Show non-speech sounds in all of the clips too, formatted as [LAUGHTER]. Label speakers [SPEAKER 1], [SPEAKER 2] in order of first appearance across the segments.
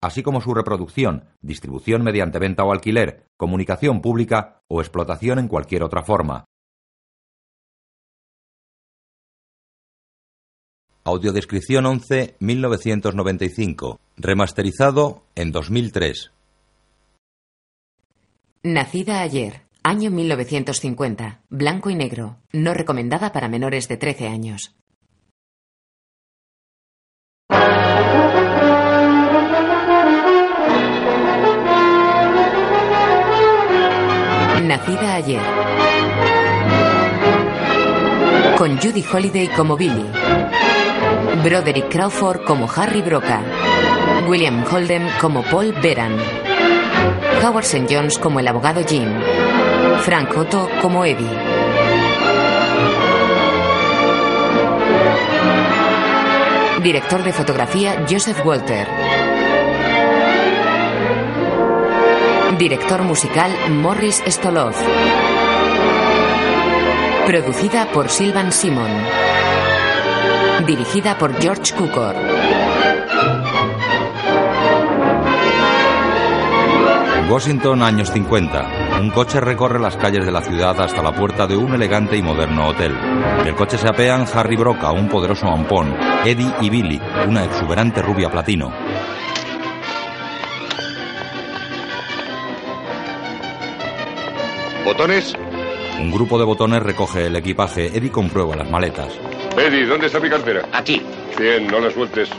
[SPEAKER 1] así como su reproducción, distribución mediante venta o alquiler, comunicación pública o explotación en cualquier otra forma. Audiodescripción 11 1995, remasterizado en 2003.
[SPEAKER 2] Nacida ayer, año 1950, blanco y negro, no recomendada para menores de 13 años. Nacida ayer. Con Judy Holliday como Billy. Broderick Crawford como Harry Broca. William Holden como Paul Beran. Howard St. Jones como el abogado Jim. Frank Otto como Eddie. Director de fotografía Joseph Walter. Director musical Morris Stolov. Producida por Sylvan Simon. Dirigida por George Cukor.
[SPEAKER 1] Washington, años 50. Un coche recorre las calles de la ciudad hasta la puerta de un elegante y moderno hotel. Del coche se apean Harry Broca, un poderoso ampón, Eddie y Billy, una exuberante rubia platino.
[SPEAKER 3] ¿Botones?
[SPEAKER 1] Un grupo de botones recoge el equipaje. Eddie comprueba las maletas.
[SPEAKER 3] Eddie, ¿dónde está mi cartera?
[SPEAKER 4] Aquí.
[SPEAKER 3] Bien, no la sueltes.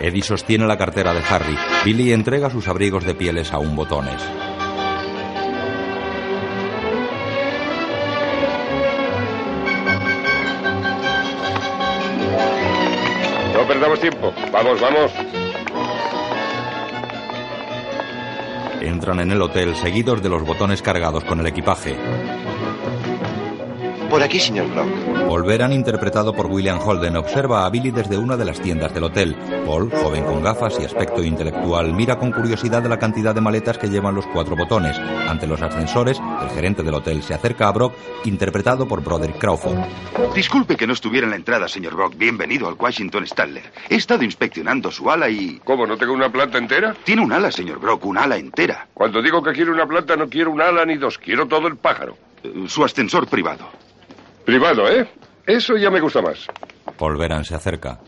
[SPEAKER 1] Eddie sostiene la cartera de Harry. Billy entrega sus abrigos de pieles a un botones.
[SPEAKER 3] No perdamos tiempo. Vamos, vamos.
[SPEAKER 1] Entran en el hotel seguidos de los botones cargados con el equipaje.
[SPEAKER 4] Por aquí, señor Brock.
[SPEAKER 1] Volverán, interpretado por William Holden, observa a Billy desde una de las tiendas del hotel. Paul, joven con gafas y aspecto intelectual, mira con curiosidad la cantidad de maletas que llevan los cuatro botones. Ante los ascensores, el gerente del hotel se acerca a Brock, interpretado por Broderick Crawford.
[SPEAKER 5] Disculpe que no estuviera en la entrada, señor Brock. Bienvenido al Washington Stanley. He estado inspeccionando su ala y...
[SPEAKER 3] ¿Cómo, no tengo una planta entera?
[SPEAKER 5] Tiene un ala, señor Brock, un ala entera.
[SPEAKER 3] Cuando digo que quiero una planta, no quiero un ala ni dos. Quiero todo el pájaro.
[SPEAKER 5] Eh, Su ascensor privado.
[SPEAKER 3] Privado, ¿eh? Eso ya me gusta más.
[SPEAKER 1] Volverán se acerca.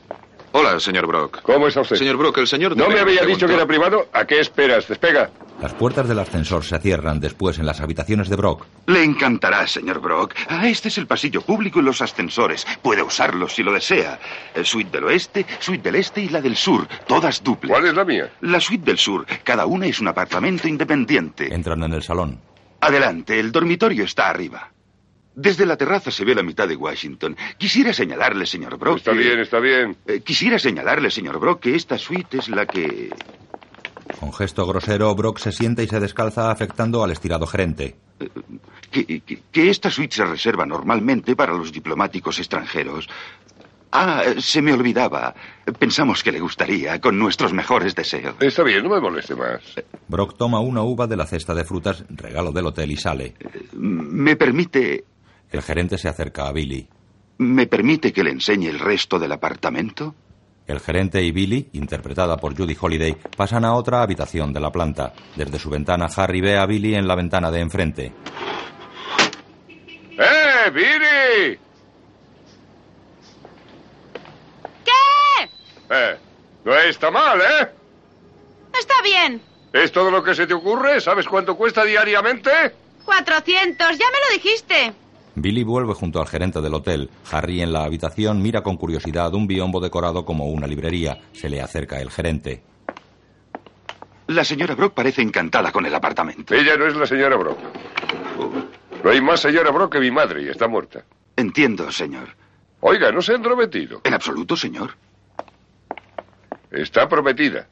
[SPEAKER 6] Hola, Eh, señor Brock. [LAUGHS]
[SPEAKER 3] ¿Cómo está usted?
[SPEAKER 6] Señor Brock, el señor...
[SPEAKER 3] ¿No me
[SPEAKER 6] Delaney
[SPEAKER 3] había
[SPEAKER 6] preguntó-
[SPEAKER 3] dicho que era privado? ¿A qué esperas? Despega.
[SPEAKER 1] Las puertas del ascensor se cierran después en las habitaciones de Brock.
[SPEAKER 5] Le encantará, señor Brock. Ah, este es el pasillo público y los ascensores. Puede usarlos si lo desea. Eh, Suite del oeste, suite del este y la del sur. Todas duples.
[SPEAKER 3] ¿Cuál es la mía?
[SPEAKER 5] La suite del sur. Cada una es un apartamento independiente.
[SPEAKER 1] Entran en el salón.
[SPEAKER 5] Adelante, el dormitorio está arriba. Desde la terraza se ve la mitad de Washington. Quisiera señalarle, señor Brock.
[SPEAKER 3] Está
[SPEAKER 5] que-
[SPEAKER 3] bien, está bien.
[SPEAKER 5] Eh, quisiera señalarle, señor Brock, que esta suite es la que.
[SPEAKER 1] Con gesto grosero, Brock se sienta y se descalza afectando al estirado gerente.
[SPEAKER 5] que, que- que esta suite se reserva normalmente para los diplomáticos extranjeros. Ah, eh, se me olvidaba. Pensamos que le gustaría, con nuestros mejores deseos.
[SPEAKER 3] Está bien, no me moleste más.
[SPEAKER 1] Brock toma una uva de la cesta de frutas, regalo del hotel y sale.
[SPEAKER 5] ¿Me permite.
[SPEAKER 1] El gerente se acerca a Billy.
[SPEAKER 5] ¿Me permite que le enseñe el resto del apartamento?
[SPEAKER 1] El gerente y Billy, interpretada por Judy Holliday, pasan a otra habitación de la planta. Desde su ventana, Harry ve a Billy en la ventana de enfrente.
[SPEAKER 3] ¡Eh, Billy!
[SPEAKER 7] ¿Qué?
[SPEAKER 3] Eh, no está mal, ¿eh?
[SPEAKER 7] Está bien.
[SPEAKER 3] ¿Es todo lo que se te ocurre? ¿Sabes cuánto cuesta diariamente?
[SPEAKER 7] 400, ya me lo dijiste.
[SPEAKER 1] Billy vuelve junto al gerente del hotel. Harry en la habitación mira con curiosidad un biombo decorado como una librería. Se le acerca el gerente.
[SPEAKER 5] La señora Brock parece encantada con el apartamento.
[SPEAKER 3] Ella no es la señora Brock. No hay más señora Brock que mi madre y está muerta.
[SPEAKER 5] Entiendo, señor.
[SPEAKER 3] Oiga, no se ha entrometido.
[SPEAKER 5] En absoluto, señor.
[SPEAKER 3] Está prometida.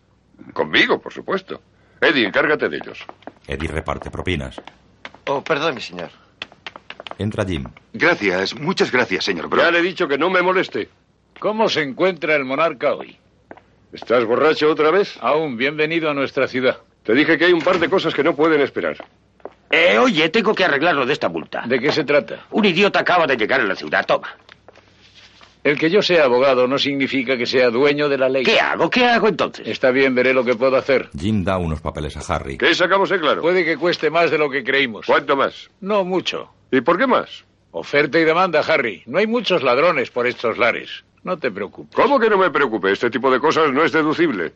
[SPEAKER 3] Conmigo, por supuesto. Eddie, encárgate de ellos.
[SPEAKER 1] Eddie reparte propinas.
[SPEAKER 4] Oh, perdone, señor.
[SPEAKER 1] Entra Jim.
[SPEAKER 5] Gracias, muchas gracias, señor
[SPEAKER 3] Ya
[SPEAKER 5] Brock.
[SPEAKER 3] le he dicho que no me moleste.
[SPEAKER 8] ¿Cómo se encuentra el monarca hoy?
[SPEAKER 3] ¿Estás borracho otra vez?
[SPEAKER 8] Aún bienvenido a nuestra ciudad.
[SPEAKER 3] Te dije que hay un par de cosas que no pueden esperar.
[SPEAKER 9] Eh, oye, tengo que arreglarlo de esta multa.
[SPEAKER 8] ¿De qué se trata?
[SPEAKER 9] Un idiota acaba de llegar a la ciudad, toma.
[SPEAKER 8] El que yo sea abogado no significa que sea dueño de la ley.
[SPEAKER 9] ¿Qué hago? ¿Qué hago entonces?
[SPEAKER 8] Está bien, veré lo que puedo hacer.
[SPEAKER 1] Jim da unos papeles a Harry.
[SPEAKER 3] Que sacamos en claro.
[SPEAKER 8] Puede que cueste más de lo que creímos.
[SPEAKER 3] ¿Cuánto más?
[SPEAKER 8] No mucho.
[SPEAKER 3] ¿Y por qué más?
[SPEAKER 8] Oferta y demanda, Harry. No hay muchos ladrones por estos lares. No te preocupes.
[SPEAKER 3] ¿Cómo que no me preocupe? Este tipo de cosas no es deducible.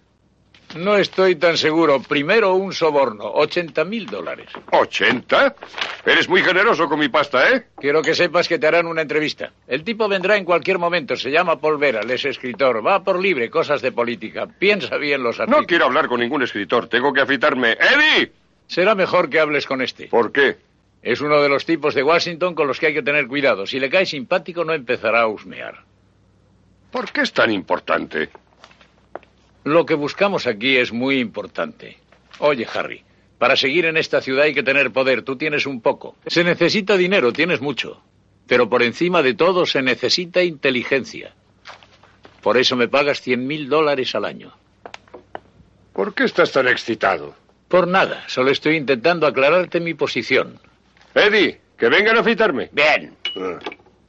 [SPEAKER 8] No estoy tan seguro. Primero un soborno, 80 mil dólares.
[SPEAKER 3] ¿80? Eres muy generoso con mi pasta, ¿eh?
[SPEAKER 8] Quiero que sepas que te harán una entrevista. El tipo vendrá en cualquier momento. Se llama Paul Vera, es escritor. Va por libre, cosas de política. Piensa bien los
[SPEAKER 3] No
[SPEAKER 8] artículos.
[SPEAKER 3] quiero hablar con ningún escritor. Tengo que afitarme. ¡Eddie!
[SPEAKER 8] Será mejor que hables con este.
[SPEAKER 3] ¿Por qué?
[SPEAKER 8] Es uno de los tipos de Washington con los que hay que tener cuidado. Si le cae simpático, no empezará a husmear.
[SPEAKER 3] ¿Por qué es tan importante?
[SPEAKER 8] Lo que buscamos aquí es muy importante. Oye, Harry, para seguir en esta ciudad hay que tener poder. Tú tienes un poco. Se necesita dinero, tienes mucho. Pero por encima de todo se necesita inteligencia. Por eso me pagas 100 mil dólares al año.
[SPEAKER 3] ¿Por qué estás tan excitado?
[SPEAKER 8] Por nada, solo estoy intentando aclararte mi posición.
[SPEAKER 3] Eddie, que vengan a afitarme.
[SPEAKER 9] Bien,
[SPEAKER 8] Ah.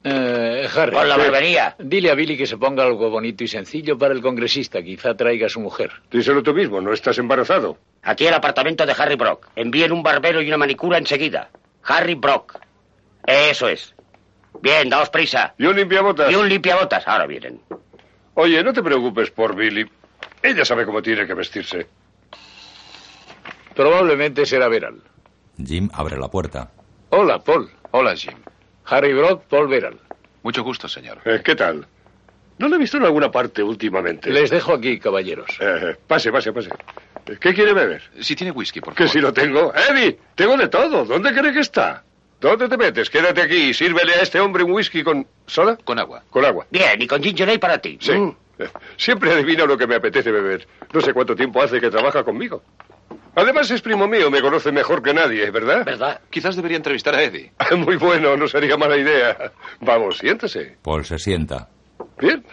[SPEAKER 8] Eh, Harry.
[SPEAKER 9] con la barbería.
[SPEAKER 8] Dile a Billy que se ponga algo bonito y sencillo para el congresista. Quizá traiga a su mujer.
[SPEAKER 3] Díselo tú mismo, no estás embarazado.
[SPEAKER 9] Aquí el apartamento de Harry Brock. Envíen un barbero y una manicura enseguida. Harry Brock. Eso es. Bien, daos prisa.
[SPEAKER 3] Y un limpiabotas.
[SPEAKER 9] Y un limpiabotas. Ahora vienen.
[SPEAKER 3] Oye, no te preocupes por Billy. Ella sabe cómo tiene que vestirse.
[SPEAKER 8] Probablemente será Veral.
[SPEAKER 1] Jim abre la puerta.
[SPEAKER 8] Hola, Paul.
[SPEAKER 6] Hola, Jim.
[SPEAKER 8] Harry Brock, Paul Veral.
[SPEAKER 6] Mucho gusto, señor.
[SPEAKER 3] Eh, ¿Qué tal? No la he visto en alguna parte últimamente.
[SPEAKER 8] Les dejo aquí, caballeros.
[SPEAKER 3] Eh, pase, pase, pase. Eh, ¿Qué quiere beber?
[SPEAKER 6] Si tiene whisky, por
[SPEAKER 3] Que
[SPEAKER 6] favor.
[SPEAKER 3] si lo tengo. Eddie, tengo de todo. ¿Dónde crees que está? ¿Dónde te metes? Quédate aquí y sírvele a este hombre un whisky con... ¿Soda?
[SPEAKER 6] Con agua.
[SPEAKER 3] Con agua.
[SPEAKER 9] Bien, y con ginger ale para ti.
[SPEAKER 3] Sí.
[SPEAKER 9] Mm.
[SPEAKER 3] Eh, [LAUGHS] Siempre adivina lo que me apetece beber. No sé cuánto tiempo hace que trabaja conmigo. Además es primo mío, me conoce mejor que nadie, ¿verdad?
[SPEAKER 9] ¿Verdad?
[SPEAKER 6] Quizás debería entrevistar a Eddie.
[SPEAKER 3] [LAUGHS] Muy bueno, no sería mala idea. Vamos, siéntese.
[SPEAKER 1] Paul se sienta.
[SPEAKER 3] Bien.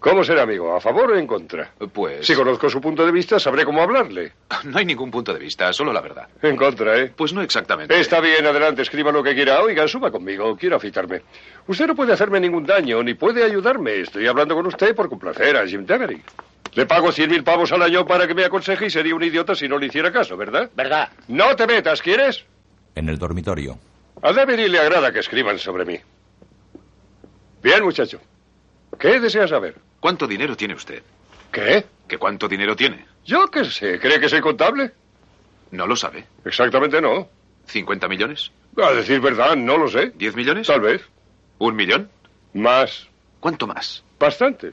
[SPEAKER 3] ¿Cómo será, amigo? ¿A favor o en contra?
[SPEAKER 6] Pues.
[SPEAKER 3] Si conozco su punto de vista, sabré cómo hablarle.
[SPEAKER 6] No hay ningún punto de vista, solo la verdad.
[SPEAKER 3] En contra, ¿eh?
[SPEAKER 6] Pues no exactamente.
[SPEAKER 3] Está bien, adelante, escriba lo que quiera. Oiga, suba conmigo, quiero afitarme. Usted no puede hacerme ningún daño, ni puede ayudarme. Estoy hablando con usted por complacer a Jim Daggery. Le pago cien mil pavos al año para que me aconseje y sería un idiota si no le hiciera caso, ¿verdad?
[SPEAKER 9] ¿Verdad?
[SPEAKER 3] No te metas, ¿quieres?
[SPEAKER 1] En el dormitorio.
[SPEAKER 3] A Daggery le agrada que escriban sobre mí. Bien, muchacho. ¿Qué desea saber?
[SPEAKER 6] ¿Cuánto dinero tiene usted?
[SPEAKER 3] ¿Qué?
[SPEAKER 6] ¿Que cuánto dinero tiene?
[SPEAKER 3] Yo qué sé. ¿Cree que soy contable?
[SPEAKER 6] No lo sabe.
[SPEAKER 3] Exactamente no.
[SPEAKER 6] ¿50 millones?
[SPEAKER 3] A decir verdad, no lo sé.
[SPEAKER 6] ¿10 millones?
[SPEAKER 3] Tal vez.
[SPEAKER 6] ¿Un millón?
[SPEAKER 3] Más.
[SPEAKER 6] ¿Cuánto más?
[SPEAKER 3] Bastante.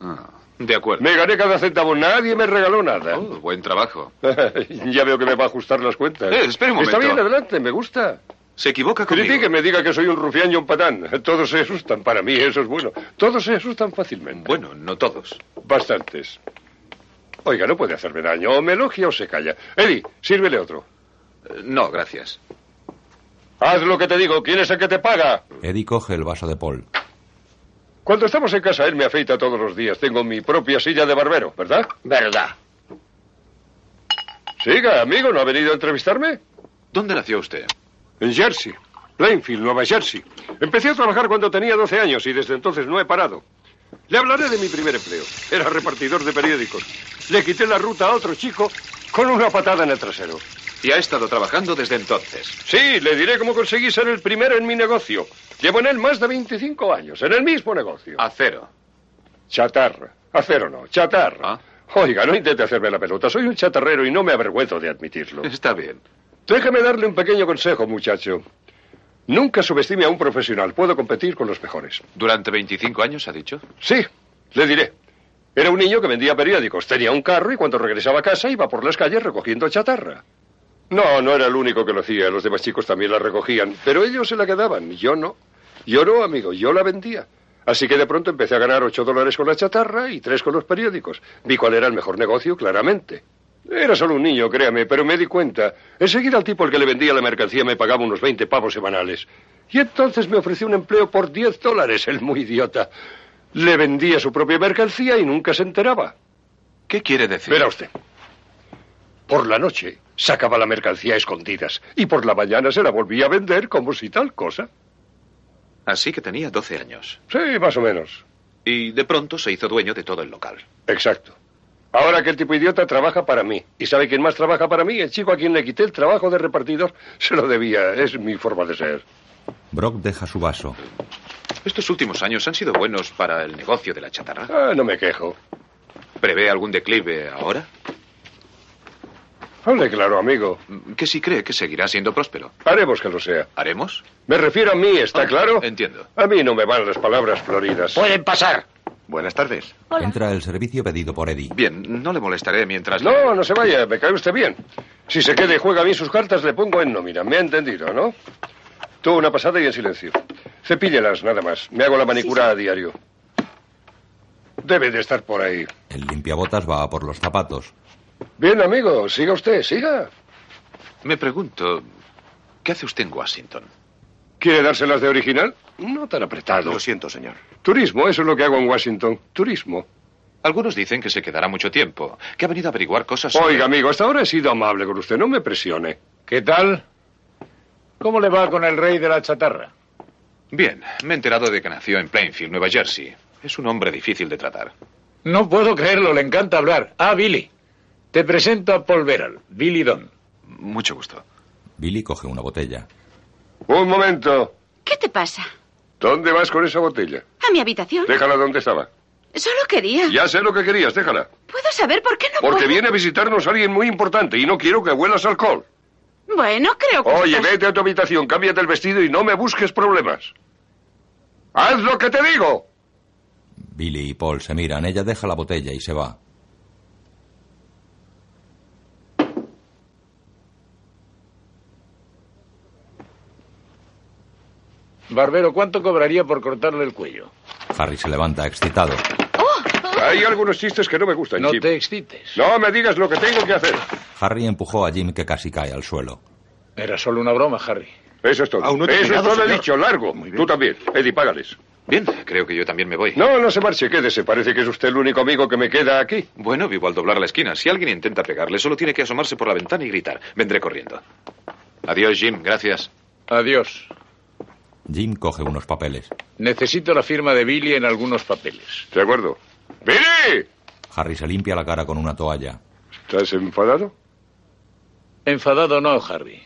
[SPEAKER 6] Ah, de acuerdo.
[SPEAKER 3] Me gané cada centavo. Nadie me regaló nada.
[SPEAKER 6] Oh, buen trabajo.
[SPEAKER 3] [LAUGHS] ya veo que me va a ajustar las cuentas.
[SPEAKER 6] Eh, espere un
[SPEAKER 3] Está
[SPEAKER 6] momento.
[SPEAKER 3] bien, adelante, me gusta.
[SPEAKER 6] Se equivoca conmigo.
[SPEAKER 3] Critique, me diga que soy un rufián y un patán. Todos se asustan, para mí eso es bueno. Todos se asustan fácilmente.
[SPEAKER 6] Bueno, no todos.
[SPEAKER 3] Bastantes. Oiga, no puede hacerme daño. O me elogia o se calla. Eddie, sírvele otro.
[SPEAKER 6] Eh, No, gracias.
[SPEAKER 3] Haz lo que te digo. ¿Quién es el que te paga?
[SPEAKER 1] Eddie coge el vaso de Paul.
[SPEAKER 3] Cuando estamos en casa, él me afeita todos los días. Tengo mi propia silla de barbero, ¿verdad?
[SPEAKER 9] ¿Verdad?
[SPEAKER 3] Siga, amigo, ¿no ha venido a entrevistarme?
[SPEAKER 6] ¿Dónde nació usted?
[SPEAKER 3] En Jersey, Plainfield, Nueva Jersey. Empecé a trabajar cuando tenía 12 años y desde entonces no he parado. Le hablaré de mi primer empleo. Era repartidor de periódicos. Le quité la ruta a otro chico con una patada en el trasero.
[SPEAKER 6] Y ha estado trabajando desde entonces.
[SPEAKER 3] Sí, le diré cómo conseguí ser el primero en mi negocio. Llevo en él más de 25 años, en el mismo negocio.
[SPEAKER 6] A cero.
[SPEAKER 3] Chatarra. Acero no, chatarra.
[SPEAKER 6] Ah.
[SPEAKER 3] Oiga, no intente hacerme la pelota. Soy un chatarrero y no me avergüenzo de admitirlo.
[SPEAKER 6] Está bien.
[SPEAKER 3] Déjeme darle un pequeño consejo, muchacho. Nunca subestime a un profesional. Puedo competir con los mejores.
[SPEAKER 6] Durante 25 años, ha dicho.
[SPEAKER 3] Sí, le diré. Era un niño que vendía periódicos, tenía un carro y cuando regresaba a casa iba por las calles recogiendo chatarra. No, no era el único que lo hacía, los demás chicos también la recogían, pero ellos se la quedaban, yo no. Yo no, amigo, yo la vendía. Así que de pronto empecé a ganar ocho dólares con la chatarra y tres con los periódicos. Vi cuál era el mejor negocio, claramente. Era solo un niño, créame, pero me di cuenta. Enseguida al tipo al que le vendía la mercancía me pagaba unos 20 pavos semanales. Y entonces me ofreció un empleo por 10 dólares, el muy idiota. Le vendía su propia mercancía y nunca se enteraba.
[SPEAKER 6] ¿Qué quiere decir?
[SPEAKER 3] Verá usted. Por la noche sacaba la mercancía a escondidas y por la mañana se la volvía a vender como si tal cosa.
[SPEAKER 6] Así que tenía 12 años.
[SPEAKER 3] Sí, más o menos.
[SPEAKER 6] Y de pronto se hizo dueño de todo el local.
[SPEAKER 3] Exacto. Ahora aquel tipo idiota trabaja para mí. ¿Y sabe quién más trabaja para mí? El chico a quien le quité el trabajo de repartidor se lo debía. Es mi forma de ser.
[SPEAKER 1] Brock deja su vaso.
[SPEAKER 6] Estos últimos años han sido buenos para el negocio de la chatarra.
[SPEAKER 3] Ah, no me quejo.
[SPEAKER 6] ¿Prevé algún declive ahora?
[SPEAKER 3] Hable claro, amigo.
[SPEAKER 6] Que si cree que seguirá siendo próspero.
[SPEAKER 3] Haremos que lo sea.
[SPEAKER 6] ¿Haremos?
[SPEAKER 3] Me refiero a mí, ¿está
[SPEAKER 6] Ah,
[SPEAKER 3] claro?
[SPEAKER 6] Entiendo.
[SPEAKER 3] A mí no me van las palabras floridas.
[SPEAKER 9] Pueden pasar.
[SPEAKER 5] Buenas tardes.
[SPEAKER 1] Entra el servicio pedido por Eddie.
[SPEAKER 6] Bien, no le molestaré mientras... le-
[SPEAKER 3] No, no se vaya, me cae usted bien. Si se queda y juega bien sus cartas, le pongo en nómina. Me ha entendido, ¿no? Tú una pasada y en silencio. Cepíllelas, nada más. Me hago la manicura a diario. Debe de estar por ahí.
[SPEAKER 1] El limpiabotas va a por los zapatos.
[SPEAKER 3] Bien, amigo, siga usted, siga.
[SPEAKER 6] Me pregunto, ¿qué hace usted en Washington?
[SPEAKER 3] ¿Quiere dárselas de original? No tan apretado.
[SPEAKER 5] siento, señor.
[SPEAKER 3] Turismo, eso es lo que hago en Washington. Turismo.
[SPEAKER 6] Algunos dicen que se quedará mucho tiempo, que ha venido a averiguar cosas... sobre-
[SPEAKER 3] Oiga, amigo, hasta ahora he sido amable con usted. No me presione.
[SPEAKER 8] ¿Qué tal? ¿Cómo le va con el rey de la chatarra?
[SPEAKER 6] Bien, me he enterado de que nació en Plainfield, Nueva Jersey. Es un hombre difícil de tratar.
[SPEAKER 8] No puedo creerlo, le encanta hablar. Ah, Billy. Te presento a Paul Beral, Billy Don.
[SPEAKER 6] Mucho gusto.
[SPEAKER 1] Billy coge una botella.
[SPEAKER 3] Un momento.
[SPEAKER 7] ¿Qué te pasa?
[SPEAKER 3] ¿Dónde vas con esa botella?
[SPEAKER 7] ¿A mi habitación?
[SPEAKER 3] Déjala donde estaba.
[SPEAKER 7] Solo quería.
[SPEAKER 3] Ya sé lo que querías, déjala.
[SPEAKER 7] ¿Puedo saber por qué no
[SPEAKER 3] Porque
[SPEAKER 7] puedo?
[SPEAKER 3] viene a visitarnos alguien muy importante y no quiero que huelas alcohol.
[SPEAKER 7] Bueno, creo que...
[SPEAKER 3] Oye,
[SPEAKER 7] estás-
[SPEAKER 3] vete a tu habitación, cámbiate el vestido y no me busques problemas. ¡Haz lo que te digo!
[SPEAKER 1] Billy y Paul se miran. Ella deja la botella y se va.
[SPEAKER 8] Barbero, ¿cuánto cobraría por cortarle el cuello?
[SPEAKER 1] Harry se levanta excitado.
[SPEAKER 3] Hay algunos chistes que no me gustan,
[SPEAKER 8] No
[SPEAKER 3] Jim.
[SPEAKER 8] te excites.
[SPEAKER 3] No me digas lo que tengo que hacer.
[SPEAKER 1] Harry empujó a Jim que casi cae al suelo.
[SPEAKER 8] Era solo una broma, Harry.
[SPEAKER 3] Eso es todo.
[SPEAKER 5] Aún no he
[SPEAKER 3] Eso es
[SPEAKER 5] terminado,
[SPEAKER 3] todo he
[SPEAKER 5] señor.
[SPEAKER 3] dicho, largo.
[SPEAKER 5] Muy bien.
[SPEAKER 3] Tú también. Eddie, págales.
[SPEAKER 6] Bien, creo que yo también me voy.
[SPEAKER 3] No, no se marche, quédese. Parece que es usted el único amigo que me queda aquí.
[SPEAKER 6] Bueno, vivo al doblar la esquina. Si alguien intenta pegarle, solo tiene que asomarse por la ventana y gritar. Vendré corriendo. Adiós, Jim. Gracias.
[SPEAKER 8] Adiós.
[SPEAKER 1] Jim coge unos papeles.
[SPEAKER 8] Necesito la firma de Billy en algunos papeles.
[SPEAKER 3] De acuerdo. ¡Billy!
[SPEAKER 1] Harry se limpia la cara con una toalla.
[SPEAKER 3] ¿Estás enfadado?
[SPEAKER 8] Enfadado no, Harry.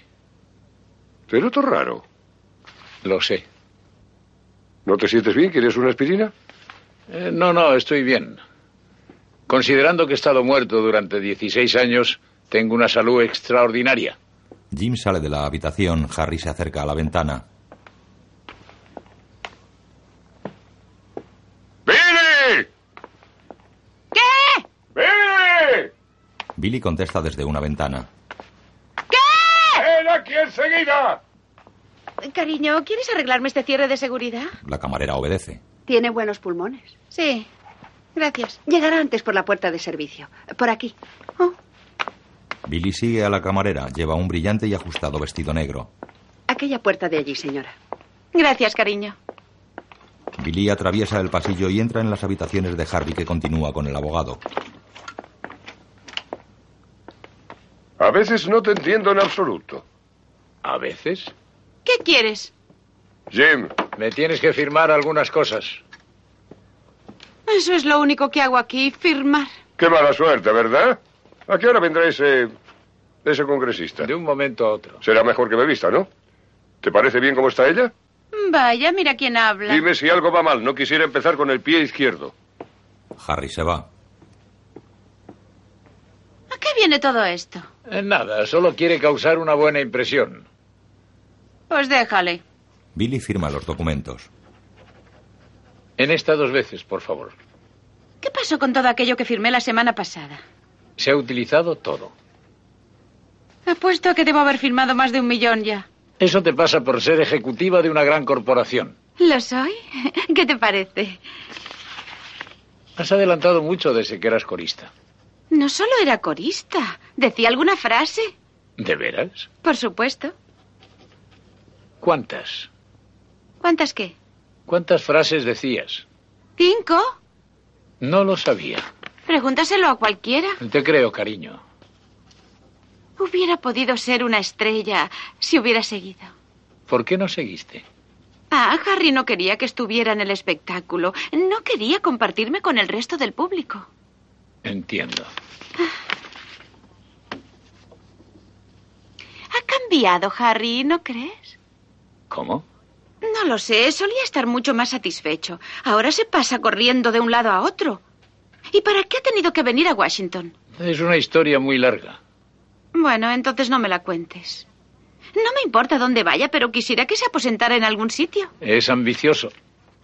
[SPEAKER 3] Te noto raro.
[SPEAKER 8] Lo sé.
[SPEAKER 3] ¿No te sientes bien? ¿Quieres una aspirina?
[SPEAKER 8] Eh, no, no, estoy bien. Considerando que he estado muerto durante 16 años, tengo una salud extraordinaria.
[SPEAKER 1] Jim sale de la habitación. Harry se acerca a la ventana.
[SPEAKER 3] ¡Billy!
[SPEAKER 7] ¿Qué?
[SPEAKER 3] ¡Billy!
[SPEAKER 1] Billy contesta desde una ventana.
[SPEAKER 3] ¡Ven aquí enseguida!
[SPEAKER 7] Cariño, ¿quieres arreglarme este cierre de seguridad?
[SPEAKER 1] La camarera obedece.
[SPEAKER 4] Tiene buenos pulmones.
[SPEAKER 7] Sí. Gracias.
[SPEAKER 4] Llegará antes por la puerta de servicio. Por aquí. Oh,
[SPEAKER 1] Billy sigue a la camarera. Lleva un brillante y ajustado vestido negro.
[SPEAKER 4] aquella puerta de allí, señora.
[SPEAKER 7] Gracias, cariño.
[SPEAKER 1] Billy atraviesa el pasillo y entra en las habitaciones de Harry que continúa con el abogado.
[SPEAKER 3] A veces no te entiendo en absoluto.
[SPEAKER 8] A veces.
[SPEAKER 7] ¿Qué quieres?
[SPEAKER 3] Jim,
[SPEAKER 8] Me tienes que firmar algunas cosas.
[SPEAKER 7] Eso es lo único que hago aquí, firmar.
[SPEAKER 3] qué mala suerte, ¿verdad? ¿A qué hora vendrá ese. ese congresista?
[SPEAKER 8] De un momento a otro.
[SPEAKER 3] Será mejor que me vista, ¿no? ¿Te parece bien cómo está ella?
[SPEAKER 7] Vaya, mira quién habla.
[SPEAKER 3] Dime si algo va mal. No quisiera empezar con el pie izquierdo.
[SPEAKER 1] Harry se va.
[SPEAKER 7] ¿A qué viene todo esto?
[SPEAKER 8] Eh, nada, solo quiere causar una buena impresión.
[SPEAKER 7] Pues déjale.
[SPEAKER 1] Billy firma los documentos.
[SPEAKER 8] En esta dos veces, por favor.
[SPEAKER 7] ¿Qué pasó con todo aquello que firmé la semana pasada?
[SPEAKER 8] Se ha utilizado todo.
[SPEAKER 7] Apuesto a que debo haber firmado más de un millón ya.
[SPEAKER 8] Eso te pasa por ser ejecutiva de una gran corporación.
[SPEAKER 7] ¿Lo soy? [LAUGHS] ¿Qué te parece?
[SPEAKER 8] Has adelantado mucho desde que eras corista.
[SPEAKER 10] No solo era corista, decía alguna frase.
[SPEAKER 8] ¿De veras?
[SPEAKER 10] Por supuesto.
[SPEAKER 8] ¿Cuántas?
[SPEAKER 10] ¿Cuántas qué?
[SPEAKER 8] ¿Cuántas frases decías?
[SPEAKER 10] ¿Cinco?
[SPEAKER 8] No lo sabía.
[SPEAKER 10] Pregúntaselo a cualquiera.
[SPEAKER 8] Te creo, cariño.
[SPEAKER 10] Hubiera podido ser una estrella si hubiera seguido.
[SPEAKER 8] ¿Por qué no seguiste?
[SPEAKER 10] Ah, Harry no quería que estuviera en el espectáculo. No quería compartirme con el resto del público.
[SPEAKER 8] Entiendo.
[SPEAKER 10] Ha cambiado, Harry, ¿no crees?
[SPEAKER 8] ¿Cómo?
[SPEAKER 10] No lo sé, solía estar mucho más satisfecho. Ahora se pasa corriendo de un lado a otro. ¿Y para qué ha tenido que venir a Washington?
[SPEAKER 8] Es una historia muy larga.
[SPEAKER 10] Bueno, entonces no me la cuentes. No me importa dónde vaya, pero quisiera que se aposentara en algún sitio.
[SPEAKER 8] Es ambicioso.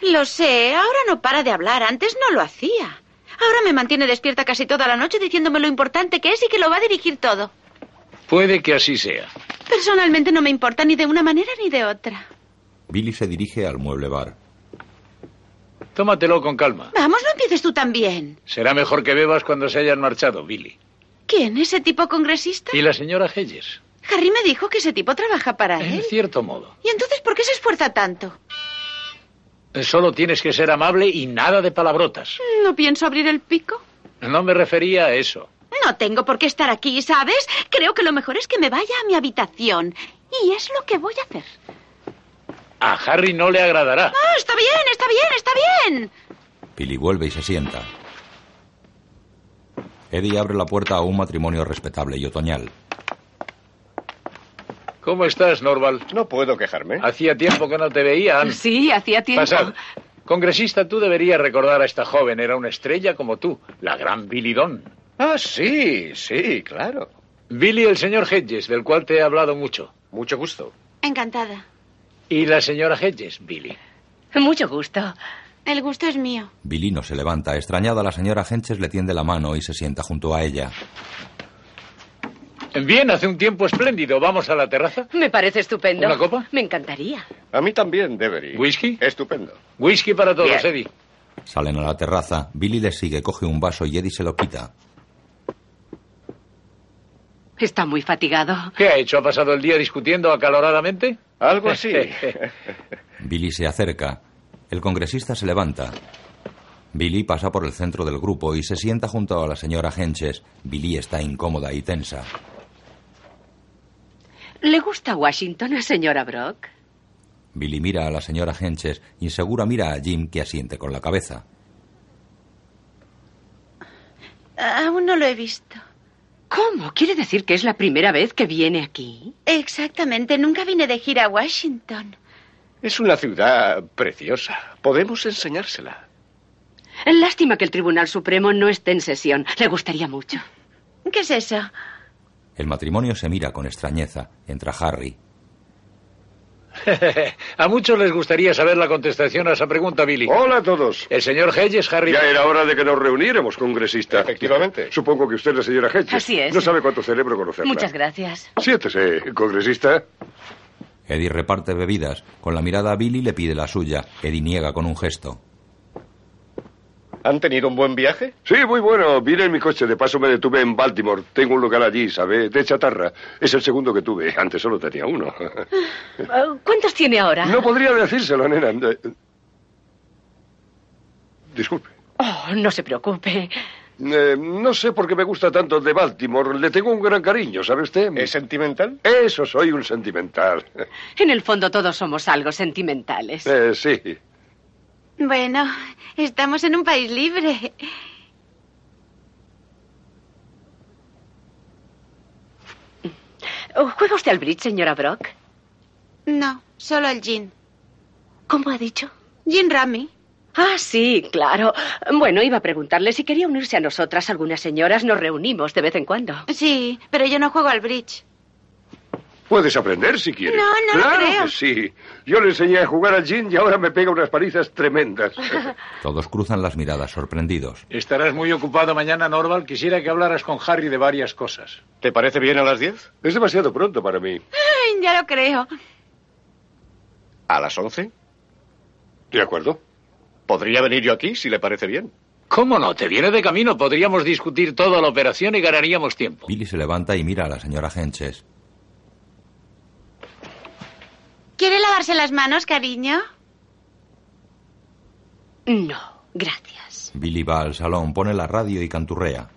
[SPEAKER 10] Lo sé, ahora no para de hablar, antes no lo hacía. Ahora me mantiene despierta casi toda la noche diciéndome lo importante que es y que lo va a dirigir todo.
[SPEAKER 8] Puede que así sea.
[SPEAKER 10] Personalmente no me importa ni de una manera ni de otra.
[SPEAKER 1] Billy se dirige al mueble bar.
[SPEAKER 8] Tómatelo con calma.
[SPEAKER 10] Vamos, no empieces tú también.
[SPEAKER 8] Será mejor que bebas cuando se hayan marchado, Billy.
[SPEAKER 10] ¿Quién? ¿Ese tipo congresista?
[SPEAKER 8] Y la señora Helles.
[SPEAKER 10] Harry me dijo que ese tipo trabaja para
[SPEAKER 8] En
[SPEAKER 10] él.
[SPEAKER 8] cierto modo.
[SPEAKER 10] ¿Y entonces por qué se esfuerza tanto?
[SPEAKER 8] Solo tienes que ser amable y nada de palabrotas.
[SPEAKER 10] ¿No pienso abrir el pico?
[SPEAKER 8] No me refería a eso.
[SPEAKER 10] No tengo por qué estar aquí, ¿sabes? Creo que lo mejor es que me vaya a mi habitación. Y es lo que voy a hacer.
[SPEAKER 8] A Harry no le agradará.
[SPEAKER 10] ¡Ah, está bien, está bien, está bien!
[SPEAKER 1] Billy vuelve y se sienta. Eddie abre la puerta a un matrimonio respetable y otoñal.
[SPEAKER 8] ¿Cómo estás, Norval?
[SPEAKER 3] No puedo quejarme.
[SPEAKER 8] Hacía tiempo que no te veía. Ann.
[SPEAKER 2] Sí, hacía tiempo.
[SPEAKER 8] Pasad. Congresista, tú deberías recordar a esta joven. Era una estrella como tú, la gran Billy Don.
[SPEAKER 11] Ah, sí, sí, claro.
[SPEAKER 8] Billy, el señor Hedges, del cual te he hablado mucho.
[SPEAKER 11] Mucho gusto.
[SPEAKER 10] Encantada.
[SPEAKER 8] Y la señora Hedges, Billy.
[SPEAKER 2] Mucho gusto.
[SPEAKER 10] El gusto es mío.
[SPEAKER 1] Billy no se levanta. Extrañada, la señora Genches le tiende la mano y se sienta junto a ella.
[SPEAKER 8] Bien, hace un tiempo espléndido. ¿Vamos a la terraza?
[SPEAKER 2] Me parece estupendo.
[SPEAKER 8] ¿Una copa?
[SPEAKER 2] Me encantaría.
[SPEAKER 3] A mí también, debería.
[SPEAKER 8] ¿Whisky?
[SPEAKER 3] Estupendo.
[SPEAKER 8] Whisky para todos,
[SPEAKER 12] Bien.
[SPEAKER 8] Eddie.
[SPEAKER 1] Salen a la terraza. Billy le sigue, coge un vaso y Eddie se lo quita.
[SPEAKER 2] Está muy fatigado.
[SPEAKER 8] ¿Qué ha hecho? ¿Ha pasado el día discutiendo acaloradamente? [LAUGHS]
[SPEAKER 3] Algo así.
[SPEAKER 1] Billy se acerca. El congresista se levanta. Billy pasa por el centro del grupo y se sienta junto a la señora Genches. Billy está incómoda y tensa.
[SPEAKER 2] ¿Le gusta Washington, señora Brock?
[SPEAKER 1] Billy mira a la señora Genches, insegura mira a Jim que asiente con la cabeza.
[SPEAKER 10] Aún no lo he visto.
[SPEAKER 2] ¿Cómo? ¿Quiere decir que es la primera vez que viene aquí?
[SPEAKER 10] Exactamente, nunca vine de gira a Washington.
[SPEAKER 11] Es una ciudad preciosa. Podemos enseñársela.
[SPEAKER 2] Lástima que el Tribunal Supremo no esté en sesión. Le gustaría mucho.
[SPEAKER 10] ¿Qué es eso?
[SPEAKER 1] El matrimonio se mira con extrañeza. Entra Harry.
[SPEAKER 8] [LAUGHS] a muchos les gustaría saber la contestación a esa pregunta, Billy.
[SPEAKER 3] Hola a todos.
[SPEAKER 8] El señor Hedges, Harry.
[SPEAKER 3] Ya era hora de que nos reuniéramos, congresista.
[SPEAKER 11] Efectivamente.
[SPEAKER 3] Supongo que usted es la señora Hedges.
[SPEAKER 2] Así es.
[SPEAKER 3] No sabe cuánto celebro conocerla.
[SPEAKER 8] [LAUGHS]
[SPEAKER 2] Muchas gracias.
[SPEAKER 3] Siéntese, congresista.
[SPEAKER 1] Eddie reparte bebidas. Con la mirada a Billy le pide la suya. Eddie niega con un gesto.
[SPEAKER 11] ¿Han tenido un buen viaje?
[SPEAKER 3] Sí, muy bueno. Vine en mi coche. De paso me detuve en Baltimore. Tengo un local allí, ¿sabe? De chatarra. Es el segundo que tuve. Antes solo tenía uno.
[SPEAKER 2] Eh, ¿Cuántos tiene ahora?
[SPEAKER 3] No podría decírselo, nena. Eh, Disculpe.
[SPEAKER 2] Oh, no se preocupe.
[SPEAKER 3] Eh, no sé por qué me gusta tanto de Baltimore. Le tengo un gran cariño, ¿sabe usted?
[SPEAKER 11] ¿Es sentimental?
[SPEAKER 3] Eso, soy un sentimental.
[SPEAKER 2] En el fondo todos somos algo sentimentales.
[SPEAKER 3] Eh, sí.
[SPEAKER 10] Bueno, estamos en un país libre.
[SPEAKER 2] Oh, ¿Juega usted al bridge, señora Brock?
[SPEAKER 10] No, solo el gin.
[SPEAKER 2] ¿Cómo ha dicho?
[SPEAKER 10] Gin Rami.
[SPEAKER 2] Ah, sí, claro. Bueno, iba a preguntarle si quería unirse a nosotras. Algunas señoras nos reunimos de vez en cuando.
[SPEAKER 10] Sí, pero yo no juego al bridge.
[SPEAKER 3] Puedes aprender si quieres.
[SPEAKER 10] No, no lo
[SPEAKER 3] claro
[SPEAKER 10] creo.
[SPEAKER 3] que sí. Yo le enseñé a jugar al gin y ahora me pega unas palizas
[SPEAKER 10] [LAUGHS]
[SPEAKER 3] tremendas.
[SPEAKER 1] Todos cruzan las miradas sorprendidos.
[SPEAKER 8] Estarás muy ocupado mañana, Norval. Quisiera que hablaras con Harry de varias cosas.
[SPEAKER 11] ¿Te parece bien a las 10?
[SPEAKER 3] es demasiado pronto para mí.
[SPEAKER 10] Ay, ya lo creo.
[SPEAKER 11] ¿A las 11?
[SPEAKER 3] ¿De acuerdo?
[SPEAKER 11] Podría venir yo aquí si le parece bien.
[SPEAKER 8] ¿Cómo no? Te viene de camino. Podríamos discutir toda la operación y ganaríamos tiempo.
[SPEAKER 1] Billy se levanta y mira a la señora Henches.
[SPEAKER 7] ¿Quiere lavarse las manos, cariño?
[SPEAKER 13] No, gracias.
[SPEAKER 1] Billy va al salón, pone la radio y canturrea.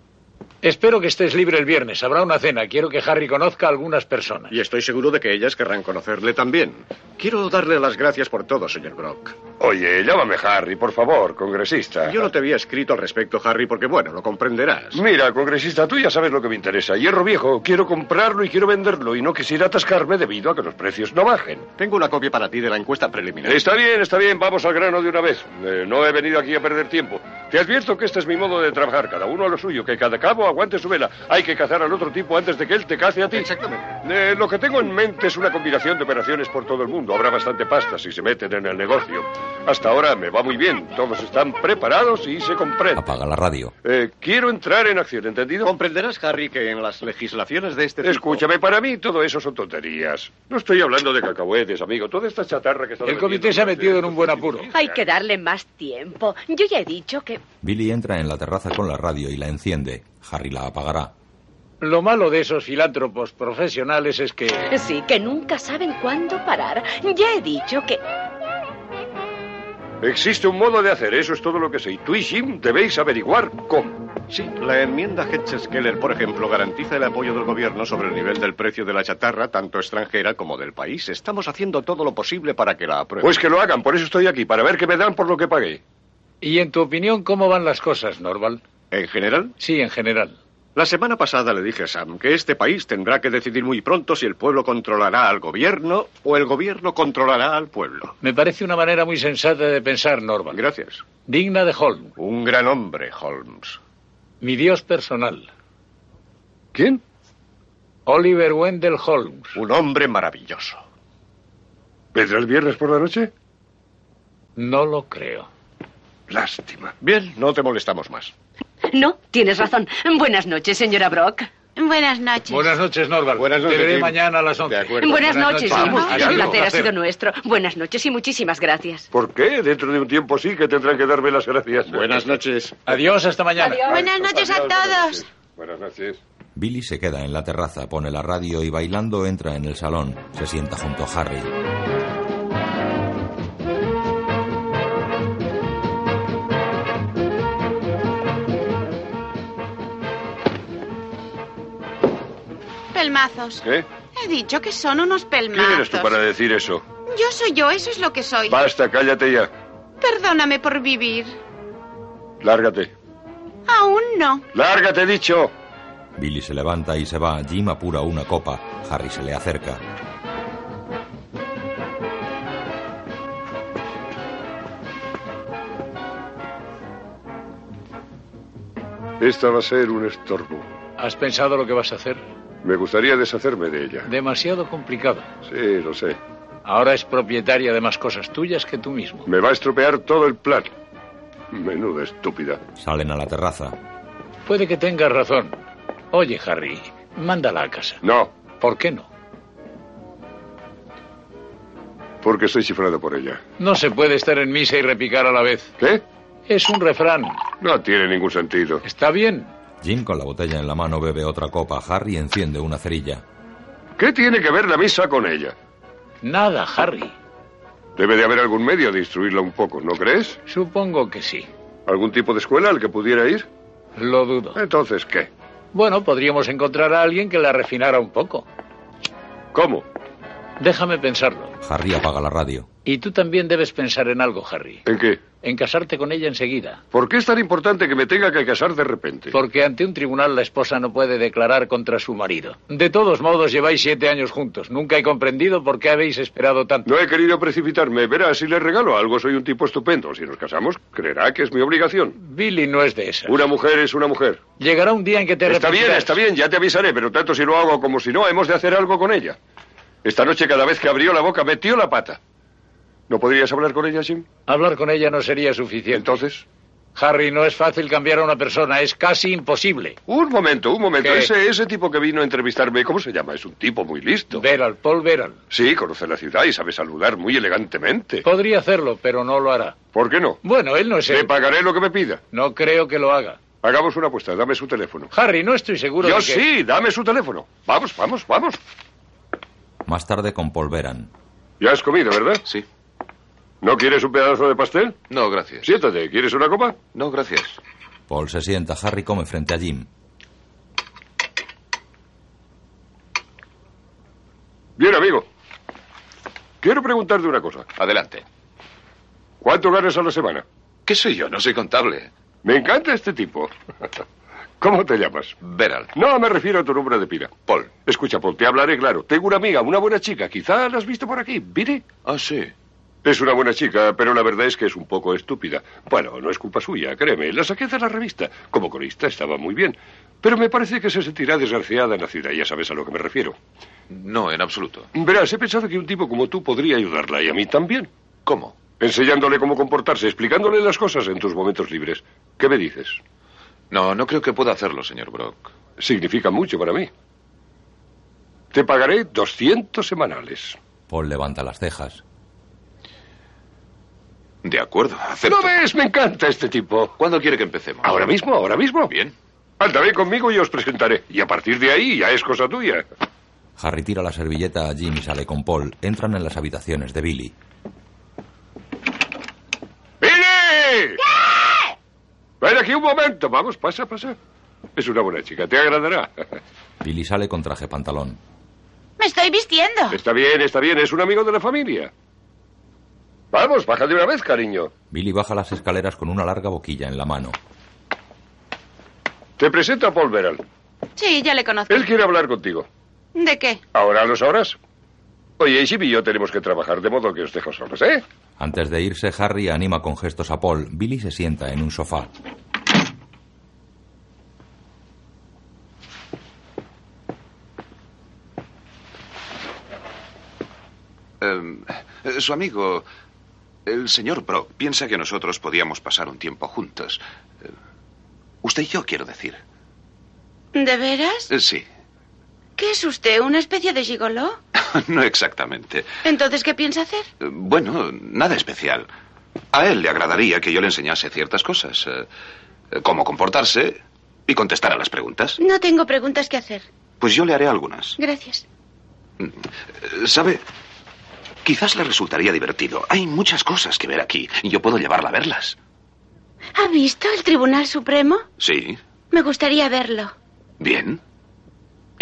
[SPEAKER 8] Espero que estés libre el viernes. Habrá una cena. Quiero que Harry conozca a algunas personas.
[SPEAKER 11] Y estoy seguro de que ellas querrán conocerle también. Quiero darle las gracias por todo, señor Brock.
[SPEAKER 3] Oye, llámame Harry, por favor, congresista.
[SPEAKER 11] Yo no te había escrito al respecto, Harry, porque bueno, lo comprenderás.
[SPEAKER 3] Mira, congresista, tú ya sabes lo que me interesa. Hierro viejo, quiero comprarlo y quiero venderlo y no quisiera atascarme debido a que los precios no bajen.
[SPEAKER 11] Tengo una copia para ti de la encuesta preliminar.
[SPEAKER 3] Está bien, está bien, vamos al grano de una vez. Eh, no he venido aquí a perder tiempo. Te advierto que este es mi modo de trabajar, cada uno a lo suyo, que cada cabo aguante su vela. Hay que cazar al otro tipo antes de que él te cace a ti.
[SPEAKER 11] Exactamente.
[SPEAKER 3] Eh, lo que tengo en mente es una combinación de operaciones por todo el mundo. Habrá bastante pasta si se meten en el negocio. Hasta ahora me va muy bien. Todos están preparados y se comprenden.
[SPEAKER 1] Apaga la radio.
[SPEAKER 3] Eh, quiero entrar en acción, ¿entendido?
[SPEAKER 11] Comprenderás, Harry, que en las legislaciones de este tipo-
[SPEAKER 3] Escúchame, para mí todo eso son tonterías. No estoy hablando de cacahuetes, amigo. Toda esta chatarra que está...
[SPEAKER 8] El comité se ha metido en un buen apuro.
[SPEAKER 13] Hay que darle más tiempo. Yo ya he dicho que...
[SPEAKER 1] Billy entra en la terraza con la radio y la enciende. Harry la apagará.
[SPEAKER 8] Lo malo de esos filántropos profesionales es que...
[SPEAKER 13] Sí, que nunca saben cuándo parar. Ya he dicho que...
[SPEAKER 3] Existe un modo de hacer, eso es todo lo que sé. Y tú y Jim debéis averiguar cómo.
[SPEAKER 11] Sí, la enmienda Hedges-Keller, por ejemplo, garantiza el apoyo del gobierno sobre el nivel del precio de la chatarra, tanto extranjera como del país. Estamos haciendo todo lo posible para que la aprueben.
[SPEAKER 3] Pues que lo hagan, por eso estoy aquí, para ver qué me dan por lo que pagué.
[SPEAKER 8] ¿Y en tu opinión cómo van las cosas, Norval?
[SPEAKER 11] ¿En general?
[SPEAKER 8] Sí, en general.
[SPEAKER 11] La semana pasada le dije a Sam que este país tendrá que decidir muy pronto si el pueblo controlará al gobierno o el gobierno controlará al pueblo.
[SPEAKER 8] Me parece una manera muy sensata de pensar, Norval.
[SPEAKER 11] Gracias.
[SPEAKER 8] Digna de Holmes.
[SPEAKER 11] Un gran hombre, Holmes.
[SPEAKER 8] Mi dios personal.
[SPEAKER 11] ¿Quién?
[SPEAKER 8] Oliver Wendell Holmes.
[SPEAKER 11] Un hombre maravilloso.
[SPEAKER 3] ¿Vendrá el viernes por la noche?
[SPEAKER 8] No lo creo.
[SPEAKER 3] Lástima.
[SPEAKER 11] Bien, no te molestamos más.
[SPEAKER 13] No, tienes razón. Buenas noches, señora Brock.
[SPEAKER 7] Buenas noches.
[SPEAKER 8] Buenas noches, Norval.
[SPEAKER 11] Buenas noches,
[SPEAKER 8] Te veré
[SPEAKER 11] Jim.
[SPEAKER 8] mañana a las 11.
[SPEAKER 11] De acuerdo.
[SPEAKER 13] buenas, noches, Jim.
[SPEAKER 8] Vamos,
[SPEAKER 13] Un
[SPEAKER 8] ha
[SPEAKER 13] placer,
[SPEAKER 8] sido un
[SPEAKER 13] ha
[SPEAKER 8] placer.
[SPEAKER 13] sido nuestro. Buenas noches y muchísimas gracias.
[SPEAKER 3] ¿Por qué? Dentro de un tiempo sí que tendrán que darme las gracias.
[SPEAKER 11] Buenas noches.
[SPEAKER 8] Adiós, hasta mañana.
[SPEAKER 7] Buenas noches a todos.
[SPEAKER 3] Buenas noches.
[SPEAKER 1] Billy se queda en la terraza, pone la radio y bailando entra en el salón. Se sienta junto a Harry.
[SPEAKER 7] Pelmazos.
[SPEAKER 3] ¿Qué?
[SPEAKER 7] He dicho que son unos pelmazos.
[SPEAKER 3] ¿Quién eres ¿Eh? tú para decir eso?
[SPEAKER 7] Yo soy yo, eso es lo que soy.
[SPEAKER 3] Basta, cállate ya.
[SPEAKER 7] Perdóname por vivir.
[SPEAKER 3] Lárgate.
[SPEAKER 7] Aún no.
[SPEAKER 3] Lárgate, he dicho.
[SPEAKER 1] Billy se levanta y se va. Jim apura una copa. Harry se le acerca.
[SPEAKER 3] Esta va a ser un estorbo.
[SPEAKER 8] ¿Has pensado lo que vas a hacer?
[SPEAKER 3] Me gustaría deshacerme de ella.
[SPEAKER 8] Demasiado complicado.
[SPEAKER 3] Sí, lo sé.
[SPEAKER 8] Ahora es propietaria de más cosas tuyas que tú mismo.
[SPEAKER 3] Me va a estropear todo el plan. Menuda estúpida.
[SPEAKER 1] Salen a la terraza.
[SPEAKER 8] Puede que tengas razón. Oye, Harry, mándala a casa.
[SPEAKER 3] No,
[SPEAKER 8] ¿Por qué no?
[SPEAKER 3] porque estoy chiflado por ella.
[SPEAKER 8] No se puede estar en misa y repicar a la vez.
[SPEAKER 3] ¿Qué?
[SPEAKER 8] Es un refrán.
[SPEAKER 3] No tiene ningún sentido.
[SPEAKER 8] ¿Está bien?
[SPEAKER 1] Jim con la botella en la mano bebe otra copa. Harry enciende una cerilla.
[SPEAKER 3] ¿Qué tiene que ver la misa con ella?
[SPEAKER 8] Nada, Harry.
[SPEAKER 3] Debe de haber algún medio de instruirla un poco, ¿no crees?
[SPEAKER 8] Supongo que sí.
[SPEAKER 3] ¿Algún tipo de escuela al que pudiera ir?
[SPEAKER 8] Lo dudo.
[SPEAKER 3] Entonces, ¿qué?
[SPEAKER 8] Bueno, podríamos encontrar a alguien que la refinara un poco.
[SPEAKER 3] ¿Cómo?
[SPEAKER 8] Déjame pensarlo.
[SPEAKER 1] Harry apaga la radio.
[SPEAKER 8] Y tú también debes pensar en algo, Harry.
[SPEAKER 3] ¿En qué?
[SPEAKER 8] En casarte con ella enseguida.
[SPEAKER 3] ¿Por qué es tan importante que me tenga que casar de repente?
[SPEAKER 8] Porque ante un tribunal la esposa no puede declarar contra su marido. De todos modos, lleváis siete años juntos. Nunca he comprendido por qué habéis esperado tanto.
[SPEAKER 3] No he querido precipitarme. Verás, si le regalo algo, soy un tipo estupendo. Si nos casamos, creerá que es mi obligación.
[SPEAKER 8] Billy no es de esas.
[SPEAKER 3] Una mujer es una mujer.
[SPEAKER 8] Llegará un día en que te
[SPEAKER 3] Está bien,
[SPEAKER 8] arrepentirás.
[SPEAKER 3] está bien, ya te avisaré, pero tanto si lo hago como si no, hemos de hacer algo con ella. Esta noche, cada vez que abrió la boca, metió la pata. ¿No podrías hablar con ella, Jim?
[SPEAKER 8] Hablar con ella no sería suficiente.
[SPEAKER 3] Entonces,
[SPEAKER 8] Harry, no es fácil cambiar a una persona, es casi imposible.
[SPEAKER 3] Un momento, un momento.
[SPEAKER 8] ¿Qué?
[SPEAKER 3] Ese, ese tipo que vino a entrevistarme, ¿cómo se llama? Es un tipo muy listo.
[SPEAKER 8] Veral, Paul Veral.
[SPEAKER 3] Sí, conoce la ciudad y sabe saludar muy elegantemente.
[SPEAKER 8] Podría hacerlo, pero no lo hará.
[SPEAKER 3] ¿Por qué no?
[SPEAKER 8] Bueno, él no es
[SPEAKER 3] Le
[SPEAKER 8] el...
[SPEAKER 3] pagaré lo que me pida.
[SPEAKER 8] No creo que lo haga.
[SPEAKER 3] Hagamos una apuesta, dame su teléfono.
[SPEAKER 8] Harry, no estoy seguro
[SPEAKER 3] Yo
[SPEAKER 8] de que...
[SPEAKER 3] sí, dame su teléfono. Vamos, vamos, vamos.
[SPEAKER 1] Más tarde con Paul Beran.
[SPEAKER 3] Ya has comido, ¿verdad?
[SPEAKER 6] Sí.
[SPEAKER 3] ¿No quieres un pedazo de pastel?
[SPEAKER 6] No, gracias.
[SPEAKER 3] Siéntate, ¿quieres una copa?
[SPEAKER 6] No, gracias.
[SPEAKER 1] Paul se sienta, Harry come frente a Jim.
[SPEAKER 3] Bien, amigo. Quiero preguntarte una cosa.
[SPEAKER 6] Adelante.
[SPEAKER 3] ¿Cuánto ganas a la semana?
[SPEAKER 6] ¿Qué soy yo? No soy contable.
[SPEAKER 3] Me encanta este tipo. [LAUGHS] ¿Cómo te llamas?
[SPEAKER 6] Veral.
[SPEAKER 3] No, me refiero a tu nombre de pila.
[SPEAKER 6] Paul.
[SPEAKER 3] Escucha, Paul, te hablaré claro. Tengo una amiga, una buena chica. Quizá la has visto por aquí. Vire.
[SPEAKER 6] Ah, sí.
[SPEAKER 3] Es una buena chica, pero la verdad es que es un poco estúpida. Bueno, no es culpa suya, créeme. La saqué de la revista. Como corista estaba muy bien. Pero me parece que se sentirá desgraciada en la ciudad. Ya sabes a lo que me refiero.
[SPEAKER 6] No, en absoluto.
[SPEAKER 3] Verás, he pensado que un tipo como tú podría ayudarla y a mí también.
[SPEAKER 6] ¿Cómo?
[SPEAKER 3] Enseñándole cómo comportarse, explicándole las cosas en tus momentos libres. ¿Qué me dices?
[SPEAKER 6] No, no creo que pueda hacerlo, señor Brock.
[SPEAKER 3] Significa mucho para mí. Te pagaré 200 semanales.
[SPEAKER 1] Paul levanta las cejas.
[SPEAKER 6] De acuerdo, acepto.
[SPEAKER 3] ¿Lo ves? Me encanta este tipo.
[SPEAKER 6] ¿Cuándo quiere que empecemos?
[SPEAKER 3] Ahora mismo, ahora mismo.
[SPEAKER 6] Bien.
[SPEAKER 3] Anda, ven conmigo y os presentaré. Y a partir de ahí ya es cosa tuya.
[SPEAKER 1] Harry tira la servilleta a Jim y sale con Paul. Entran en las habitaciones de Billy.
[SPEAKER 3] ¡Billy! Ven aquí un momento. Vamos, pasa, pasa. Es una buena chica, te agradará.
[SPEAKER 1] Billy sale con traje pantalón.
[SPEAKER 10] Me estoy vistiendo.
[SPEAKER 3] Está bien, está bien, es un amigo de la familia. Vamos, baja de una vez, cariño.
[SPEAKER 1] Billy baja las escaleras con una larga boquilla en la mano.
[SPEAKER 3] Te presento a Paul Veral.
[SPEAKER 10] Sí, ya le
[SPEAKER 1] ¿Eh?
[SPEAKER 10] conozco.
[SPEAKER 3] Él quiere hablar contigo.
[SPEAKER 10] ¿De qué?
[SPEAKER 3] Ahora lo sabrás. Oye, Jimmy y yo tenemos que trabajar, de modo que os dejo solos, ¿eh?
[SPEAKER 1] Antes de irse, Harry anima con gestos a Paul. Billy se sienta en un sofá.
[SPEAKER 6] Em, eh, su amigo, el señor Brock, piensa que nosotros podíamos pasar un tiempo juntos. Eh, usted y yo, quiero decir.
[SPEAKER 10] ¿De veras?
[SPEAKER 6] Eh, sí, [LAUGHS]
[SPEAKER 10] ¿Qué es usted? ¿Una especie de gigoló?
[SPEAKER 6] no exactamente.
[SPEAKER 10] Entonces, ¿qué piensa hacer?
[SPEAKER 6] Eh, Bueno, nada especial. A él le agradaría que yo le enseñase ciertas cosas, eh, eh, cómo comportarse y contestar a las preguntas.
[SPEAKER 10] No tengo preguntas que hacer.
[SPEAKER 6] Pues yo le haré algunas.
[SPEAKER 10] Gracias.
[SPEAKER 6] Eh, ¿Sabe? Quizás le resultaría divertido. Hay muchas cosas que ver aquí y yo puedo llevarla a verlas.
[SPEAKER 10] ¿Ha visto el Tribunal Supremo?
[SPEAKER 6] Sí,
[SPEAKER 10] Me gustaría verlo.
[SPEAKER 6] bien.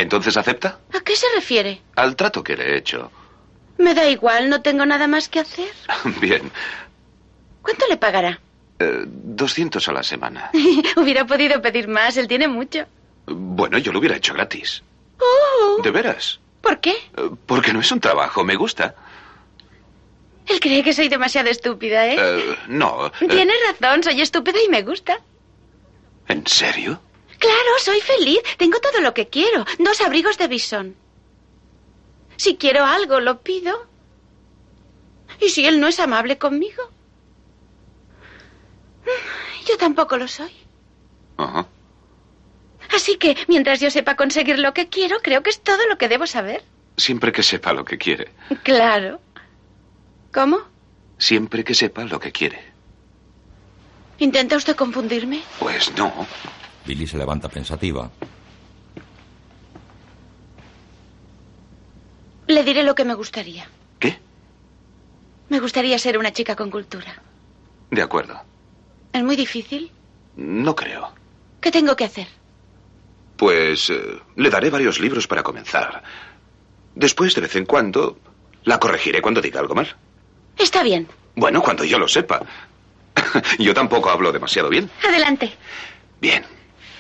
[SPEAKER 6] ¿Entonces acepta?
[SPEAKER 10] ¿A qué se refiere?
[SPEAKER 6] Al trato que le he hecho. [LAUGHS]
[SPEAKER 10] Me da igual, no tengo nada más que hacer.
[SPEAKER 6] Bien.
[SPEAKER 10] ¿Cuánto le pagará?
[SPEAKER 6] Eh, 200 a la semana.
[SPEAKER 10] [LAUGHS] Hubiera podido pedir más, él tiene mucho.
[SPEAKER 6] Bueno, yo lo hubiera hecho gratis.
[SPEAKER 10] Oh,
[SPEAKER 6] ¿De veras?
[SPEAKER 10] ¿Por qué?
[SPEAKER 6] Eh, Porque no es un trabajo, me gusta.
[SPEAKER 10] Él cree que soy demasiado estúpida, ¿eh?
[SPEAKER 6] Eh, no. eh,
[SPEAKER 10] Tiene razón, soy estúpida y me gusta.
[SPEAKER 6] ¿En serio?
[SPEAKER 10] Claro, soy feliz, tengo todo lo que quiero, dos abrigos de bisón. Si quiero algo, lo pido. ¿Y si él no es amable conmigo? Mm, Yo tampoco lo soy.
[SPEAKER 6] Ajá.
[SPEAKER 10] Así que, mientras yo sepa conseguir lo que quiero, creo que es todo lo que debo saber.
[SPEAKER 6] Siempre que sepa lo que quiere.
[SPEAKER 10] Claro. ¿Cómo?
[SPEAKER 6] Siempre que sepa lo que quiere.
[SPEAKER 10] ¿Intenta usted confundirme?
[SPEAKER 6] Pues no.
[SPEAKER 1] Billy se levanta pensativa.
[SPEAKER 10] Le diré lo que me gustaría.
[SPEAKER 6] ¿Qué?
[SPEAKER 10] Me gustaría ser una chica con cultura.
[SPEAKER 6] De acuerdo.
[SPEAKER 10] ¿Es muy difícil?
[SPEAKER 6] No creo.
[SPEAKER 10] ¿Qué tengo que hacer?
[SPEAKER 6] Pues eh, le daré varios libros para comenzar. Después, de vez en cuando, la corregiré cuando diga algo mal.
[SPEAKER 10] Está bien.
[SPEAKER 6] Bueno, cuando yo lo sepa. [LAUGHS] yo tampoco hablo demasiado bien.
[SPEAKER 10] Adelante.
[SPEAKER 6] Bien.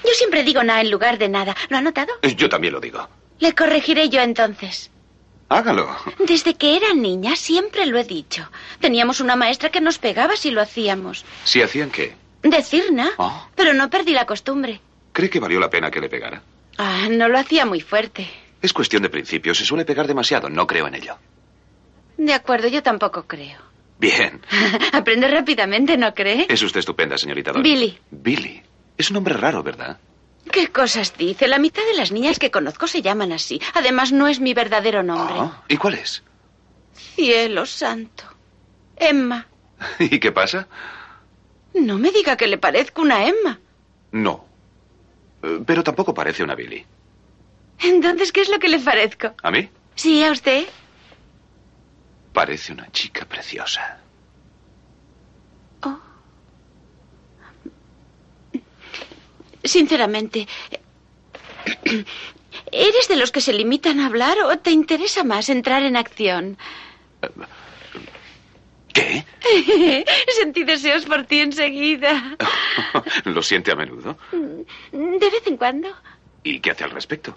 [SPEAKER 10] Yo siempre digo nada en lugar de nada. ¿Lo ha notado?
[SPEAKER 6] Eh, Yo también lo digo.
[SPEAKER 10] Le corregiré yo entonces.
[SPEAKER 6] Hágalo.
[SPEAKER 10] Desde que era niña siempre lo he dicho. Teníamos una maestra que nos pegaba si lo hacíamos.
[SPEAKER 6] Si hacían qué,
[SPEAKER 10] Decir nada.
[SPEAKER 6] Ah.
[SPEAKER 10] Pero no perdí la costumbre.
[SPEAKER 6] ¿cree que valió la pena que le pegara?
[SPEAKER 10] Ah, no lo hacía muy fuerte.
[SPEAKER 6] Es cuestión de principios. Se suele pegar demasiado. No creo en ello.
[SPEAKER 10] De acuerdo, yo tampoco creo. [LAUGHS]
[SPEAKER 6] Bien.
[SPEAKER 10] Aprende rápidamente, ¿no cree?
[SPEAKER 6] Es usted estupenda, señorita Doyle.
[SPEAKER 10] Billy,
[SPEAKER 6] Billy. Es un nombre raro, ¿verdad?
[SPEAKER 10] ¿qué cosas dice? La mitad de las niñas que conozco se llaman así. Además, no es mi verdadero nombre.
[SPEAKER 6] Ah, ¿Y cuál es? [LAUGHS]
[SPEAKER 10] Cielo santo. Emma.
[SPEAKER 6] ¿Y qué pasa?
[SPEAKER 10] No me diga que le parezco una Emma.
[SPEAKER 6] No. Eh, Pero tampoco parece una Billy.
[SPEAKER 10] Entonces, ¿qué es lo que le parezco?
[SPEAKER 6] ¿A mí?
[SPEAKER 10] Sí, a usted.
[SPEAKER 6] Parece una chica preciosa. [LAUGHS]
[SPEAKER 10] Oh. Sinceramente, ¿eres de los que se limitan a hablar o te interesa más entrar en acción?
[SPEAKER 6] ¿Qué?
[SPEAKER 10] [LAUGHS] Sentí deseos por ti enseguida.
[SPEAKER 6] ¿Lo siente a menudo?
[SPEAKER 10] De vez en cuando. [LAUGHS]
[SPEAKER 6] ¿Y qué hace al respecto?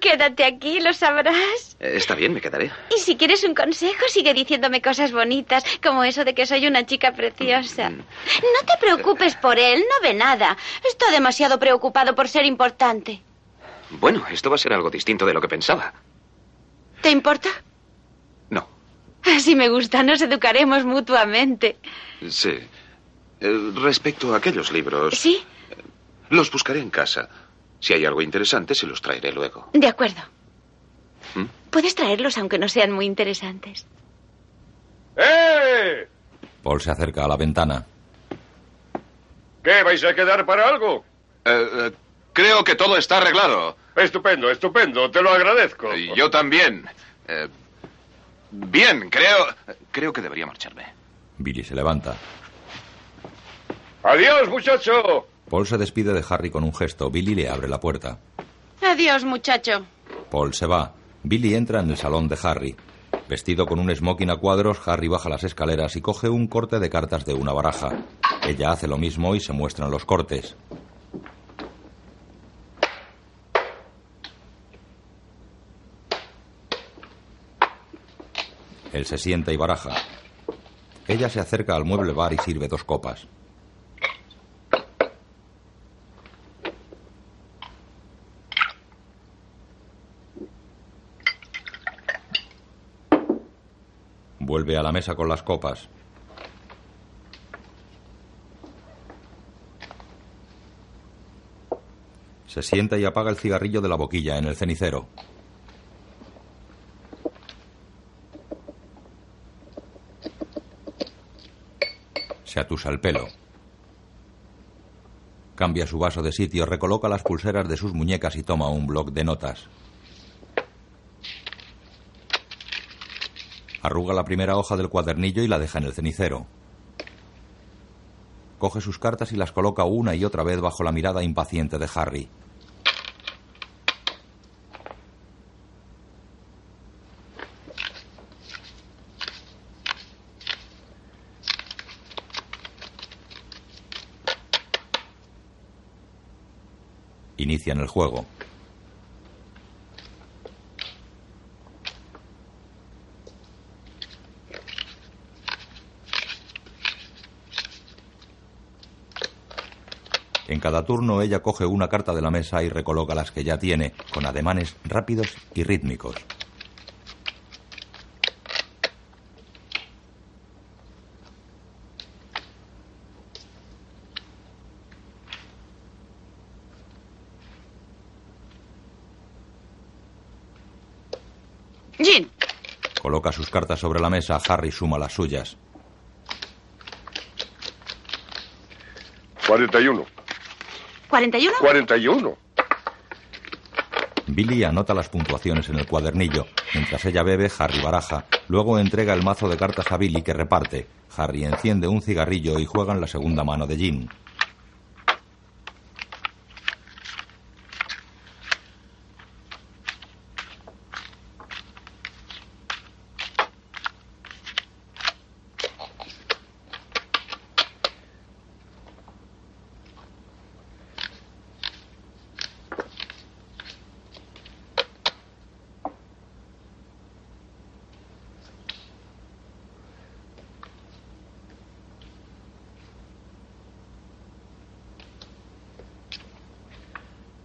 [SPEAKER 10] Quédate aquí, lo sabrás.
[SPEAKER 6] Eh, Está bien, me quedaré.
[SPEAKER 10] Y si quieres un consejo, sigue diciéndome cosas bonitas, como eso de que soy una chica
[SPEAKER 6] Mm,
[SPEAKER 10] preciosa. No te preocupes por él, no ve nada. Está demasiado preocupado por ser importante.
[SPEAKER 14] Bueno, esto va a ser algo distinto de lo que pensaba.
[SPEAKER 10] ¿Te importa?
[SPEAKER 6] No.
[SPEAKER 10] Así me gusta, nos educaremos mutuamente.
[SPEAKER 6] Sí. Eh, respecto a aquellos libros.
[SPEAKER 10] ¿Sí?
[SPEAKER 6] Los buscaré en casa. Si hay algo interesante, se los traeré luego.
[SPEAKER 10] De acuerdo.
[SPEAKER 6] ¿Mm?
[SPEAKER 10] Puedes traerlos aunque no sean muy interesantes.
[SPEAKER 3] ¡Eh!
[SPEAKER 1] Paul se acerca a la ventana.
[SPEAKER 3] ¿Qué? ¿Vais a quedar para algo?
[SPEAKER 6] Eh, creo que todo está arreglado.
[SPEAKER 3] Estupendo, estupendo. Te lo agradezco.
[SPEAKER 6] Yo también. Eh, bien, creo. Creo que debería marcharme.
[SPEAKER 1] Billy se levanta.
[SPEAKER 3] Adiós, muchacho.
[SPEAKER 1] Paul se despide de Harry con un gesto. Billy le abre la puerta.
[SPEAKER 10] Adiós, muchacho.
[SPEAKER 1] Paul se va. Billy entra en el salón de Harry. Vestido con un smoking a cuadros, Harry baja las escaleras y coge un corte de cartas de una baraja. Ella hace lo mismo y se muestran los cortes. Él se sienta y baraja. Ella se acerca al mueble bar y sirve dos copas. Vuelve a la mesa con las copas. Se sienta y apaga el cigarrillo de la boquilla en el cenicero. Se atusa el pelo. Cambia su vaso de sitio, recoloca las pulseras de sus muñecas y toma un bloc de notas. Arruga la primera hoja del cuadernillo y la deja en el cenicero. Coge sus cartas y las coloca una y otra vez bajo la mirada impaciente de Harry. Inician el juego. En cada turno ella coge una carta de la mesa y recoloca las que ya tiene, con ademanes rápidos y rítmicos.
[SPEAKER 10] Jean,
[SPEAKER 1] Coloca sus cartas sobre la mesa, Harry suma las suyas.
[SPEAKER 3] 41.
[SPEAKER 10] ¿41?
[SPEAKER 3] 41.
[SPEAKER 1] Billy anota las puntuaciones en el cuadernillo. Mientras ella bebe, Harry baraja. Luego entrega el mazo de cartas a Billy que reparte. Harry enciende un cigarrillo y juega en la segunda mano de Jim.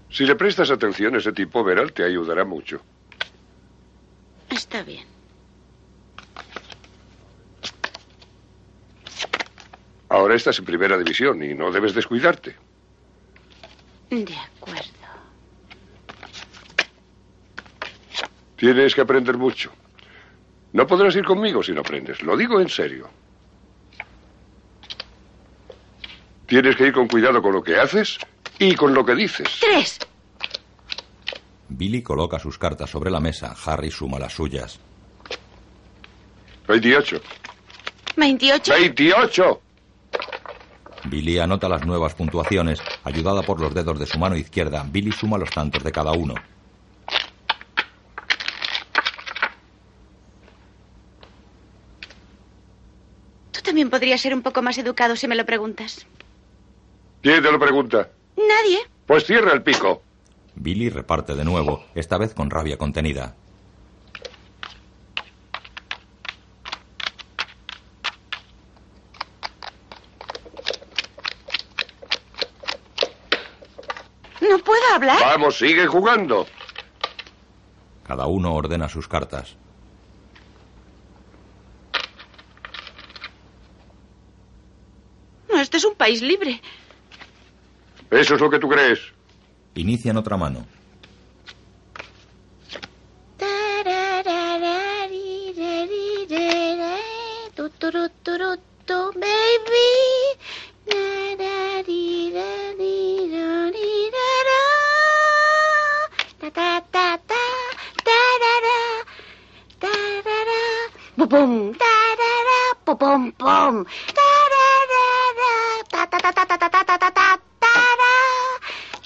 [SPEAKER 3] Si le prestas atención, ese tipo Veral te ayudará mucho.
[SPEAKER 10] Está bien.
[SPEAKER 3] Ahora estás en primera división y no debes descuidarte.
[SPEAKER 10] De acuerdo.
[SPEAKER 3] Tienes que aprender mucho. No podrás ir conmigo si no aprendes. Lo digo en serio. Tienes que ir con cuidado con lo que haces y con lo que dices.
[SPEAKER 10] Tres.
[SPEAKER 1] Billy coloca sus cartas sobre la mesa. Harry suma las suyas.
[SPEAKER 3] 28.
[SPEAKER 10] 28.
[SPEAKER 3] 28.
[SPEAKER 1] Billy anota las nuevas puntuaciones. Ayudada por los dedos de su mano izquierda, Billy suma los tantos de cada uno.
[SPEAKER 10] Tú también podrías ser un poco más educado si me lo preguntas.
[SPEAKER 3] ¿Quién te lo pregunta?
[SPEAKER 10] Nadie.
[SPEAKER 3] Pues cierra el pico.
[SPEAKER 1] Billy reparte de nuevo, esta vez con rabia contenida.
[SPEAKER 10] No puedo hablar.
[SPEAKER 3] Vamos, sigue jugando.
[SPEAKER 1] Cada uno ordena sus cartas.
[SPEAKER 10] No, este es un país libre.
[SPEAKER 3] Eso es lo que tú crees.
[SPEAKER 1] Inician otra mano.
[SPEAKER 10] Tu, tu, ru, tu, ru, tu, baby. Na, ra, ri, ra, ri, ra, ri, ra, ra. Ta, ta, ta, ta, ta, ra, ra. Ta, ra, ra. Bu, bum. Ta, ra, ra. Bu, bum, bum. Ta, ra, ra, ra. Ta, ta, ta, ta, ta, ta, ta, ta, ta, ta, ta, ra.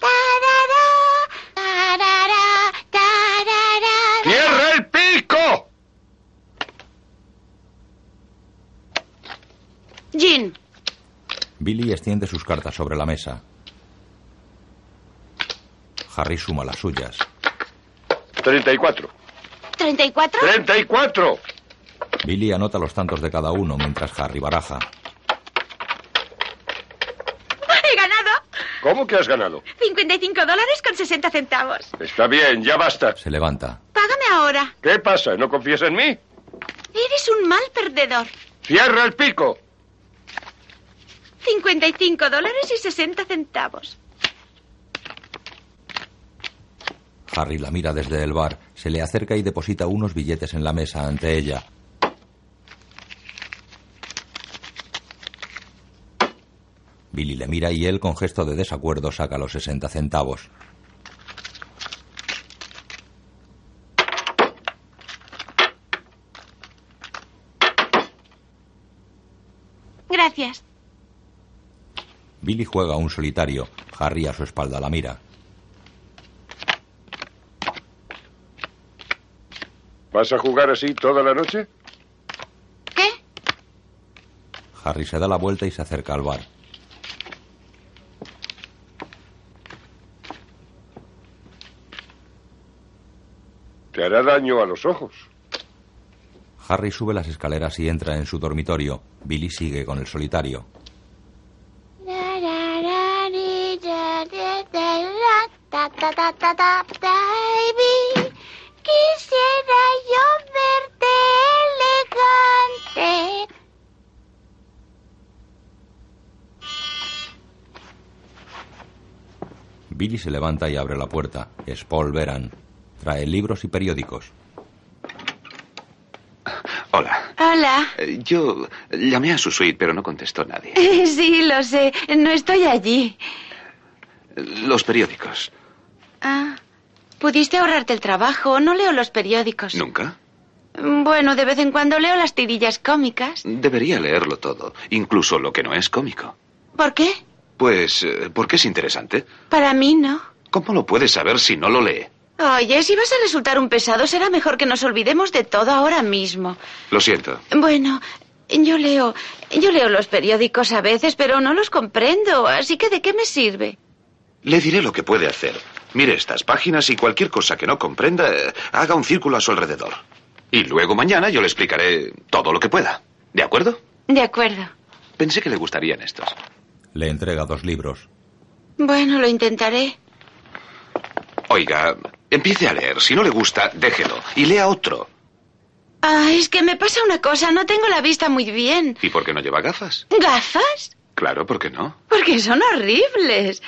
[SPEAKER 10] Ta, ra, ra. Ta, ra, ra. Ta, ra, ra, ra.
[SPEAKER 3] ¡Cierra el pico!
[SPEAKER 10] Gin.
[SPEAKER 1] Billy extiende sus cartas sobre la mesa. Harry suma las suyas.
[SPEAKER 3] 34.
[SPEAKER 10] ¿34?
[SPEAKER 3] 34.
[SPEAKER 1] Billy anota los tantos de cada uno mientras Harry baraja.
[SPEAKER 10] He ganado
[SPEAKER 3] ¿Cómo que has ganado?
[SPEAKER 10] 55 dólares con 60 centavos.
[SPEAKER 3] Está bien, ya basta.
[SPEAKER 1] Se levanta.
[SPEAKER 10] Págame ahora.
[SPEAKER 3] ¿Qué pasa? ¿No confías en mí?
[SPEAKER 10] Eres un mal perdedor.
[SPEAKER 3] ¡Cierra el pico!
[SPEAKER 10] 55 dólares y 60 centavos.
[SPEAKER 1] Harry la mira desde el bar, se le acerca y deposita unos billetes en la mesa ante ella. Billy le mira y él con gesto de desacuerdo saca los 60 centavos.
[SPEAKER 10] Gracias.
[SPEAKER 1] Billy juega un solitario, Harry a su espalda la mira.
[SPEAKER 3] ¿Vas a jugar así toda la noche?
[SPEAKER 1] Harry se da la vuelta y se acerca al bar.
[SPEAKER 3] Te hará daño a los ojos.
[SPEAKER 1] Harry sube las escaleras y entra en su dormitorio. Billy sigue con el solitario.
[SPEAKER 10] Baby, quisiera yo verte elegante.
[SPEAKER 1] Billy se levanta y abre la puerta. Es Paul Veran. Trae libros y periódicos.
[SPEAKER 6] Hola.
[SPEAKER 10] Hola. [LAUGHS]
[SPEAKER 6] Eh, Yo llamé a su suite, pero no contestó nadie.
[SPEAKER 10] Sí, lo sé. No estoy allí.
[SPEAKER 6] Los periódicos.
[SPEAKER 10] Ah, pudiste ahorrarte el trabajo. No leo los periódicos.
[SPEAKER 6] ¿Nunca?
[SPEAKER 10] Bueno, de vez en cuando leo las tirillas cómicas.
[SPEAKER 6] Debería leerlo todo, incluso lo que no es cómico.
[SPEAKER 10] ¿Por qué?
[SPEAKER 6] Pues, eh, ¿por qué es interesante?
[SPEAKER 10] Para mí no.
[SPEAKER 6] ¿Cómo lo puede saber si no lo lee?
[SPEAKER 10] Oye, si vas a resultar un pesado, será mejor que nos olvidemos de todo ahora mismo.
[SPEAKER 6] Lo siento.
[SPEAKER 10] Bueno, yo leo, yo leo los periódicos a veces, pero no los comprendo, así que ¿de qué me sirve?
[SPEAKER 6] Le diré lo que puede hacer. Mire estas páginas y cualquier cosa que no comprenda, eh, haga un círculo a su alrededor. Y luego mañana yo le explicaré todo lo que pueda. ¿De acuerdo?
[SPEAKER 10] De acuerdo.
[SPEAKER 6] Pensé que le gustarían estos.
[SPEAKER 1] Le entrega dos libros.
[SPEAKER 10] Bueno, lo intentaré.
[SPEAKER 6] Oiga, empiece a leer. Si no le gusta, déjelo. Y lea otro.
[SPEAKER 10] Ah, es que me pasa una cosa, no tengo la vista muy bien.
[SPEAKER 6] ¿Y por qué no lleva gafas?
[SPEAKER 10] ¿Gafas?
[SPEAKER 6] Claro, ¿por qué no?
[SPEAKER 13] Porque son horribles.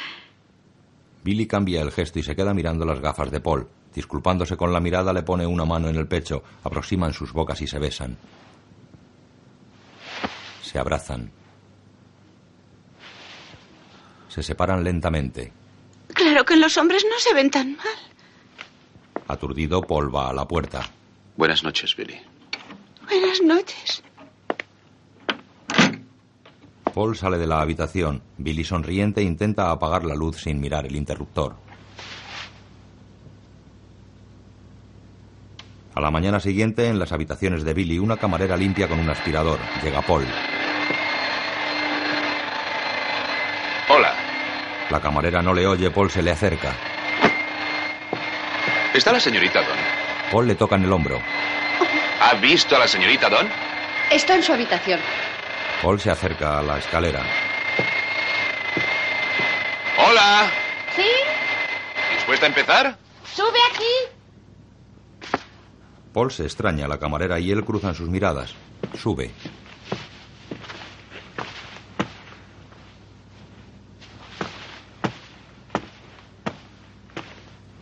[SPEAKER 1] Billy cambia el gesto y se queda mirando las gafas de Paul. Disculpándose con la mirada, le pone una mano en el pecho, aproximan sus bocas y se besan. Se abrazan. Se separan lentamente.
[SPEAKER 10] Claro que en los hombres no se ven tan mal.
[SPEAKER 1] Aturdido, Paul va a la puerta.
[SPEAKER 6] Buenas noches, Billy.
[SPEAKER 10] Buenas noches.
[SPEAKER 1] Paul sale de la habitación. Billy sonriente intenta apagar la luz sin mirar el interruptor. A la mañana siguiente, en las habitaciones de Billy, una camarera limpia con un aspirador. Llega Paul.
[SPEAKER 6] Hola,
[SPEAKER 1] La camarera no le oye, Paul se le acerca.
[SPEAKER 6] ¿está la señorita Don?
[SPEAKER 1] Paul le toca en el hombro.
[SPEAKER 6] ¿Ha visto a la señorita Don?
[SPEAKER 4] Está en su habitación.
[SPEAKER 1] Paul se acerca a la escalera.
[SPEAKER 6] Hola,
[SPEAKER 7] ¿Sí?
[SPEAKER 6] ¿dispuesta a empezar?
[SPEAKER 7] ¡Sube aquí!
[SPEAKER 1] Paul se extraña, la camarera y él cruzan sus miradas. Sube.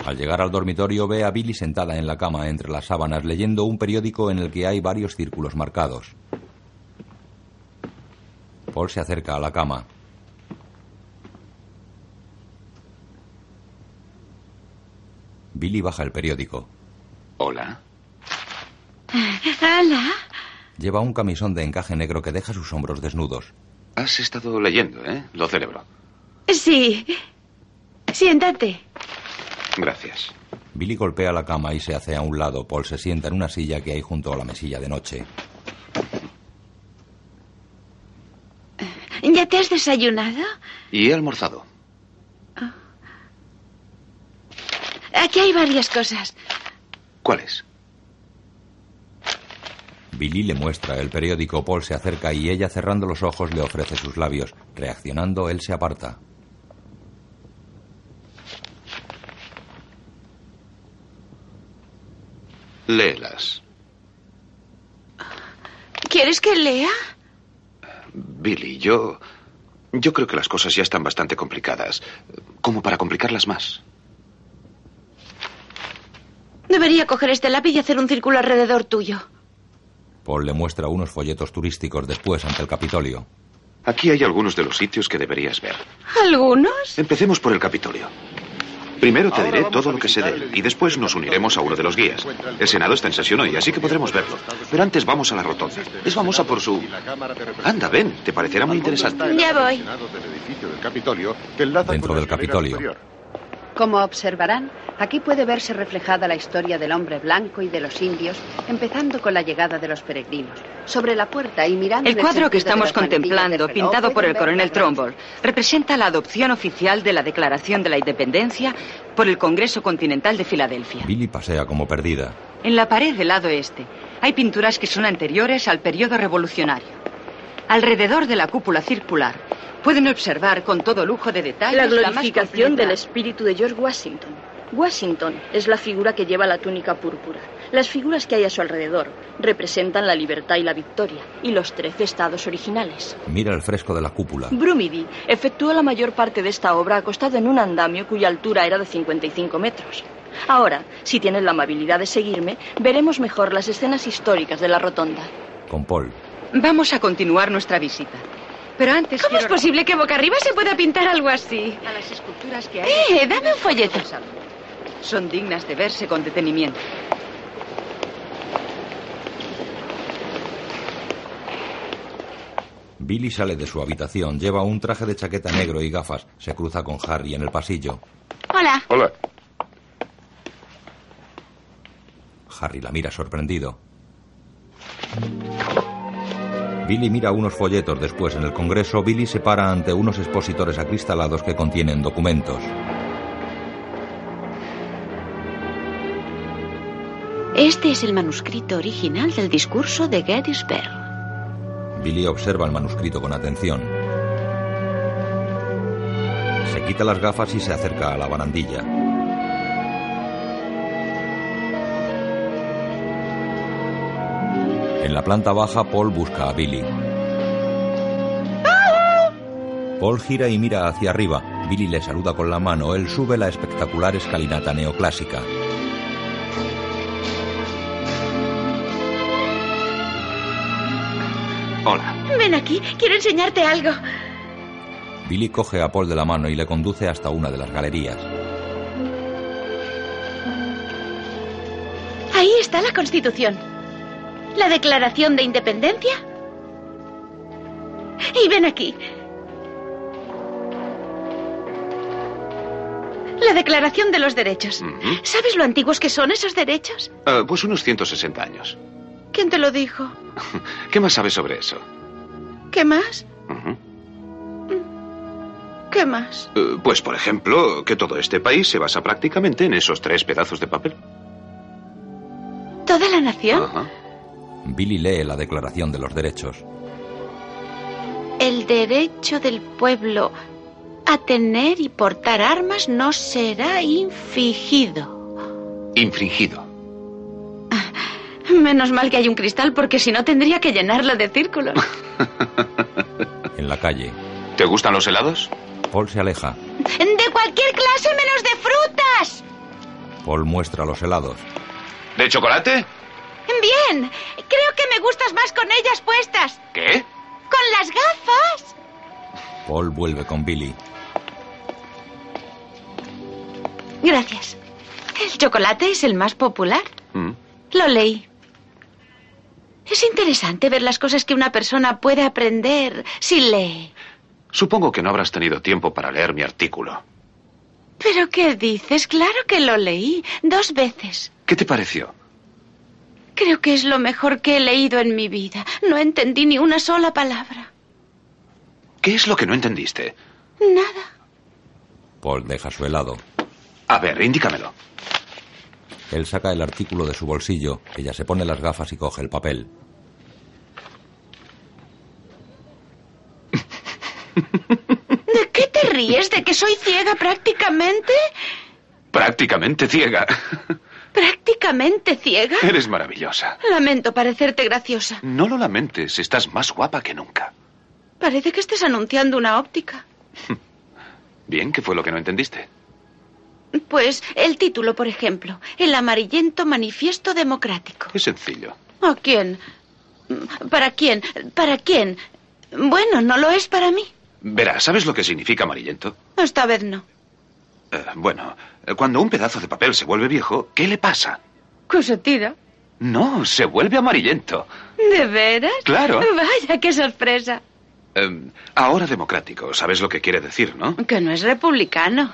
[SPEAKER 1] Al llegar al dormitorio ve a Billy sentada en la cama entre las sábanas leyendo un periódico en el que hay varios círculos marcados. Paul se acerca a la cama. Billy baja el periódico.
[SPEAKER 6] Hola.
[SPEAKER 10] Hola.
[SPEAKER 1] Lleva un camisón de encaje negro que deja sus hombros desnudos.
[SPEAKER 6] Has estado leyendo, ¿eh? Lo celebro.
[SPEAKER 10] Sí. Siéntate.
[SPEAKER 6] Gracias.
[SPEAKER 1] Billy golpea la cama y se hace a un lado. Paul se sienta en una silla que hay junto a la mesilla de noche.
[SPEAKER 10] ¿Ya te has desayunado?
[SPEAKER 6] Y he almorzado.
[SPEAKER 10] Aquí hay varias cosas.
[SPEAKER 6] ¿Cuáles?
[SPEAKER 1] Billy le muestra el periódico, Paul se acerca y ella cerrando los ojos le ofrece sus labios. Reaccionando, él se aparta.
[SPEAKER 6] Léelas.
[SPEAKER 10] ¿Quieres que lea?
[SPEAKER 6] Billy, yo. Yo creo que las cosas ya están bastante complicadas. Como para complicarlas más.
[SPEAKER 10] Debería coger este lápiz y hacer un círculo alrededor tuyo.
[SPEAKER 1] Paul le muestra unos folletos turísticos después ante el Capitolio.
[SPEAKER 6] Aquí hay algunos de los sitios que deberías ver.
[SPEAKER 10] ¿Algunos?
[SPEAKER 6] Empecemos por el Capitolio. Primero te
[SPEAKER 11] Ahora
[SPEAKER 6] diré
[SPEAKER 11] vamos
[SPEAKER 6] todo
[SPEAKER 11] a
[SPEAKER 6] lo que sé de
[SPEAKER 11] visitar
[SPEAKER 6] él y después nos uniremos a uno de los guías. El Senado está en sesión hoy, así que podremos verlo. Pero antes vamos a la rotonda. Es famosa por su... Anda, ven, te parecerá muy interesante.
[SPEAKER 10] Ya voy.
[SPEAKER 1] Dentro del Capitolio.
[SPEAKER 4] Como observarán, aquí puede verse reflejada la historia del hombre blanco y de los indios, empezando con la llegada de los peregrinos. Sobre la puerta y mirando. en
[SPEAKER 15] El cuadro que
[SPEAKER 4] sentido
[SPEAKER 15] estamos
[SPEAKER 4] de las manecillas
[SPEAKER 15] contemplando,
[SPEAKER 4] del reloj,
[SPEAKER 15] pintado por el
[SPEAKER 4] pueden ver
[SPEAKER 15] coronel
[SPEAKER 4] las manecillas.
[SPEAKER 15] Trumbull, representa la adopción oficial de la Declaración de la Independencia por el Congreso Continental de Filadelfia.
[SPEAKER 1] Billy pasea como perdida.
[SPEAKER 15] En la pared del lado este hay pinturas que son anteriores al periodo revolucionario. Alrededor de la cúpula circular pueden observar con todo lujo de detalles
[SPEAKER 16] La
[SPEAKER 15] más
[SPEAKER 16] glorificación
[SPEAKER 15] completa-
[SPEAKER 16] del espíritu de George Washington. Washington es la figura que lleva la túnica púrpura. Las figuras que hay a su alrededor representan la libertad y la victoria y los trece estados originales.
[SPEAKER 1] Mira el fresco de la cúpula.
[SPEAKER 16] Brumidi efectuó la mayor parte de esta obra acostado en un andamio cuya altura era de 55 metros. Ahora, si tienes la amabilidad de seguirme, veremos mejor las escenas históricas de la rotonda.
[SPEAKER 1] Con Paul.
[SPEAKER 15] Vamos a continuar nuestra visita. Pero antes
[SPEAKER 13] ¿Cómo es posible
[SPEAKER 15] que boca arriba se pueda pintar algo así?
[SPEAKER 13] A las esculturas
[SPEAKER 15] que
[SPEAKER 13] hay.
[SPEAKER 15] ¡Eh! ¡Dame un folleto! Son dignas de verse con detenimiento.
[SPEAKER 1] Billy sale de su habitación, lleva un traje de chaqueta negro y gafas. Se cruza con Harry en el pasillo.
[SPEAKER 10] Hola.
[SPEAKER 3] Hola.
[SPEAKER 1] Harry la mira sorprendido. Billy mira unos folletos después en el Congreso. Billy se para ante unos expositores acristalados que contienen documentos.
[SPEAKER 17] Este es el manuscrito original del discurso de Gettysburg.
[SPEAKER 1] Billy observa el manuscrito con atención. Se quita las gafas y se acerca a la barandilla. En la planta baja, Paul busca a Billy. Paul gira y mira hacia arriba. Billy le saluda con la mano. Él sube la espectacular escalinata neoclásica.
[SPEAKER 6] Hola.
[SPEAKER 10] Ven aquí, quiero enseñarte algo.
[SPEAKER 1] Billy coge a Paul de la mano y le conduce hasta una de las galerías.
[SPEAKER 10] Ahí está la Constitución. La Declaración de Independencia. Y ven aquí. La Declaración de los Derechos. ¿Sabes lo antiguos que son esos derechos?
[SPEAKER 6] Ah, pues unos 160 años.
[SPEAKER 10] ¿Quién te lo dijo?
[SPEAKER 6] ¿Qué más sabes sobre eso?
[SPEAKER 10] ¿Qué más?
[SPEAKER 6] Ujú.
[SPEAKER 10] ¿Qué más?
[SPEAKER 6] Eh, Pues, por ejemplo, que todo este país se basa prácticamente en esos tres pedazos de papel.
[SPEAKER 10] ¿Toda la nación?
[SPEAKER 1] Billy lee la Declaración de los Derechos.
[SPEAKER 17] El derecho del pueblo a tener y portar armas no será infligido.
[SPEAKER 6] Infringido.
[SPEAKER 10] Menos mal que hay un cristal porque si no tendría que llenarlo de círculos.
[SPEAKER 1] En la calle.
[SPEAKER 6] ¿Te gustan los helados?
[SPEAKER 1] Paul se
[SPEAKER 10] [LAUGHS]
[SPEAKER 1] aleja.
[SPEAKER 10] De cualquier clase menos de frutas.
[SPEAKER 1] Paul muestra los helados.
[SPEAKER 6] ¿De chocolate?
[SPEAKER 10] Bien, creo que me gustas más con ellas puestas.
[SPEAKER 6] ¿Qué?
[SPEAKER 10] Con las gafas.
[SPEAKER 1] Paul vuelve con Billy.
[SPEAKER 10] Gracias. El chocolate es el más popular.
[SPEAKER 6] Mm.
[SPEAKER 10] Lo leí. Es interesante ver las cosas que una persona puede aprender si lee.
[SPEAKER 6] Supongo que no habrás tenido tiempo para leer mi artículo.
[SPEAKER 10] ¿Pero qué dices? Claro que lo leí dos veces.
[SPEAKER 6] ¿Qué te pareció?
[SPEAKER 10] Creo que es lo mejor que he leído en mi vida. No entendí ni una sola palabra.
[SPEAKER 6] ¿Qué es lo que no entendiste?
[SPEAKER 10] Nada.
[SPEAKER 1] Paul deja su helado.
[SPEAKER 6] A ver, indícamelo.
[SPEAKER 1] Él saca el artículo de su bolsillo. Ella se pone las gafas y coge el papel.
[SPEAKER 10] ¿De qué te ríes? ¿De que soy ciega prácticamente?
[SPEAKER 6] Prácticamente ciega. [LAUGHS]
[SPEAKER 10] ¿Prácticamente ciega?
[SPEAKER 6] Eres maravillosa.
[SPEAKER 10] Lamento parecerte graciosa.
[SPEAKER 6] No lo lamentes, estás más guapa que nunca.
[SPEAKER 10] Parece que estés anunciando una óptica.
[SPEAKER 6] Bien, ¿qué fue lo que no entendiste?
[SPEAKER 10] Pues el título, por ejemplo, El amarillento manifiesto democrático.
[SPEAKER 6] Es sencillo.
[SPEAKER 10] ¿A quién? ¿Para quién? ¿Para quién? Bueno, no lo es para mí.
[SPEAKER 6] Verás, ¿sabes lo que significa amarillento?
[SPEAKER 10] Esta vez no.
[SPEAKER 6] Eh, bueno, eh, cuando un pedazo de papel se vuelve viejo, ¿qué le pasa?
[SPEAKER 10] Que se tira.
[SPEAKER 6] No, se vuelve amarillento.
[SPEAKER 10] ¿De veras?
[SPEAKER 6] Claro.
[SPEAKER 10] Vaya, qué sorpresa.
[SPEAKER 6] Eh, ahora democrático, ¿sabes lo que quiere decir, no?
[SPEAKER 10] Que no es republicano.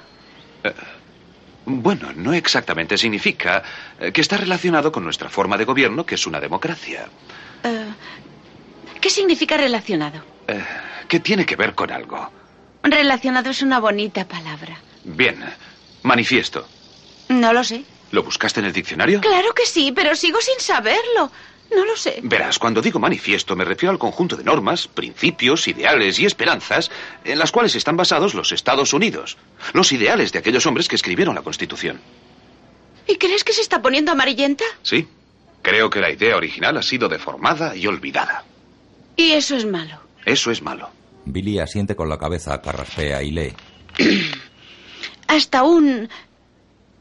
[SPEAKER 6] Bueno, no exactamente significa eh, que está relacionado con nuestra forma de gobierno, que es una democracia.
[SPEAKER 10] Eh, ¿Qué significa relacionado?
[SPEAKER 6] Eh, que tiene que ver con algo.
[SPEAKER 10] Relacionado es una bonita palabra.
[SPEAKER 6] Bien, manifiesto.
[SPEAKER 10] No lo sé.
[SPEAKER 6] ¿Lo buscaste en el diccionario?
[SPEAKER 10] Claro que sí, pero sigo sin saberlo. No lo sé.
[SPEAKER 6] Verás, cuando digo manifiesto me refiero al conjunto de normas, principios, ideales y esperanzas en las cuales están basados los Estados Unidos, los ideales de aquellos hombres que escribieron la Constitución.
[SPEAKER 10] ¿Y crees que se está poniendo amarillenta?
[SPEAKER 6] Sí, creo que la idea original ha sido deformada y olvidada.
[SPEAKER 10] Y eso es malo.
[SPEAKER 6] Eso es malo.
[SPEAKER 1] Billy asiente con la cabeza, carraspea y lee.
[SPEAKER 10] Hasta un...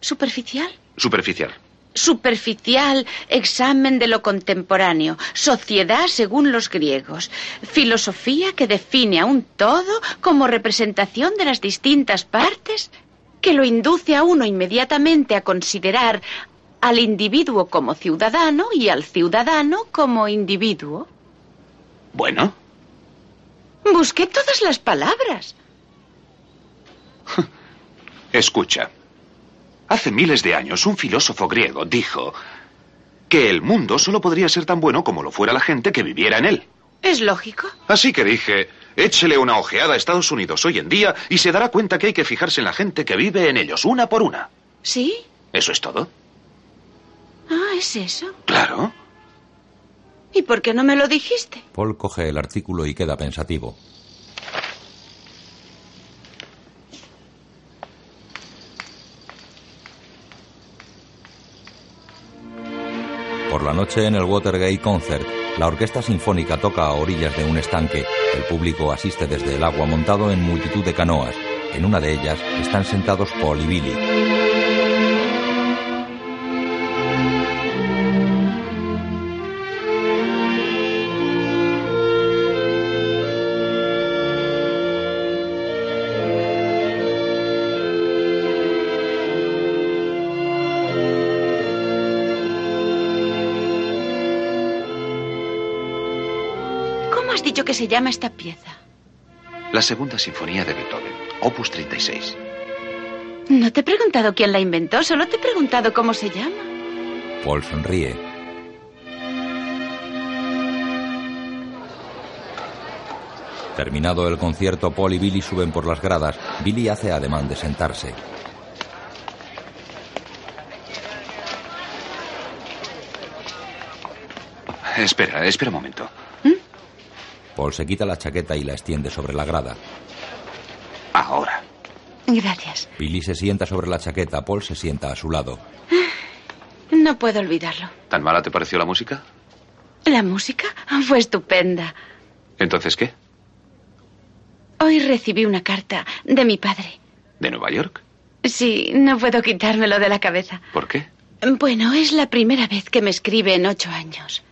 [SPEAKER 10] superficial.
[SPEAKER 6] Superficial.
[SPEAKER 10] Superficial examen de lo contemporáneo, sociedad según los griegos, filosofía que define a un todo como representación de las distintas partes, que lo induce a uno inmediatamente a considerar al individuo como ciudadano y al ciudadano como individuo.
[SPEAKER 6] Bueno,
[SPEAKER 10] Busqué todas las palabras.
[SPEAKER 6] escucha. Hace miles de años un filósofo griego dijo que el mundo solo podría ser tan bueno como lo fuera la gente que viviera en él.
[SPEAKER 10] ¿Es lógico?
[SPEAKER 6] Así que dije, échele una ojeada a Estados Unidos hoy en día y se dará cuenta que hay que fijarse en la gente que vive en ellos, una por una.
[SPEAKER 10] ¿Sí?
[SPEAKER 6] ¿Eso es todo?
[SPEAKER 10] Ah, es eso.
[SPEAKER 6] Claro.
[SPEAKER 10] ¿Y por qué no me lo dijiste?
[SPEAKER 1] Paul coge el artículo y queda pensativo. Por la noche en el Watergate Concert, La orquesta sinfónica toca a orillas de un estanque. El público asiste desde el agua montado en multitud de canoas. En una de ellas están sentados Paul y Billy.
[SPEAKER 10] ¿Cómo has dicho que se llama esta pieza?
[SPEAKER 6] La segunda sinfonía de Beethoven, opus 36.
[SPEAKER 10] No te he preguntado quién la inventó, solo te he preguntado cómo se llama.
[SPEAKER 1] Paul sonríe. Terminado el concierto, Paul y Billy suben por las gradas. Billy hace ademán de sentarse.
[SPEAKER 6] Espera, espera un momento.
[SPEAKER 1] Paul se quita la chaqueta y la extiende sobre la grada.
[SPEAKER 6] Ahora.
[SPEAKER 10] Gracias.
[SPEAKER 1] Billy se sienta sobre la chaqueta, Paul se sienta a su lado.
[SPEAKER 10] Ah, No puedo olvidarlo.
[SPEAKER 6] ¿Tan mala te pareció la música?
[SPEAKER 10] La música fue estupenda.
[SPEAKER 6] ¿Entonces qué?
[SPEAKER 10] Hoy recibí una carta de mi padre.
[SPEAKER 6] ¿De Nueva York?
[SPEAKER 10] Sí, no puedo quitármelo de la cabeza.
[SPEAKER 6] ¿Por qué?
[SPEAKER 10] Bueno, es la primera vez que me escribe en ocho años.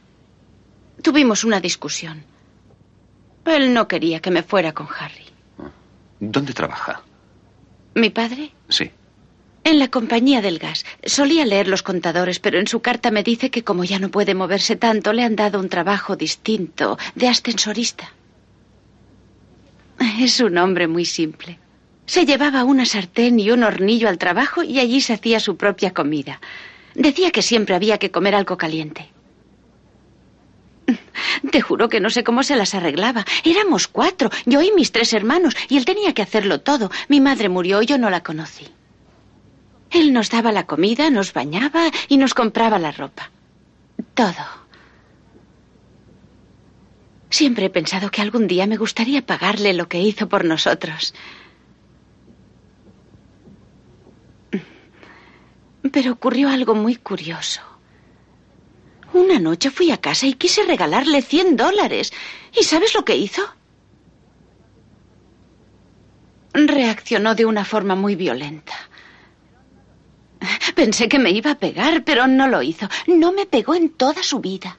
[SPEAKER 10] Tuvimos una discusión. Él no quería que me fuera con Harry.
[SPEAKER 6] ¿Dónde trabaja?
[SPEAKER 10] Mi padre,
[SPEAKER 6] Sí.
[SPEAKER 10] en la compañía del gas, solía leer los contadores, pero en su carta me dice que como ya no puede moverse tanto, le han dado un trabajo distinto, de ascensorista. Es un hombre muy simple. Se llevaba una sartén y un hornillo al trabajo y allí se hacía su propia comida. Decía que siempre había que comer algo caliente. Te juro que no sé cómo se las arreglaba. Éramos cuatro, yo y mis tres hermanos, y él tenía que hacerlo todo. Mi madre murió, yo no la conocí. Él nos daba la comida, nos bañaba y nos compraba la ropa. Todo. Siempre he pensado que algún día me gustaría pagarle lo que hizo por nosotros. Pero ocurrió algo muy curioso. Una noche fui a casa y quise regalarle 100 dólares. ¿Y sabes lo que hizo? Reaccionó de una forma muy violenta. [LAUGHS] Pensé que me iba a pegar, pero no lo hizo. No me pegó en toda su vida.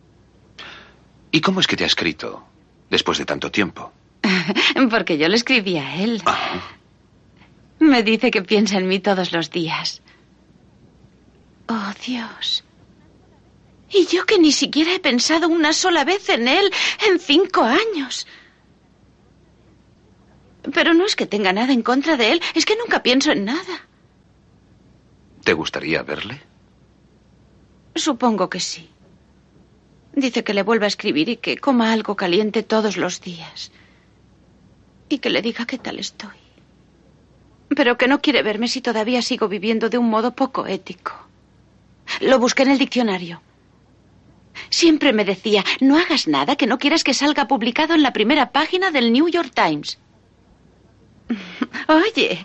[SPEAKER 10] [LAUGHS]
[SPEAKER 6] ¿Y cómo es que te ha escrito después de tanto tiempo?
[SPEAKER 10] Porque yo le escribí a él. Me dice que piensa en mí todos los días. Oh, Dios. Y yo que ni siquiera he pensado una sola vez en él en cinco años. Pero no es que tenga nada en contra de él, es que nunca pienso en nada.
[SPEAKER 6] ¿Te gustaría verle?
[SPEAKER 10] Supongo que sí. Dice que le vuelva a escribir y que coma algo caliente todos los días. Y que le diga qué tal estoy. Pero que no quiere verme si todavía sigo viviendo de un modo poco ético. Lo busqué en el diccionario. Siempre me decía, no hagas nada que no quieras que salga publicado en la primera página del New York Times. [LAUGHS] Oye,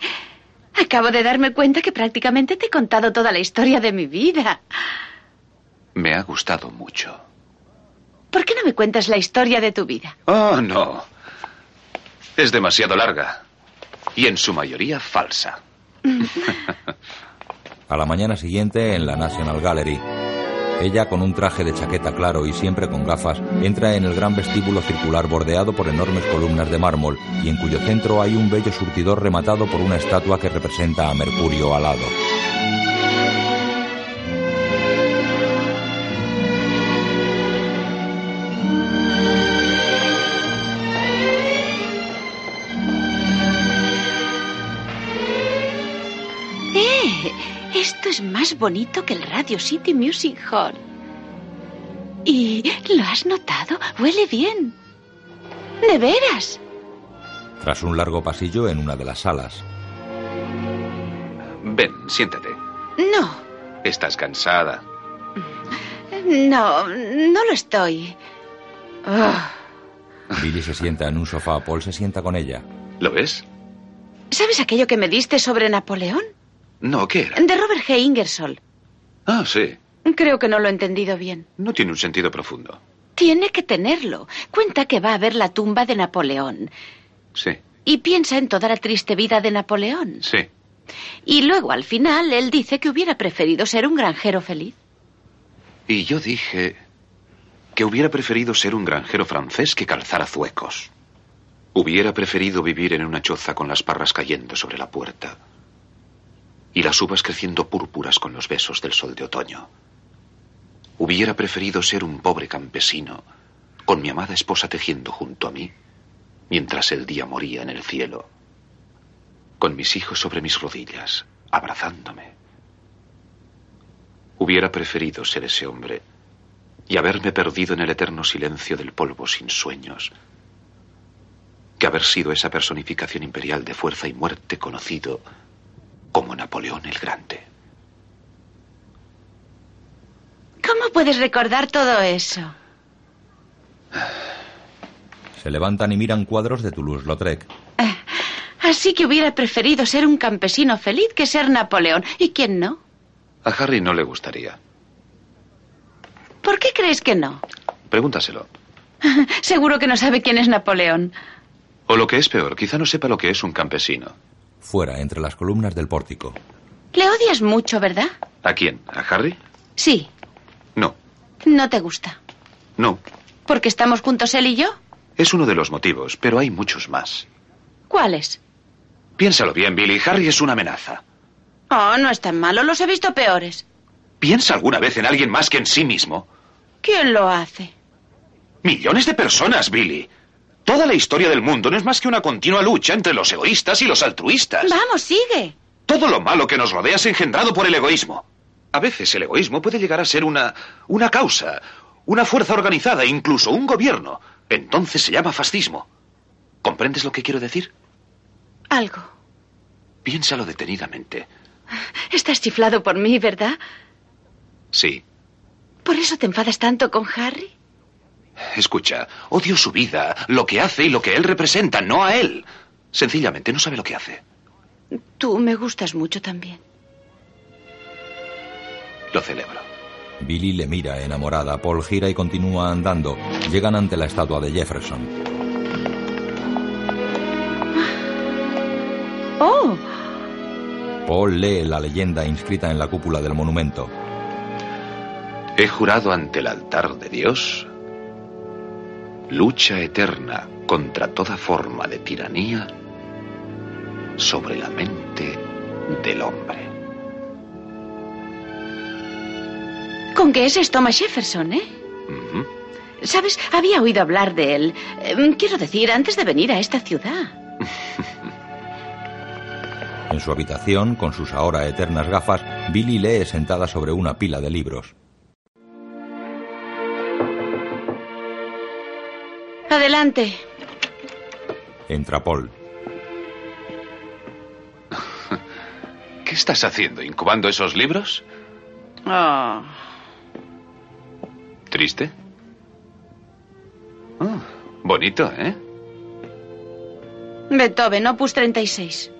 [SPEAKER 10] acabo de darme cuenta que prácticamente te he contado toda la historia de mi vida.
[SPEAKER 6] Me ha gustado mucho.
[SPEAKER 10] ¿Por qué no me cuentas la historia de tu vida?
[SPEAKER 6] Oh, no. Es demasiado larga. Y en su mayoría falsa.
[SPEAKER 1] A la mañana siguiente, en la National Gallery, ella, con un traje de chaqueta claro y siempre con gafas, entra en el gran vestíbulo circular bordeado por enormes columnas de mármol y en cuyo centro hay un bello surtidor rematado por una estatua que representa a Mercurio alado.
[SPEAKER 10] ¡Eh! Esto es más bonito que el Radio City Music Hall. ¿Y lo has notado? Huele bien. ¿De veras?
[SPEAKER 1] Tras un largo pasillo en una de las salas,
[SPEAKER 6] Ven, siéntate.
[SPEAKER 10] No,
[SPEAKER 6] Estás cansada.
[SPEAKER 10] no, no lo estoy. Oh,
[SPEAKER 1] Billy se sienta en un sofá, Paul se sienta con ella.
[SPEAKER 6] ¿Lo ves?
[SPEAKER 10] ¿Sabes aquello que me diste sobre Napoleón?
[SPEAKER 6] No, ¿qué era?
[SPEAKER 10] De Robert G. Ingersoll.
[SPEAKER 6] Ah, sí.
[SPEAKER 10] Creo que no lo he entendido bien.
[SPEAKER 6] No tiene un sentido profundo.
[SPEAKER 10] Tiene que tenerlo. Cuenta que va a ver la tumba de Napoleón
[SPEAKER 6] Sí,
[SPEAKER 10] y piensa en toda la triste vida de Napoleón.
[SPEAKER 6] sí.
[SPEAKER 10] Y luego, al final, él dice que hubiera preferido ser un granjero feliz.
[SPEAKER 6] Y yo dije que hubiera preferido ser un granjero francés que calzar azuecos. Hubiera preferido vivir en una choza con las parras cayendo sobre la puerta y las uvas creciendo púrpuras con los besos del sol de otoño. Hubiera preferido ser un pobre campesino con mi amada esposa tejiendo junto a mí mientras el día moría en el cielo, con mis hijos sobre mis rodillas, abrazándome. Hubiera preferido ser ese hombre y haberme perdido en el eterno silencio del polvo sin sueños, que haber sido esa personificación imperial de fuerza y muerte conocido como Napoleón el Grande.
[SPEAKER 10] ¿Cómo puedes recordar todo eso?
[SPEAKER 1] Se levantan y miran cuadros de Toulouse-Lautrec.
[SPEAKER 10] Así que hubiera preferido ser un campesino feliz que ser Napoleón. ¿Y quién no?
[SPEAKER 6] A Harry no le gustaría.
[SPEAKER 10] ¿Por qué crees que no? [LAUGHS]
[SPEAKER 6] Pregúntaselo.
[SPEAKER 10] Seguro que no sabe quién es Napoleón.
[SPEAKER 6] O lo que es peor, quizá no sepa lo que es un campesino.
[SPEAKER 1] Fuera, entre las columnas del pórtico.
[SPEAKER 10] Le odias mucho, ¿verdad?
[SPEAKER 6] ¿A quién? ¿A Harry?
[SPEAKER 10] Sí.
[SPEAKER 6] No.
[SPEAKER 10] No te gusta.
[SPEAKER 6] No.
[SPEAKER 10] ¿Porque estamos juntos él y yo?
[SPEAKER 6] Es uno de los motivos, pero hay muchos más.
[SPEAKER 10] ¿Cuáles?
[SPEAKER 6] Piénsalo bien, Billy. Harry es una amenaza.
[SPEAKER 10] Oh, no es tan malo. Los he visto peores.
[SPEAKER 6] ¿Piensa alguna vez en alguien más que en sí mismo?
[SPEAKER 10] ¿Quién lo hace?
[SPEAKER 6] Millones de personas, Billy. Toda la historia del mundo no es más que una continua lucha entre los egoístas y los altruistas.
[SPEAKER 10] Vamos, sigue.
[SPEAKER 6] Todo lo malo que nos rodea es engendrado por el egoísmo. A veces el egoísmo puede llegar a ser una, una causa, una fuerza organizada, incluso un gobierno. Entonces se llama fascismo. ¿Comprendes lo que quiero decir?
[SPEAKER 10] Algo.
[SPEAKER 6] Piénsalo detenidamente.
[SPEAKER 10] Estás chiflado por mí, ¿verdad?
[SPEAKER 6] Sí,
[SPEAKER 10] ¿Por eso te enfadas tanto con Harry?
[SPEAKER 6] escucha, odio su vida, lo que hace y lo que él representa, no a él. Sencillamente no sabe lo que hace.
[SPEAKER 10] Tú me gustas mucho también.
[SPEAKER 6] Lo celebro.
[SPEAKER 1] Billy le mira enamorada. Paul gira y continúa andando. Llegan ante la estatua de Jefferson.
[SPEAKER 10] Oh,
[SPEAKER 1] Paul lee la leyenda inscrita en la cúpula del monumento.
[SPEAKER 6] He jurado ante el altar de Dios lucha eterna contra toda forma de tiranía sobre la mente del hombre.
[SPEAKER 10] ¿con qué ese es Thomas Jefferson, eh? ¿Sabes? Había oído hablar de él. Eh, Quiero decir, antes de venir a esta ciudad.
[SPEAKER 1] En su habitación, con sus ahora eternas gafas, Billy lee sentada sobre una pila de libros.
[SPEAKER 10] Adelante.
[SPEAKER 1] Entra Paul.
[SPEAKER 6] ¿Qué estás haciendo? ¿Incubando esos libros? ¿Triste? Ah, bonito, ¿eh?
[SPEAKER 10] Beethoven, opus 36.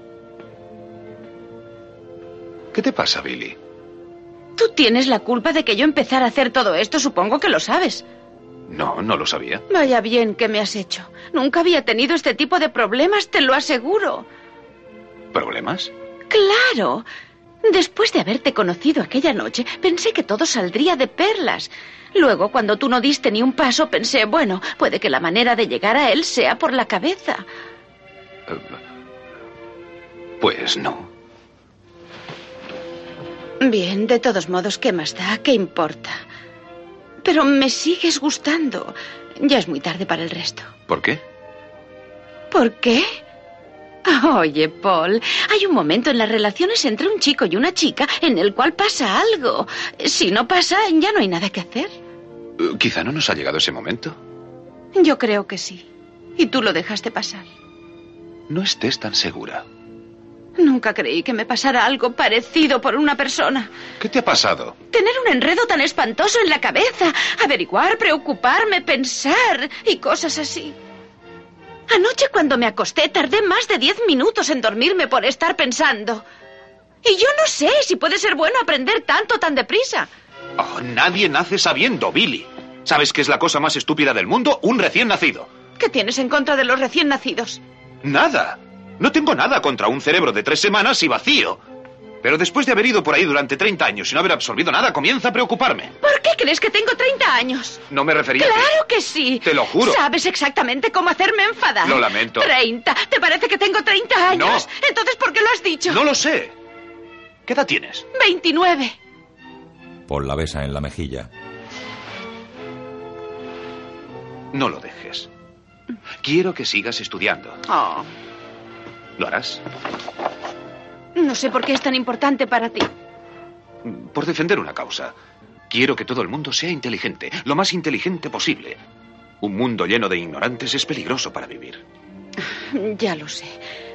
[SPEAKER 6] ¿Qué te pasa, Billy?
[SPEAKER 10] Tú tienes la culpa de que yo empezara a hacer todo esto, supongo que lo sabes.
[SPEAKER 6] No, no lo sabía.
[SPEAKER 10] Vaya bien que me has hecho. Nunca había tenido este tipo de problemas, te lo aseguro.
[SPEAKER 6] ¿Problemas?
[SPEAKER 10] Claro. Después de haberte conocido aquella noche, pensé que todo saldría de perlas. Luego, cuando tú no diste ni un paso, pensé, bueno, puede que la manera de llegar a él sea por la cabeza.
[SPEAKER 6] Eh, Pues no.
[SPEAKER 10] Bien, de todos modos, ¿qué más da? ¿Qué importa? Pero me sigues gustando. Ya es muy tarde para el resto.
[SPEAKER 6] ¿Por qué?
[SPEAKER 10] ¿Por qué? Oye, Paul, hay un momento en las relaciones entre un chico y una chica en el cual pasa algo. Si no pasa, ya no hay nada que hacer.
[SPEAKER 6] Eh, Quizá no nos ha llegado ese momento.
[SPEAKER 10] Yo creo que sí. Y tú lo dejaste pasar.
[SPEAKER 6] No estés tan segura.
[SPEAKER 10] Nunca creí que me pasara algo parecido por una persona.
[SPEAKER 6] ¿Qué te ha pasado?
[SPEAKER 10] Tener un enredo tan espantoso en la cabeza, averiguar, preocuparme, pensar y cosas así. Anoche cuando me acosté tardé más de diez minutos en dormirme por estar pensando. Y yo no sé si puede ser bueno aprender tanto tan deprisa.
[SPEAKER 6] Oh, nadie nace sabiendo, Billy. ¿Sabes qué es la cosa más estúpida del mundo? Un recién nacido.
[SPEAKER 10] ¿Qué tienes en contra de los recién nacidos?
[SPEAKER 6] Nada. No tengo nada contra un cerebro de tres semanas y vacío. Pero después de haber ido por ahí durante 30 años y no haber absorbido nada, comienza a preocuparme.
[SPEAKER 10] ¿Por qué crees que tengo 30 años?
[SPEAKER 6] No me refería a ti.
[SPEAKER 10] Claro que sí.
[SPEAKER 6] Te lo juro.
[SPEAKER 10] Sabes exactamente cómo hacerme enfadar.
[SPEAKER 6] Lo lamento.
[SPEAKER 10] 30. ¿Te parece que tengo 30 años?
[SPEAKER 6] No.
[SPEAKER 10] Entonces, ¿por qué lo has dicho?
[SPEAKER 6] No lo sé. ¿Qué edad tienes?
[SPEAKER 10] 29.
[SPEAKER 1] Paul la besa en la mejilla.
[SPEAKER 6] No lo dejes. Quiero que sigas estudiando.
[SPEAKER 10] Oh,
[SPEAKER 6] ¿Lo harás?
[SPEAKER 10] no sé por qué es tan importante para ti.
[SPEAKER 6] Por defender una causa. Quiero que todo el mundo sea inteligente, lo más inteligente posible. Un mundo lleno de ignorantes es peligroso para vivir.
[SPEAKER 10] Ya lo sé.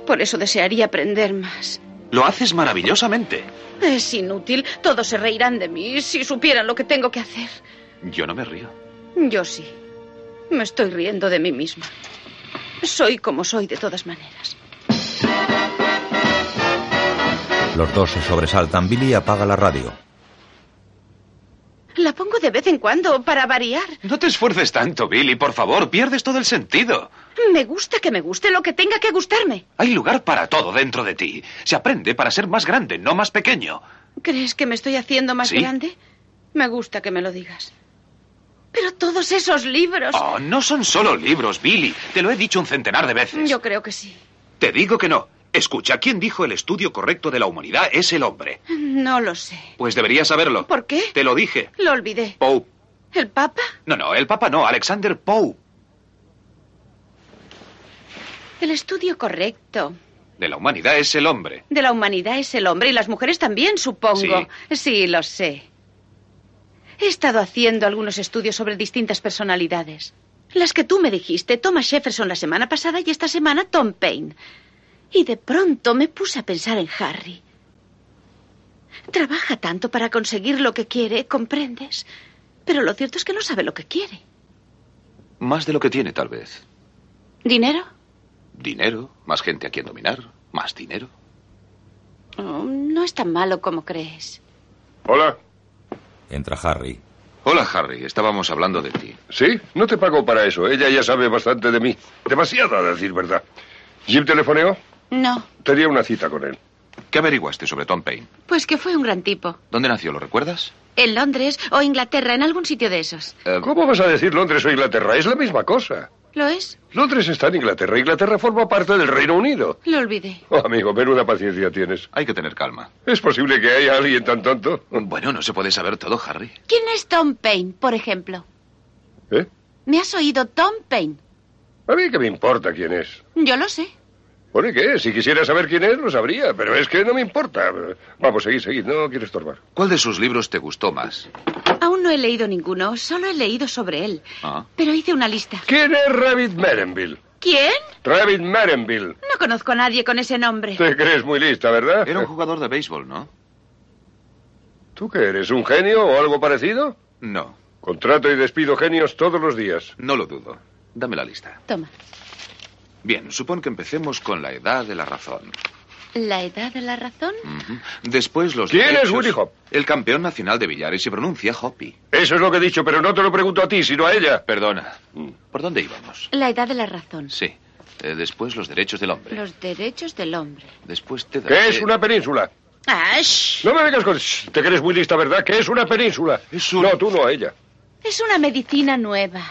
[SPEAKER 10] Por eso desearía aprender más.
[SPEAKER 6] Lo haces maravillosamente.
[SPEAKER 10] Es inútil. Todos se reirán de mí si supieran lo que tengo que hacer.
[SPEAKER 6] Yo no me río.
[SPEAKER 10] Yo sí. Me estoy riendo de mí misma. Soy como soy de todas maneras.
[SPEAKER 1] Los dos se sobresaltan. Billy apaga la radio.
[SPEAKER 10] La pongo de vez en cuando para variar.
[SPEAKER 6] No te esfuerces tanto, Billy, por favor, pierdes todo el sentido.
[SPEAKER 10] Me gusta que me guste lo que tenga que gustarme.
[SPEAKER 6] Hay lugar para todo dentro de ti. Se aprende para ser más grande, no más pequeño.
[SPEAKER 10] ¿Crees que me estoy haciendo más
[SPEAKER 6] Sí.
[SPEAKER 10] grande? Me gusta que me lo digas. Pero todos esos libros.
[SPEAKER 6] Oh, no son solo libros, Billy. Te lo he dicho un centenar de veces.
[SPEAKER 10] Yo creo que sí.
[SPEAKER 6] Te digo que no. Escucha, ¿quién dijo el estudio correcto de la humanidad es el hombre?
[SPEAKER 10] No lo sé.
[SPEAKER 6] Pues deberías saberlo.
[SPEAKER 10] ¿Por qué?
[SPEAKER 6] Te lo dije.
[SPEAKER 10] Lo olvidé.
[SPEAKER 6] Pope.
[SPEAKER 10] ¿El Papa?
[SPEAKER 6] No, no, el Papa no, Alexander Pope.
[SPEAKER 10] El estudio correcto
[SPEAKER 6] De la humanidad es el hombre.
[SPEAKER 10] de la humanidad es el hombre y las mujeres también, supongo. Sí, lo sé. He estado haciendo algunos estudios sobre distintas personalidades. Las que tú me dijiste, Thomas Jefferson la semana pasada y esta semana Tom Paine. Y de pronto me puse a pensar en Harry. Trabaja tanto para conseguir lo que quiere, ¿comprendes? Pero lo cierto es que no sabe lo que quiere.
[SPEAKER 6] Más de lo que tiene, tal vez.
[SPEAKER 10] ¿Dinero?
[SPEAKER 6] Dinero, más gente a quien dominar, más dinero.
[SPEAKER 10] Oh, no es tan malo como crees.
[SPEAKER 3] Hola.
[SPEAKER 1] Entra Harry.
[SPEAKER 6] Hola, Harry. Estábamos hablando de ti.
[SPEAKER 3] ¿Sí? No te pago para eso. Ella ya sabe bastante de mí. Demasiado, a decir verdad. ¿Jim telefoneó?
[SPEAKER 10] No,
[SPEAKER 3] Tenía una cita con él.
[SPEAKER 6] ¿Qué averiguaste sobre Tom Paine?
[SPEAKER 10] pues que fue un gran tipo.
[SPEAKER 6] ¿Dónde nació? ¿Lo recuerdas? Eh,
[SPEAKER 10] En Londres o Inglaterra, en algún sitio de esos.
[SPEAKER 3] ¿Cómo vas a decir Londres o Inglaterra? Es la misma cosa.
[SPEAKER 10] ¿Lo es?
[SPEAKER 3] Londres está en Inglaterra. Inglaterra forma parte del Reino Unido.
[SPEAKER 10] Lo olvidé.
[SPEAKER 3] Oh, amigo, menuda paciencia tienes.
[SPEAKER 6] Hay que tener calma.
[SPEAKER 3] ¿Es posible que haya alguien tan tonto?
[SPEAKER 6] Bueno, no se puede saber todo, Harry.
[SPEAKER 17] ¿Quién es Tom Paine, por ejemplo?
[SPEAKER 3] ¿Eh?
[SPEAKER 17] ¿Me has oído Tom Paine?
[SPEAKER 3] A mí que me importa quién es.
[SPEAKER 17] Yo lo sé.
[SPEAKER 3] Bueno, ¿y qué? Si quisiera saber quién es, lo sabría, pero es que no me importa. Vamos, seguid, seguid, no quiero estorbar.
[SPEAKER 6] ¿Cuál de sus libros te gustó más?
[SPEAKER 10] Aún no he leído ninguno, solo he leído sobre él.
[SPEAKER 6] Ah.
[SPEAKER 10] Pero hice una lista.
[SPEAKER 3] ¿Quién es Rabbit Merenville?
[SPEAKER 10] ¿Quién?
[SPEAKER 3] Rabbit Merenville.
[SPEAKER 10] No conozco a nadie con ese nombre.
[SPEAKER 6] [LAUGHS]
[SPEAKER 3] Te crees muy lista, ¿verdad?
[SPEAKER 6] Era un jugador de béisbol, ¿no?
[SPEAKER 3] ¿Tú qué eres, un genio o algo parecido?
[SPEAKER 6] No,
[SPEAKER 3] Contrato y despido genios todos los días.
[SPEAKER 6] no lo dudo. Dame la lista.
[SPEAKER 10] Toma.
[SPEAKER 6] Bien, supón que empecemos con la edad de la razón.
[SPEAKER 17] ¿La edad de la razón?
[SPEAKER 6] Ujú. Después los.
[SPEAKER 3] ¿Quién es
[SPEAKER 6] derechos-
[SPEAKER 3] Willy Hop?
[SPEAKER 6] El campeón nacional de billar y se pronuncia Hoppy.
[SPEAKER 3] Eso es lo que he dicho, pero no te lo pregunto a ti, sino a ella. Mm.
[SPEAKER 6] Perdona. ¿Por dónde íbamos?
[SPEAKER 17] La edad de la razón.
[SPEAKER 6] Sí. Eh, después los derechos del hombre.
[SPEAKER 17] Los derechos del hombre.
[SPEAKER 6] Después te daré-
[SPEAKER 3] ¿Qué es una península?
[SPEAKER 10] ¡Ash!
[SPEAKER 3] No me vengas con... Shh, Te crees muy lista, ¿verdad? ¿Qué es una península? No, tú no, a ella.
[SPEAKER 10] Es una medicina nueva.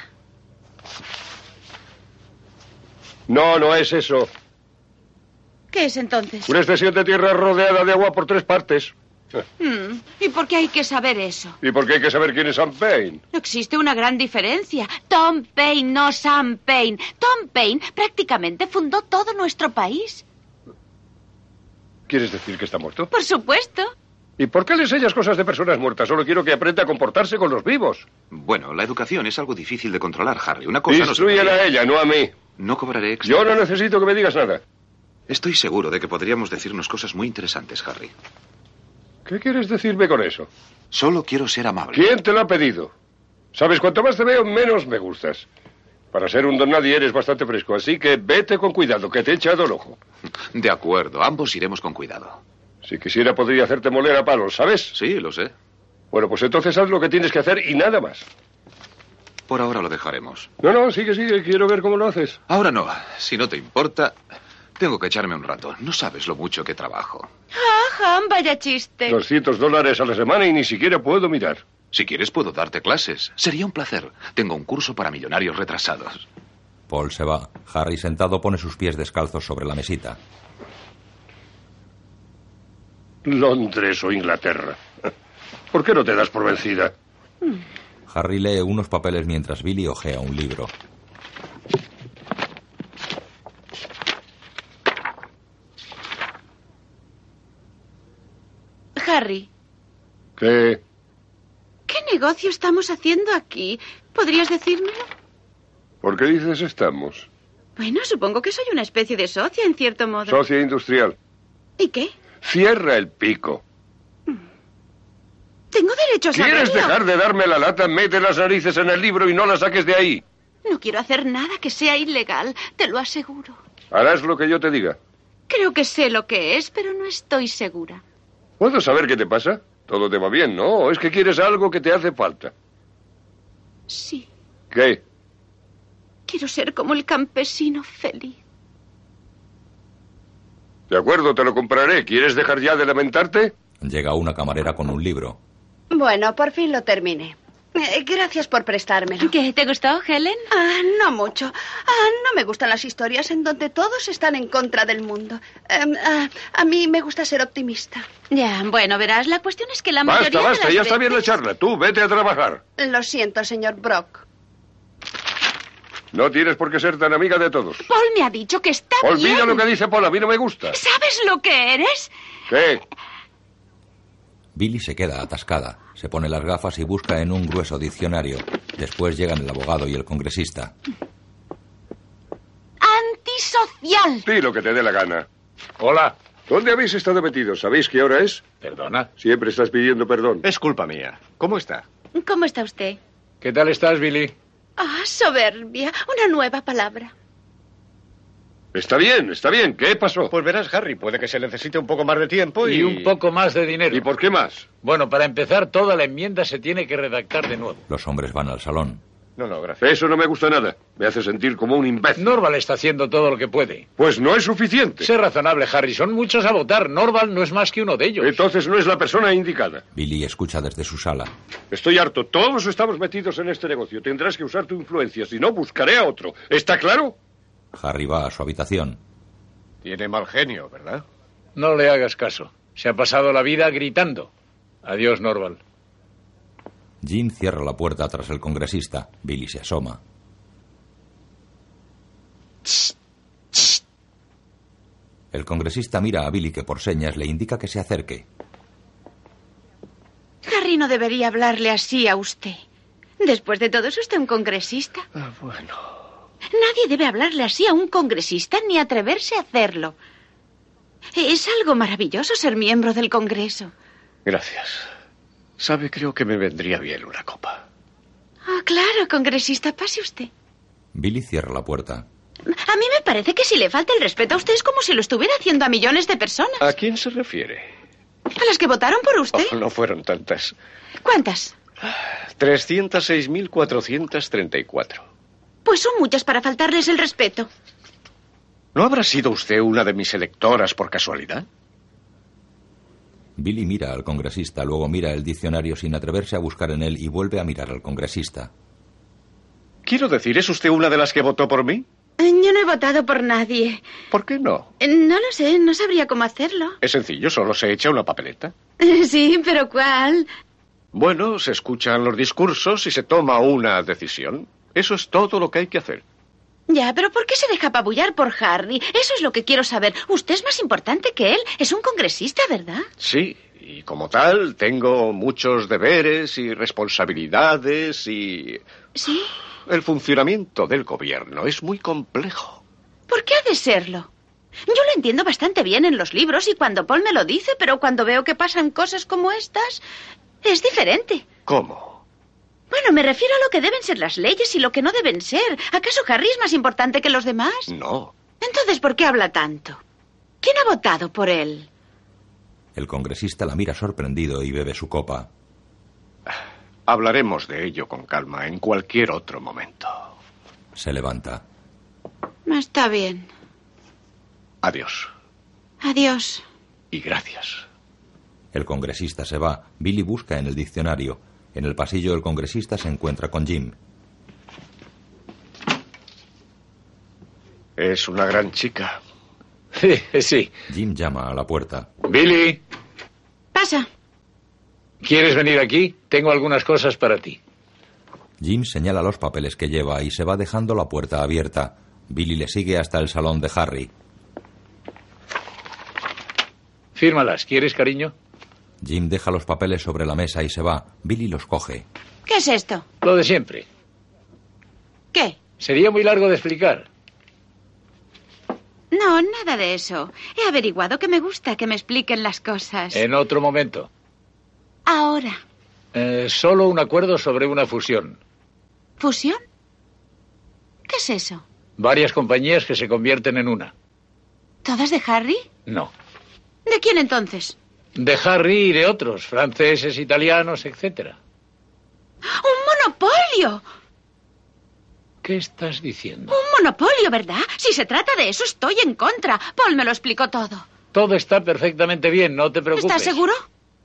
[SPEAKER 3] No, no es eso.
[SPEAKER 10] ¿Qué es entonces?
[SPEAKER 3] Una extensión de tierra rodeada de agua por tres partes.
[SPEAKER 10] Mm, ¿Y por qué hay que saber eso?
[SPEAKER 3] ¿Y por qué hay que saber quién es Sam Payne?
[SPEAKER 10] Existe una gran diferencia. Tom Paine, no Sam Paine. Tom Paine prácticamente fundó todo nuestro país.
[SPEAKER 3] ¿Quieres decir que está muerto?
[SPEAKER 10] Por supuesto.
[SPEAKER 3] ¿Y por qué le enseñas cosas de personas muertas? Solo quiero que aprenda a comportarse con los vivos.
[SPEAKER 6] Bueno, la educación es algo difícil de controlar, Harry. Una cosa no se
[SPEAKER 3] Instruyela
[SPEAKER 6] podría-
[SPEAKER 3] a ella, no a mí.
[SPEAKER 6] No cobraré extra.
[SPEAKER 3] Yo no necesito que me digas nada.
[SPEAKER 6] Estoy seguro de que podríamos decirnos cosas muy interesantes, Harry.
[SPEAKER 3] ¿Qué quieres decirme con eso?
[SPEAKER 6] Solo quiero ser amable.
[SPEAKER 3] ¿Quién te lo ha pedido? Sabes, cuanto más te veo, menos me gustas. Para ser un don nadie eres bastante fresco, así que vete con cuidado, que te he echado el ojo.
[SPEAKER 6] De acuerdo, ambos iremos con cuidado.
[SPEAKER 3] Si quisiera podría hacerte moler a palos, ¿sabes?
[SPEAKER 6] Sí, lo sé.
[SPEAKER 3] Bueno, pues entonces haz lo que tienes que hacer y nada más.
[SPEAKER 6] Por ahora lo dejaremos.
[SPEAKER 3] No, no, sigue, sigue, quiero ver cómo lo haces.
[SPEAKER 6] Ahora no. Si no te importa, tengo que echarme un rato. No sabes lo mucho que trabajo.
[SPEAKER 10] Ajá, vaya chiste.
[SPEAKER 3] 200 Eh. dólares a la semana y ni siquiera puedo mirar.
[SPEAKER 6] Si quieres, puedo darte clases. Sería un placer. Tengo un curso para millonarios retrasados.
[SPEAKER 1] Paul se va. Harry sentado pone sus pies descalzos sobre la mesita.
[SPEAKER 3] Londres o Inglaterra. [LAUGHS] ¿Por qué no te das por vencida?
[SPEAKER 1] Harry lee unos papeles mientras Billy ojea un libro.
[SPEAKER 10] Harry,
[SPEAKER 3] ¿Qué?
[SPEAKER 10] ¿qué negocio estamos haciendo aquí? ¿Podrías decírmelo?
[SPEAKER 3] ¿Por qué dices estamos?
[SPEAKER 10] Bueno, supongo que soy una especie de socia, en cierto modo.
[SPEAKER 3] Socia industrial.
[SPEAKER 10] ¿Y qué?
[SPEAKER 3] Cierra el pico.
[SPEAKER 10] Tengo derecho a saberlo.
[SPEAKER 3] ¿Quieres dejar de darme la lata? Mete las narices en el libro y no las saques de ahí.
[SPEAKER 10] No quiero hacer nada que sea ilegal, te lo aseguro.
[SPEAKER 3] Harás lo que yo te diga.
[SPEAKER 10] Creo que sé lo que es, pero no estoy segura.
[SPEAKER 3] ¿Puedo saber qué te pasa? Todo te va bien, ¿no? ¿O Es que quieres algo que te hace falta.
[SPEAKER 10] Sí,
[SPEAKER 3] ¿Qué?
[SPEAKER 10] quiero ser como el campesino feliz.
[SPEAKER 3] De acuerdo, te lo compraré. ¿Quieres dejar ya de lamentarte?
[SPEAKER 1] Llega una camarera con un libro.
[SPEAKER 4] Bueno, por fin lo terminé. Eh, gracias por prestármelo.
[SPEAKER 10] ¿Qué? ¿Te gustó, Helen?
[SPEAKER 4] Ah, no mucho. Ah, no me gustan las historias en donde todos están en contra del mundo. Em, ah, a mí me gusta ser optimista.
[SPEAKER 10] Ya, bueno, verás, la cuestión es que la
[SPEAKER 3] Basta,
[SPEAKER 10] mayoría
[SPEAKER 3] basta,
[SPEAKER 10] de
[SPEAKER 3] ya
[SPEAKER 10] las
[SPEAKER 3] está bien la charla. Tú, vete a trabajar.
[SPEAKER 4] Lo siento, señor Brock.
[SPEAKER 3] No tienes por qué ser tan amiga de todos.
[SPEAKER 10] Paul me ha dicho que está
[SPEAKER 3] Olvida
[SPEAKER 10] bien.
[SPEAKER 3] lo que dice Paul, a mí no me gusta.
[SPEAKER 10] ¿Sabes lo que eres?
[SPEAKER 3] ¿Qué?
[SPEAKER 1] Billy se queda atascada. Se pone las gafas y busca en un grueso diccionario. Después llegan el abogado y el congresista.
[SPEAKER 10] Antisocial.
[SPEAKER 3] Sí, lo que te dé la gana. Hola. ¿Dónde habéis estado metidos? ¿Sabéis qué hora es?
[SPEAKER 8] Perdona.
[SPEAKER 3] Siempre estás pidiendo perdón.
[SPEAKER 11] Es culpa mía. ¿Cómo está?
[SPEAKER 10] ¿Cómo está usted?
[SPEAKER 8] ¿Qué tal estás, Billy?
[SPEAKER 10] Ah, soberbia. Una nueva palabra.
[SPEAKER 3] Está bien, está bien. ¿Qué pasó?
[SPEAKER 11] Pues verás, Harry, puede que se necesite un poco más de tiempo y...
[SPEAKER 8] Y un poco más de dinero.
[SPEAKER 3] ¿Y por qué más?
[SPEAKER 8] Bueno, para empezar, toda la enmienda se tiene que redactar de nuevo.
[SPEAKER 1] Los hombres van al salón.
[SPEAKER 11] No, no, gracias.
[SPEAKER 3] Eso no me gusta nada. Me hace sentir como un imbécil.
[SPEAKER 8] Norval está haciendo todo lo que puede.
[SPEAKER 3] Pues no es suficiente.
[SPEAKER 8] Sé razonable, Harry. Son muchos a votar. Norval no es más que uno de ellos.
[SPEAKER 3] Entonces no es la persona indicada.
[SPEAKER 1] Billy escucha desde su sala.
[SPEAKER 3] Estoy harto. Todos estamos metidos en este negocio. Tendrás que usar tu influencia. Si no, buscaré a otro. ¿Está claro?
[SPEAKER 1] Harry va a su habitación.
[SPEAKER 11] Tiene mal genio, ¿verdad?
[SPEAKER 8] No le hagas caso. Se ha pasado la vida gritando. Adiós, Norval.
[SPEAKER 1] Jim cierra la puerta tras el congresista. Billy se asoma. El congresista mira a Billy que por señas le indica que se acerque.
[SPEAKER 10] Harry no debería hablarle así a usted. Después de todo, es usted un congresista.
[SPEAKER 11] bueno.
[SPEAKER 10] Nadie debe hablarle así a un congresista ni atreverse a hacerlo. Es algo maravilloso ser miembro del Congreso.
[SPEAKER 11] Gracias. Sabe, creo que me vendría bien una copa.
[SPEAKER 10] Ah, claro, congresista, pase usted.
[SPEAKER 1] Billy cierra la puerta.
[SPEAKER 10] A mí me parece que si le falta el respeto a usted es como si lo estuviera haciendo a millones de personas.
[SPEAKER 11] ¿A quién se refiere?
[SPEAKER 10] A las que votaron por usted.
[SPEAKER 11] Oh, no fueron tantas.
[SPEAKER 10] ¿Cuántas?
[SPEAKER 11] 306.434.
[SPEAKER 10] Pues son muchas para faltarles el respeto.
[SPEAKER 11] ¿No habrá sido usted una de mis electoras por casualidad?
[SPEAKER 1] Billy mira al congresista, luego mira el diccionario sin atreverse a buscar en él y vuelve a mirar al congresista.
[SPEAKER 11] Quiero decir, ¿es usted una de las que votó por mí?
[SPEAKER 10] Eh, Yo no he votado por nadie.
[SPEAKER 11] ¿Por qué no?
[SPEAKER 10] Eh, No lo sé, no sabría cómo hacerlo. [LAUGHS]
[SPEAKER 11] Es sencillo, solo se echa una papeleta.
[SPEAKER 10] Eh, Sí, pero ¿cuál?
[SPEAKER 11] Bueno, se escuchan los discursos y se toma una decisión. Eso es todo lo que hay que hacer.
[SPEAKER 10] Ya, pero ¿por qué se deja apabullar por Harry? Eso es lo que quiero saber. Usted es más importante que él. Es un congresista, ¿verdad?
[SPEAKER 11] Sí, y como tal, tengo muchos deberes y responsabilidades y...
[SPEAKER 10] Sí.
[SPEAKER 11] El funcionamiento del gobierno es muy complejo.
[SPEAKER 10] ¿Por qué ha de serlo? Yo lo entiendo bastante bien en los libros y cuando Paul me lo dice, pero cuando veo que pasan cosas como estas, es diferente.
[SPEAKER 11] ¿Cómo?
[SPEAKER 10] Bueno, me refiero a lo que deben ser las leyes y lo que no deben ser. ¿Acaso Harry es más importante que los demás?
[SPEAKER 11] No.
[SPEAKER 10] Entonces, ¿por qué habla tanto? ¿Quién ha votado por él?
[SPEAKER 1] El congresista la mira sorprendido y bebe su copa.
[SPEAKER 11] Hablaremos de ello con calma en cualquier otro momento.
[SPEAKER 1] Se levanta.
[SPEAKER 10] Está bien.
[SPEAKER 11] Adiós.
[SPEAKER 10] Adiós.
[SPEAKER 11] Y gracias.
[SPEAKER 1] El congresista se va. Billy busca en el diccionario. En el pasillo el congresista se encuentra con Jim.
[SPEAKER 11] Es una gran chica.
[SPEAKER 8] sí.
[SPEAKER 1] Jim llama a la puerta.
[SPEAKER 8] Billy,
[SPEAKER 10] Pasa.
[SPEAKER 8] ¿quieres venir aquí? Tengo algunas cosas para ti.
[SPEAKER 1] Jim señala los papeles que lleva y se va dejando la puerta abierta. Billy le sigue hasta el salón de Harry.
[SPEAKER 8] Fírmalas. ¿Quieres, cariño?
[SPEAKER 1] Jim deja los papeles sobre la mesa y se va. Billy los coge.
[SPEAKER 10] ¿Qué es esto?
[SPEAKER 8] Lo de siempre.
[SPEAKER 10] ¿Qué?
[SPEAKER 8] Sería muy largo de explicar.
[SPEAKER 10] No, nada de eso. He averiguado que me gusta que me expliquen las cosas.
[SPEAKER 8] En otro momento.
[SPEAKER 10] Ahora,
[SPEAKER 8] Eh, solo un acuerdo sobre una fusión.
[SPEAKER 10] ¿fusión? ¿Qué es eso?
[SPEAKER 8] Varias compañías que se convierten en una.
[SPEAKER 10] ¿Todas de Harry?
[SPEAKER 8] No.
[SPEAKER 10] ¿De quién entonces?
[SPEAKER 8] De Harry y de otros, franceses, italianos, etc.
[SPEAKER 10] ¡Un monopolio!
[SPEAKER 8] ¿Qué estás diciendo?
[SPEAKER 10] Un monopolio, ¿verdad? Si se trata de eso, estoy en contra. Paul me lo explicó todo.
[SPEAKER 8] Todo está perfectamente bien, no te preocupes.
[SPEAKER 10] ¿Estás seguro?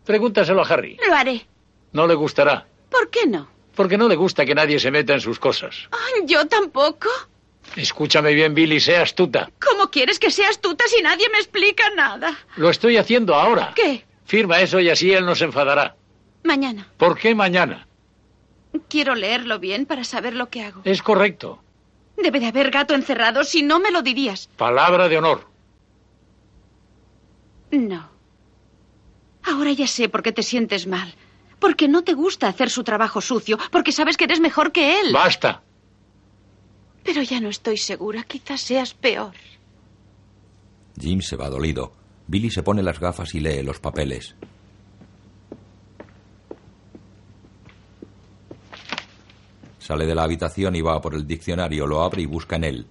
[SPEAKER 8] Pregúntaselo a Harry.
[SPEAKER 10] Lo haré.
[SPEAKER 8] No le gustará.
[SPEAKER 10] ¿Por qué no?
[SPEAKER 8] Porque no le gusta que nadie se meta en sus cosas.
[SPEAKER 10] Ay, Yo tampoco.
[SPEAKER 8] Escúchame bien, Billy, sea astuta.
[SPEAKER 10] ¿Cómo quieres que seas astuta si nadie me explica nada?
[SPEAKER 8] Lo estoy haciendo ahora.
[SPEAKER 10] ¿Qué?
[SPEAKER 8] Firma eso y así él no se enfadará.
[SPEAKER 10] Mañana.
[SPEAKER 8] ¿Por qué mañana?
[SPEAKER 10] Quiero leerlo bien para saber lo que hago.
[SPEAKER 8] Es correcto.
[SPEAKER 10] Debe de haber gato encerrado, si no me lo dirías.
[SPEAKER 8] Palabra de honor.
[SPEAKER 10] No. Ahora ya sé por qué te sientes mal. Porque no te gusta hacer su trabajo sucio, porque sabes que eres mejor que él.
[SPEAKER 8] Basta.
[SPEAKER 10] Pero ya no estoy segura, quizás seas peor.
[SPEAKER 1] Jim se va dolido. Billy se pone las gafas y lee los papeles. Sale de la habitación y va por el diccionario, lo abre y busca en él.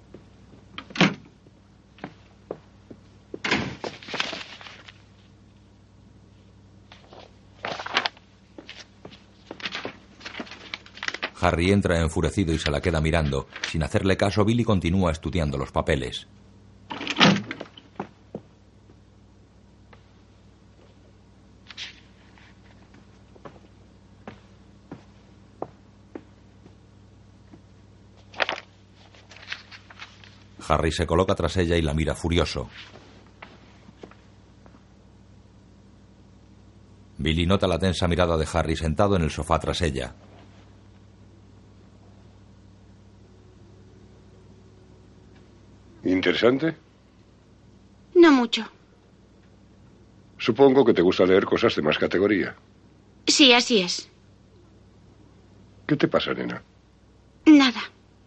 [SPEAKER 1] Harry entra enfurecido y se la queda mirando. Sin hacerle caso, Billy continúa estudiando los papeles. Harry se coloca tras ella y la mira furioso. Billy nota la tensa mirada de Harry sentado en el sofá tras ella.
[SPEAKER 3] ¿Interesante?
[SPEAKER 10] No mucho.
[SPEAKER 3] Supongo que te gusta leer cosas de más categoría.
[SPEAKER 10] Sí, así es.
[SPEAKER 3] ¿Qué te pasa, nena?
[SPEAKER 10] Nada.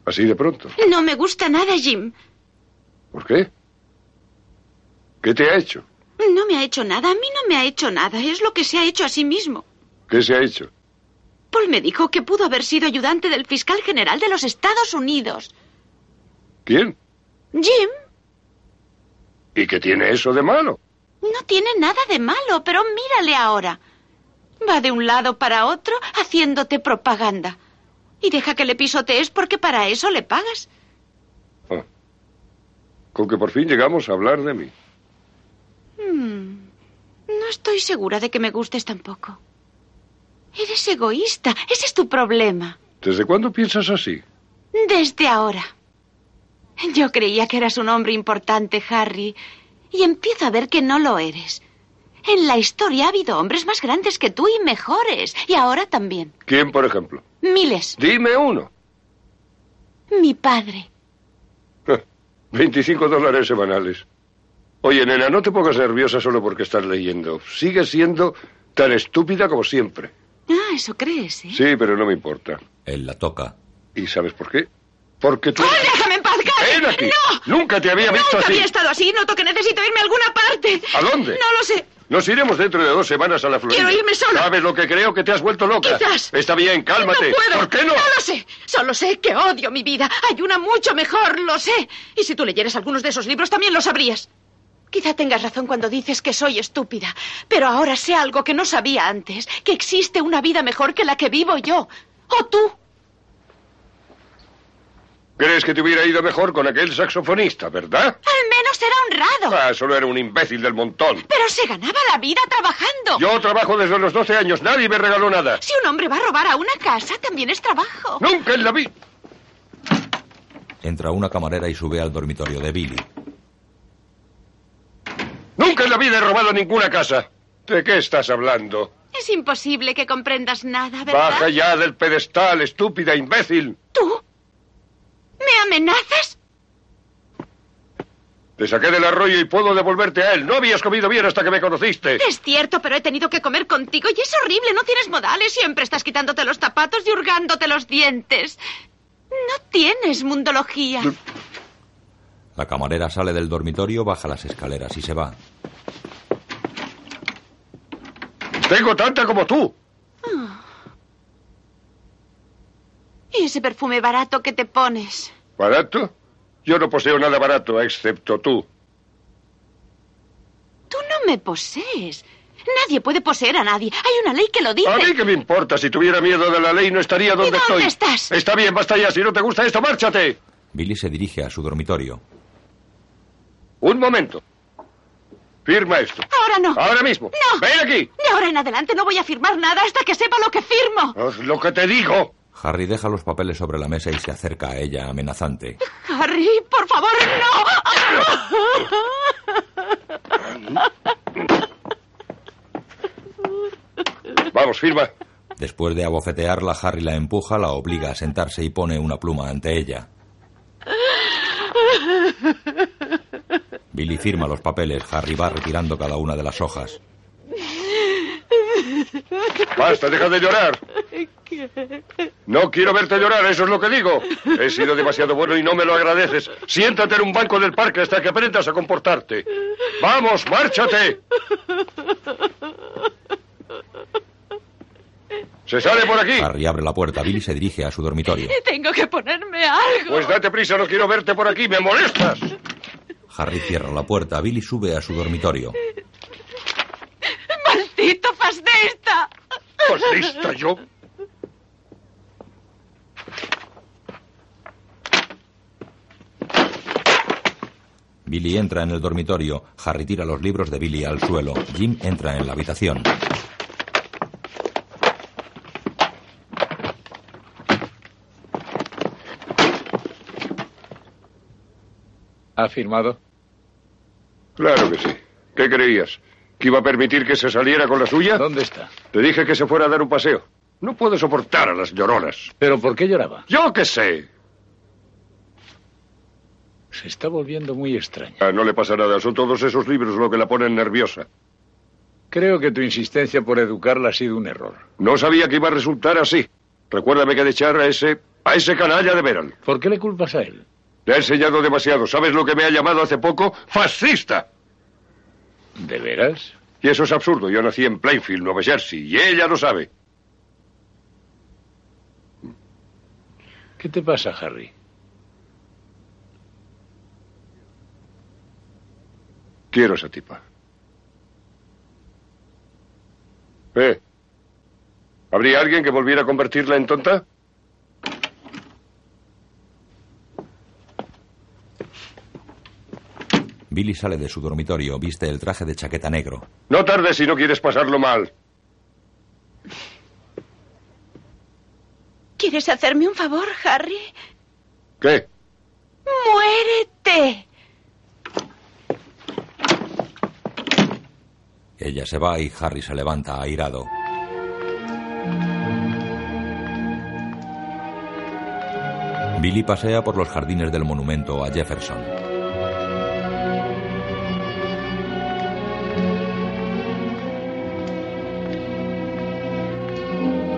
[SPEAKER 3] Así de pronto.
[SPEAKER 10] No me gusta nada, Jim.
[SPEAKER 3] ¿Por qué? ¿Qué te ha hecho?
[SPEAKER 10] No me ha hecho nada, a mí no me ha hecho nada. Es lo que se ha hecho a sí mismo.
[SPEAKER 3] ¿Qué se ha hecho?
[SPEAKER 10] Paul me dijo que pudo haber sido ayudante del fiscal general de los Estados Unidos.
[SPEAKER 3] ¿Quién?
[SPEAKER 10] Jim,
[SPEAKER 3] ¿Y qué tiene eso de malo?
[SPEAKER 10] no tiene nada de malo, pero mírale ahora. Va de un lado para otro haciéndote propaganda. Y deja que le pisotees porque para eso le pagas.
[SPEAKER 3] Ah. Con que por fin llegamos a hablar de mí.
[SPEAKER 10] Hmm, No estoy segura de que me gustes tampoco. Eres egoísta, ese es tu problema.
[SPEAKER 3] ¿Desde cuándo piensas así?
[SPEAKER 10] Desde ahora. Yo creía que eras un hombre importante, Harry, y empiezo a ver que no lo eres. En la historia ha habido hombres más grandes que tú y mejores, y ahora también.
[SPEAKER 3] ¿Quién, por ejemplo?
[SPEAKER 10] Miles.
[SPEAKER 3] Dime uno.
[SPEAKER 10] Mi padre.
[SPEAKER 3] 25 dólares semanales. Oye, nena, no te pongas nerviosa solo porque estás leyendo. Sigues siendo tan estúpida como siempre.
[SPEAKER 10] Ah, eso crees, ¿eh?
[SPEAKER 3] Sí, pero no me importa.
[SPEAKER 1] Él la toca.
[SPEAKER 3] ¿Y sabes por qué? Porque tú...
[SPEAKER 10] ¡Déjame en paz, Gary!
[SPEAKER 3] ¡Ven aquí!
[SPEAKER 10] ¡No!
[SPEAKER 3] Nunca te había
[SPEAKER 10] Nunca
[SPEAKER 3] visto así.
[SPEAKER 10] había estado así. Noto que necesito irme a alguna parte.
[SPEAKER 3] ¿A dónde?
[SPEAKER 10] No lo sé.
[SPEAKER 3] Nos iremos dentro de dos semanas a la Florida.
[SPEAKER 10] Quiero irme sola.
[SPEAKER 3] ¿Sabes lo que creo? Que te has vuelto loca.
[SPEAKER 10] Quizás.
[SPEAKER 3] Está bien, cálmate.
[SPEAKER 10] No puedo.
[SPEAKER 3] ¿Por qué no?
[SPEAKER 10] lo sé. Solo sé que odio mi vida. Hay una mucho mejor, lo sé. Y si tú leyeras algunos de esos libros, también lo sabrías. Quizá tengas razón cuando dices que soy estúpida, pero ahora sé algo que no sabía antes, que existe una vida mejor que la que vivo yo. ¿O tú?
[SPEAKER 3] ¿Crees que te hubiera ido mejor con aquel saxofonista, verdad?
[SPEAKER 10] Al menos era honrado.
[SPEAKER 3] Ah, solo era un imbécil del montón.
[SPEAKER 10] Pero se ganaba la vida trabajando.
[SPEAKER 3] Yo trabajo desde los 12 años, nadie me regaló nada.
[SPEAKER 10] Si un hombre va a robar a una casa, también es trabajo.
[SPEAKER 3] Nunca en la vida.
[SPEAKER 1] Entra una camarera y sube al dormitorio de Billy.
[SPEAKER 3] Nunca en la vida he robado ninguna casa. ¿De qué estás hablando?
[SPEAKER 10] Es imposible que comprendas nada, ¿verdad?
[SPEAKER 3] Baja ya del pedestal, estúpida imbécil.
[SPEAKER 10] ¿Tú? ¿Me amenazas?
[SPEAKER 3] Te saqué del arroyo y puedo devolverte a él. No habías comido bien hasta que me conociste.
[SPEAKER 10] Es cierto, pero he tenido que comer contigo y es horrible. No tienes modales. Siempre estás quitándote los zapatos y hurgándote los dientes. No tienes mundología.
[SPEAKER 1] La camarera sale del dormitorio, baja las escaleras y se va.
[SPEAKER 3] Tengo tanta como tú.
[SPEAKER 10] Ah. ¿Y ese perfume barato que te pones?
[SPEAKER 3] ¿Barato? Yo no poseo nada barato, excepto tú.
[SPEAKER 10] Tú no me posees. Nadie puede poseer a nadie. Hay una ley que lo dice.
[SPEAKER 3] A mí que me importa. Si tuviera miedo de la ley, no estaría donde
[SPEAKER 10] ¿Y dónde
[SPEAKER 3] estoy.
[SPEAKER 10] estás?
[SPEAKER 3] Está bien, basta ya. Si no te gusta esto, márchate.
[SPEAKER 1] Billy se dirige a su dormitorio.
[SPEAKER 3] Un momento. Firma esto.
[SPEAKER 10] Ahora no.
[SPEAKER 3] Ahora mismo.
[SPEAKER 10] No.
[SPEAKER 3] Ven aquí.
[SPEAKER 10] De ahora en adelante no voy a firmar nada hasta que sepa lo que firmo.
[SPEAKER 3] Haz Pues lo que te digo.
[SPEAKER 1] Harry deja los papeles sobre la mesa y se acerca a ella amenazante.
[SPEAKER 10] Harry, por favor,
[SPEAKER 3] Vamos, firma.
[SPEAKER 1] Después de abofetearla, Harry la empuja, la obliga a sentarse y pone una pluma ante ella.
[SPEAKER 10] [LAUGHS]
[SPEAKER 1] Billy firma los papeles, Harry va retirando cada una de las hojas.
[SPEAKER 3] Basta, deja de llorar. No quiero verte llorar, eso es lo que digo. He sido demasiado bueno y no me lo agradeces. Siéntate en un banco del parque hasta que aprendas a comportarte. Vamos, márchate. Se sale por aquí.
[SPEAKER 1] Harry abre la puerta, Billy se dirige a su dormitorio.
[SPEAKER 10] Tengo que ponerme algo.
[SPEAKER 3] Pues date prisa, no quiero verte por aquí, me molestas.
[SPEAKER 1] Harry cierra la puerta, Billy sube a su dormitorio.
[SPEAKER 10] ¡Maldito fascista!
[SPEAKER 3] ¿Fascista yo?
[SPEAKER 1] Billy entra en el dormitorio, Harry tira los libros de Billy al suelo, Jim entra en la habitación.
[SPEAKER 8] ¿Ha firmado?
[SPEAKER 3] Claro que sí. ¿Qué creías? ¿Que iba a permitir que se saliera con la suya?
[SPEAKER 8] ¿Dónde está?
[SPEAKER 3] Te dije que se fuera a dar un paseo. No puedo soportar a las lloronas.
[SPEAKER 8] ¿Pero por qué lloraba?
[SPEAKER 3] Yo qué sé.
[SPEAKER 8] Se está volviendo muy extraño.
[SPEAKER 3] Ah, no le pasa nada. Son todos esos libros lo que la ponen nerviosa.
[SPEAKER 8] Creo que tu insistencia por educarla ha sido un error.
[SPEAKER 3] No sabía que iba a resultar así. Recuérdame que de echar a ese... a ese canalla de Veran.
[SPEAKER 8] ¿Por qué le culpas a él?
[SPEAKER 3] Le ha enseñado demasiado. ¿Sabes lo que me ha llamado hace poco? ¡Fascista!
[SPEAKER 8] ¿De veras?
[SPEAKER 3] Y eso es absurdo. Yo nací en Plainfield, Nueva Jersey, y ella lo sabe.
[SPEAKER 8] ¿Qué te pasa, Harry?
[SPEAKER 3] Quiero esa tipa. ¿Eh? ¿Habría alguien que volviera a convertirla en tonta?
[SPEAKER 1] Billy sale de su dormitorio, viste el traje de chaqueta negro.
[SPEAKER 3] No tardes si no quieres pasarlo mal.
[SPEAKER 10] ¿Quieres hacerme un favor, Harry?
[SPEAKER 3] ¿Qué?
[SPEAKER 10] ¡Muérete!
[SPEAKER 1] Ella se va y Harry se levanta airado. Billy pasea por los jardines del monumento a Jefferson.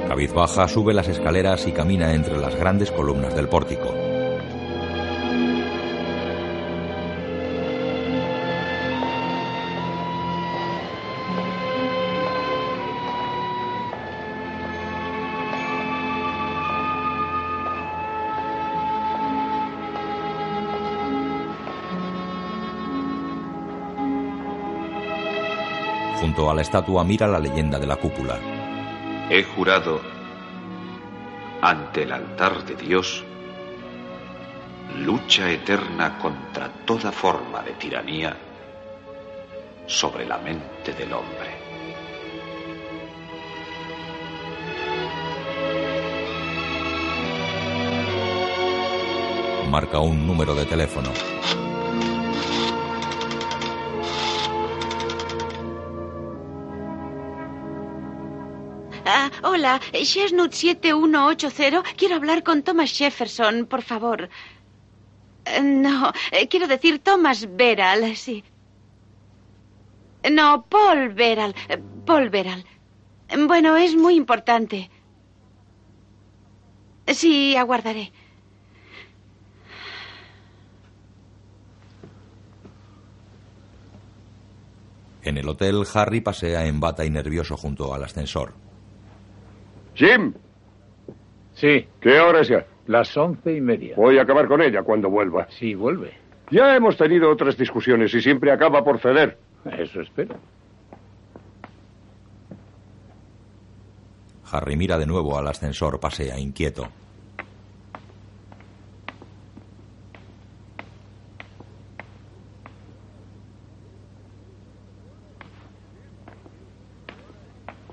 [SPEAKER 1] Cabizbaja sube las escaleras y camina entre las grandes columnas del pórtico. Junto a la estatua mira la leyenda de la cúpula.
[SPEAKER 6] He jurado ante el altar de Dios lucha eterna contra toda forma de tiranía sobre la mente del hombre.
[SPEAKER 1] Marca un número de teléfono.
[SPEAKER 10] Ah, hola, Chestnut 7180. Quiero hablar con Thomas Jefferson, por favor. Eh, No, eh, quiero decir Thomas Veral, sí. No, Paul Veral. eh, Paul Veral. Bueno, es muy importante. Sí, aguardaré.
[SPEAKER 1] En el hotel, Harry pasea en bata y nervioso junto al ascensor.
[SPEAKER 3] Jim.
[SPEAKER 8] Sí.
[SPEAKER 3] ¿Qué hora es ya?
[SPEAKER 8] Las once y media.
[SPEAKER 3] Voy a acabar con ella cuando vuelva.
[SPEAKER 8] Sí, vuelve.
[SPEAKER 3] Ya hemos tenido otras discusiones y siempre acaba por ceder.
[SPEAKER 8] Eso espero.
[SPEAKER 1] Harry mira de nuevo al ascensor, pasea inquieto.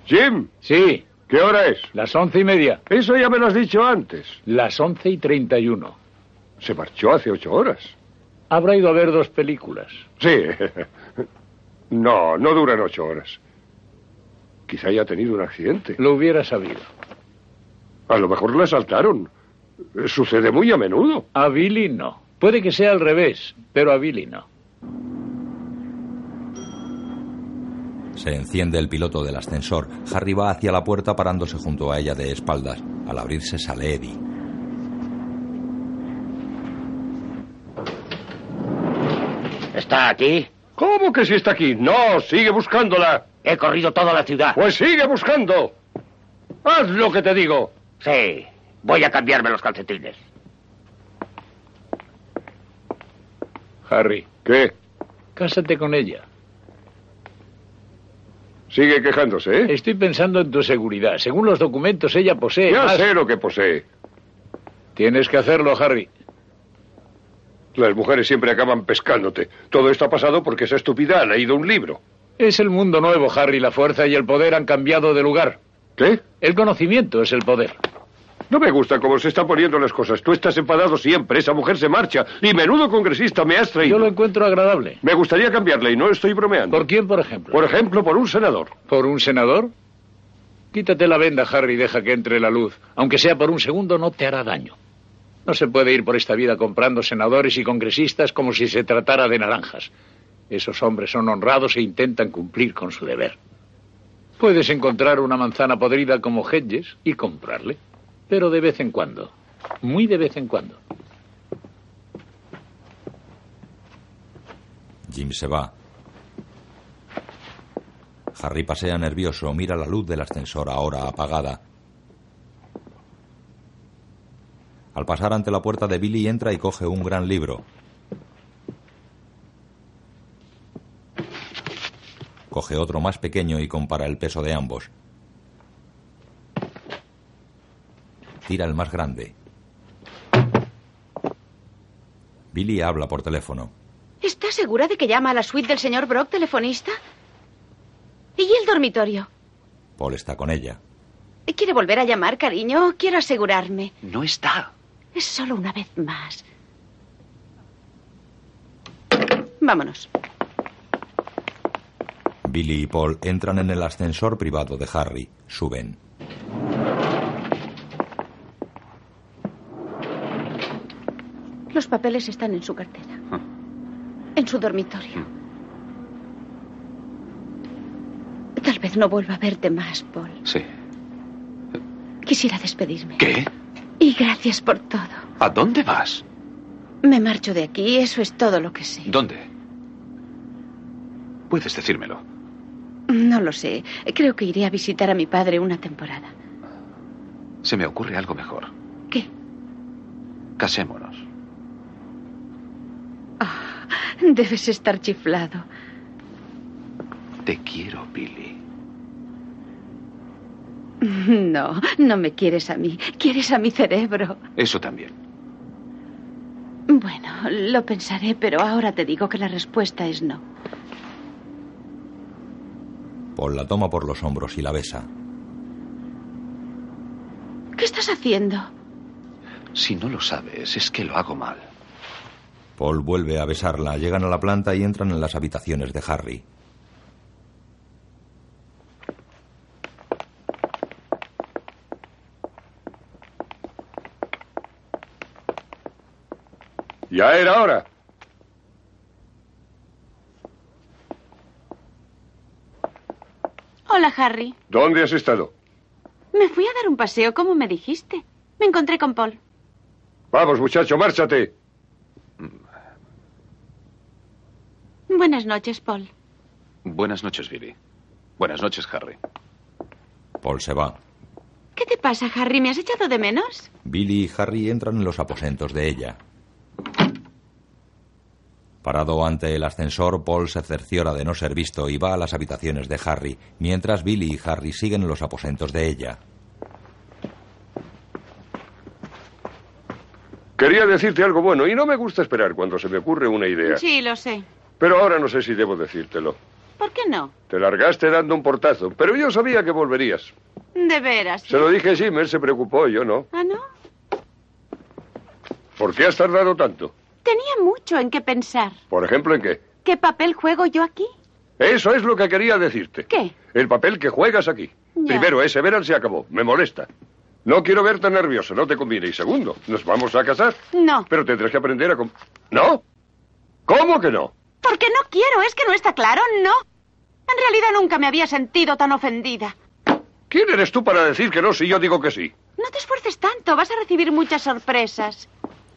[SPEAKER 3] Jim.
[SPEAKER 8] Sí.
[SPEAKER 3] ¿Qué hora es?
[SPEAKER 8] Las once y media.
[SPEAKER 3] Eso ya me lo has dicho antes.
[SPEAKER 8] Las once y treinta y uno.
[SPEAKER 3] Se marchó hace ocho horas.
[SPEAKER 8] Habrá ido a ver dos películas.
[SPEAKER 3] Sí. [LAUGHS] No, no duran ocho horas. Quizá haya tenido un accidente.
[SPEAKER 8] Lo hubiera sabido.
[SPEAKER 3] A lo mejor le asaltaron. Eh, Sucede muy a menudo.
[SPEAKER 8] A Billy no. Puede que sea al revés, pero a Billy no.
[SPEAKER 1] Se enciende el piloto del ascensor. Harry va hacia la puerta parándose junto a ella de espaldas. Al abrirse sale Eddie.
[SPEAKER 9] ¿Está aquí?
[SPEAKER 3] ¿Cómo que si está aquí? No, sigue buscándola.
[SPEAKER 9] He corrido toda la ciudad.
[SPEAKER 3] Pues sigue buscando. Haz lo que te digo.
[SPEAKER 9] Sí, voy a cambiarme los calcetines.
[SPEAKER 8] Harry.
[SPEAKER 3] ¿Qué?
[SPEAKER 8] Cásate con ella.
[SPEAKER 3] Sigue quejándose, ¿eh?
[SPEAKER 8] Estoy pensando en tu seguridad. Según los documentos, ella posee.
[SPEAKER 3] ya
[SPEAKER 8] más-
[SPEAKER 3] sé lo que posee.
[SPEAKER 8] Tienes que hacerlo, Harry.
[SPEAKER 3] Las mujeres siempre acaban pescándote. Todo esto ha pasado porque esa estúpida ha leído un libro.
[SPEAKER 8] Es el mundo nuevo, Harry. La fuerza y el poder han cambiado de lugar.
[SPEAKER 3] ¿Qué?
[SPEAKER 8] El conocimiento es el poder.
[SPEAKER 3] No me gusta cómo se están poniendo las cosas. Tú estás enfadado siempre. Esa mujer se marcha. Y menudo congresista me has traído.
[SPEAKER 8] Yo lo encuentro agradable.
[SPEAKER 3] Me gustaría cambiarla y no estoy bromeando.
[SPEAKER 8] ¿Por quién, por ejemplo?
[SPEAKER 3] Por ejemplo, por un senador.
[SPEAKER 8] ¿Por un senador? Quítate la venda, Harry, y deja que entre la luz. Aunque sea por un segundo, no te hará daño. No se puede ir por esta vida comprando senadores y congresistas como si se tratara de naranjas. Esos hombres son honrados e intentan cumplir con su deber. Puedes encontrar una manzana podrida como Hedges y comprarle, pero de vez en cuando, muy de vez en cuando.
[SPEAKER 1] Jim se va. Harry pasea nervioso, mira la luz del ascensor ahora apagada. Al pasar ante la puerta de Billy entra y coge un gran libro. Coge otro más pequeño y compara el peso de ambos. Tira el más grande. Billy habla por teléfono.
[SPEAKER 13] ¿Está segura de que llama a la suite del señor Brock, telefonista? ¿Y el dormitorio?
[SPEAKER 1] Paul está con ella.
[SPEAKER 13] ¿Quiere volver a llamar, cariño? Quiero asegurarme.
[SPEAKER 6] No está.
[SPEAKER 13] Es solo una vez más. Vámonos.
[SPEAKER 1] Billy y Paul entran en el ascensor privado de Harry. Suben.
[SPEAKER 13] Los papeles están en su cartera.
[SPEAKER 6] Ah.
[SPEAKER 13] En su dormitorio. Tal vez no vuelva a verte más, Paul.
[SPEAKER 6] Sí.
[SPEAKER 13] Quisiera despedirme.
[SPEAKER 6] ¿Qué?
[SPEAKER 13] Y gracias por todo.
[SPEAKER 6] ¿A dónde vas?
[SPEAKER 13] Me marcho de aquí, eso es todo lo que sé.
[SPEAKER 6] ¿Dónde? Puedes decírmelo.
[SPEAKER 13] No lo sé. Creo que iré a visitar a mi padre una temporada.
[SPEAKER 6] Se me ocurre algo mejor.
[SPEAKER 13] ¿Qué?
[SPEAKER 6] Casémonos.
[SPEAKER 18] Ah,
[SPEAKER 13] Debes estar chiflado.
[SPEAKER 6] Te quiero, Billy.
[SPEAKER 18] No, no me quieres a mí. Quieres a mi cerebro.
[SPEAKER 6] Eso también.
[SPEAKER 18] Bueno, lo pensaré, pero ahora te digo que la respuesta es no.
[SPEAKER 1] Paul la toma por los hombros y la besa.
[SPEAKER 18] ¿Qué estás haciendo?
[SPEAKER 6] Si no lo sabes, es que lo hago mal.
[SPEAKER 1] Paul vuelve a besarla, llegan a la planta y entran en las habitaciones de Harry.
[SPEAKER 3] Ya era hora.
[SPEAKER 10] Hola, Harry.
[SPEAKER 3] ¿Dónde has estado?
[SPEAKER 10] Me fui a dar un paseo, como me dijiste. Me encontré con Paul.
[SPEAKER 3] Vamos, muchacho, márchate.
[SPEAKER 10] Buenas noches, Paul.
[SPEAKER 6] Buenas noches, Billy. Buenas noches, Harry.
[SPEAKER 1] Paul se va.
[SPEAKER 10] ¿Qué te pasa, Harry? ¿Me has echado de menos?
[SPEAKER 1] Billy y Harry entran en los aposentos de ella. Parado ante el ascensor, Paul se cerciora de no ser visto y va a las habitaciones de Harry, mientras Billy y Harry siguen en los aposentos de ella.
[SPEAKER 3] Quería decirte algo bueno y no me gusta esperar cuando se me ocurre una idea.
[SPEAKER 10] Sí, lo sé.
[SPEAKER 3] Pero ahora no sé si debo decírtelo.
[SPEAKER 10] ¿Por qué no?
[SPEAKER 3] Te largaste dando un portazo, pero yo sabía que volverías.
[SPEAKER 10] De veras.
[SPEAKER 3] Se lo dije a Jim, él se preocupó, yo no.
[SPEAKER 10] ¿Ah, no?
[SPEAKER 3] ¿Por qué has tardado tanto?
[SPEAKER 10] Tenía mucho en qué pensar.
[SPEAKER 3] Por ejemplo, ¿en qué?
[SPEAKER 10] ¿Qué papel juego yo aquí?
[SPEAKER 3] Eso es lo que quería decirte.
[SPEAKER 10] ¿Qué?
[SPEAKER 3] El papel que juegas aquí.
[SPEAKER 10] Ya.
[SPEAKER 3] Primero, ese verano se acabó. Me molesta. No quiero verte nervioso, no te conviene. Y segundo, nos vamos a casar.
[SPEAKER 10] No.
[SPEAKER 3] Pero tendrás que aprender a... com- ¿No? ¿Cómo que no?
[SPEAKER 10] Porque no quiero, es que no está claro, no. En realidad nunca me había sentido tan ofendida.
[SPEAKER 3] ¿Quién eres tú para decir que no si yo digo que sí?
[SPEAKER 10] No te esfuerces tanto, vas a recibir muchas sorpresas.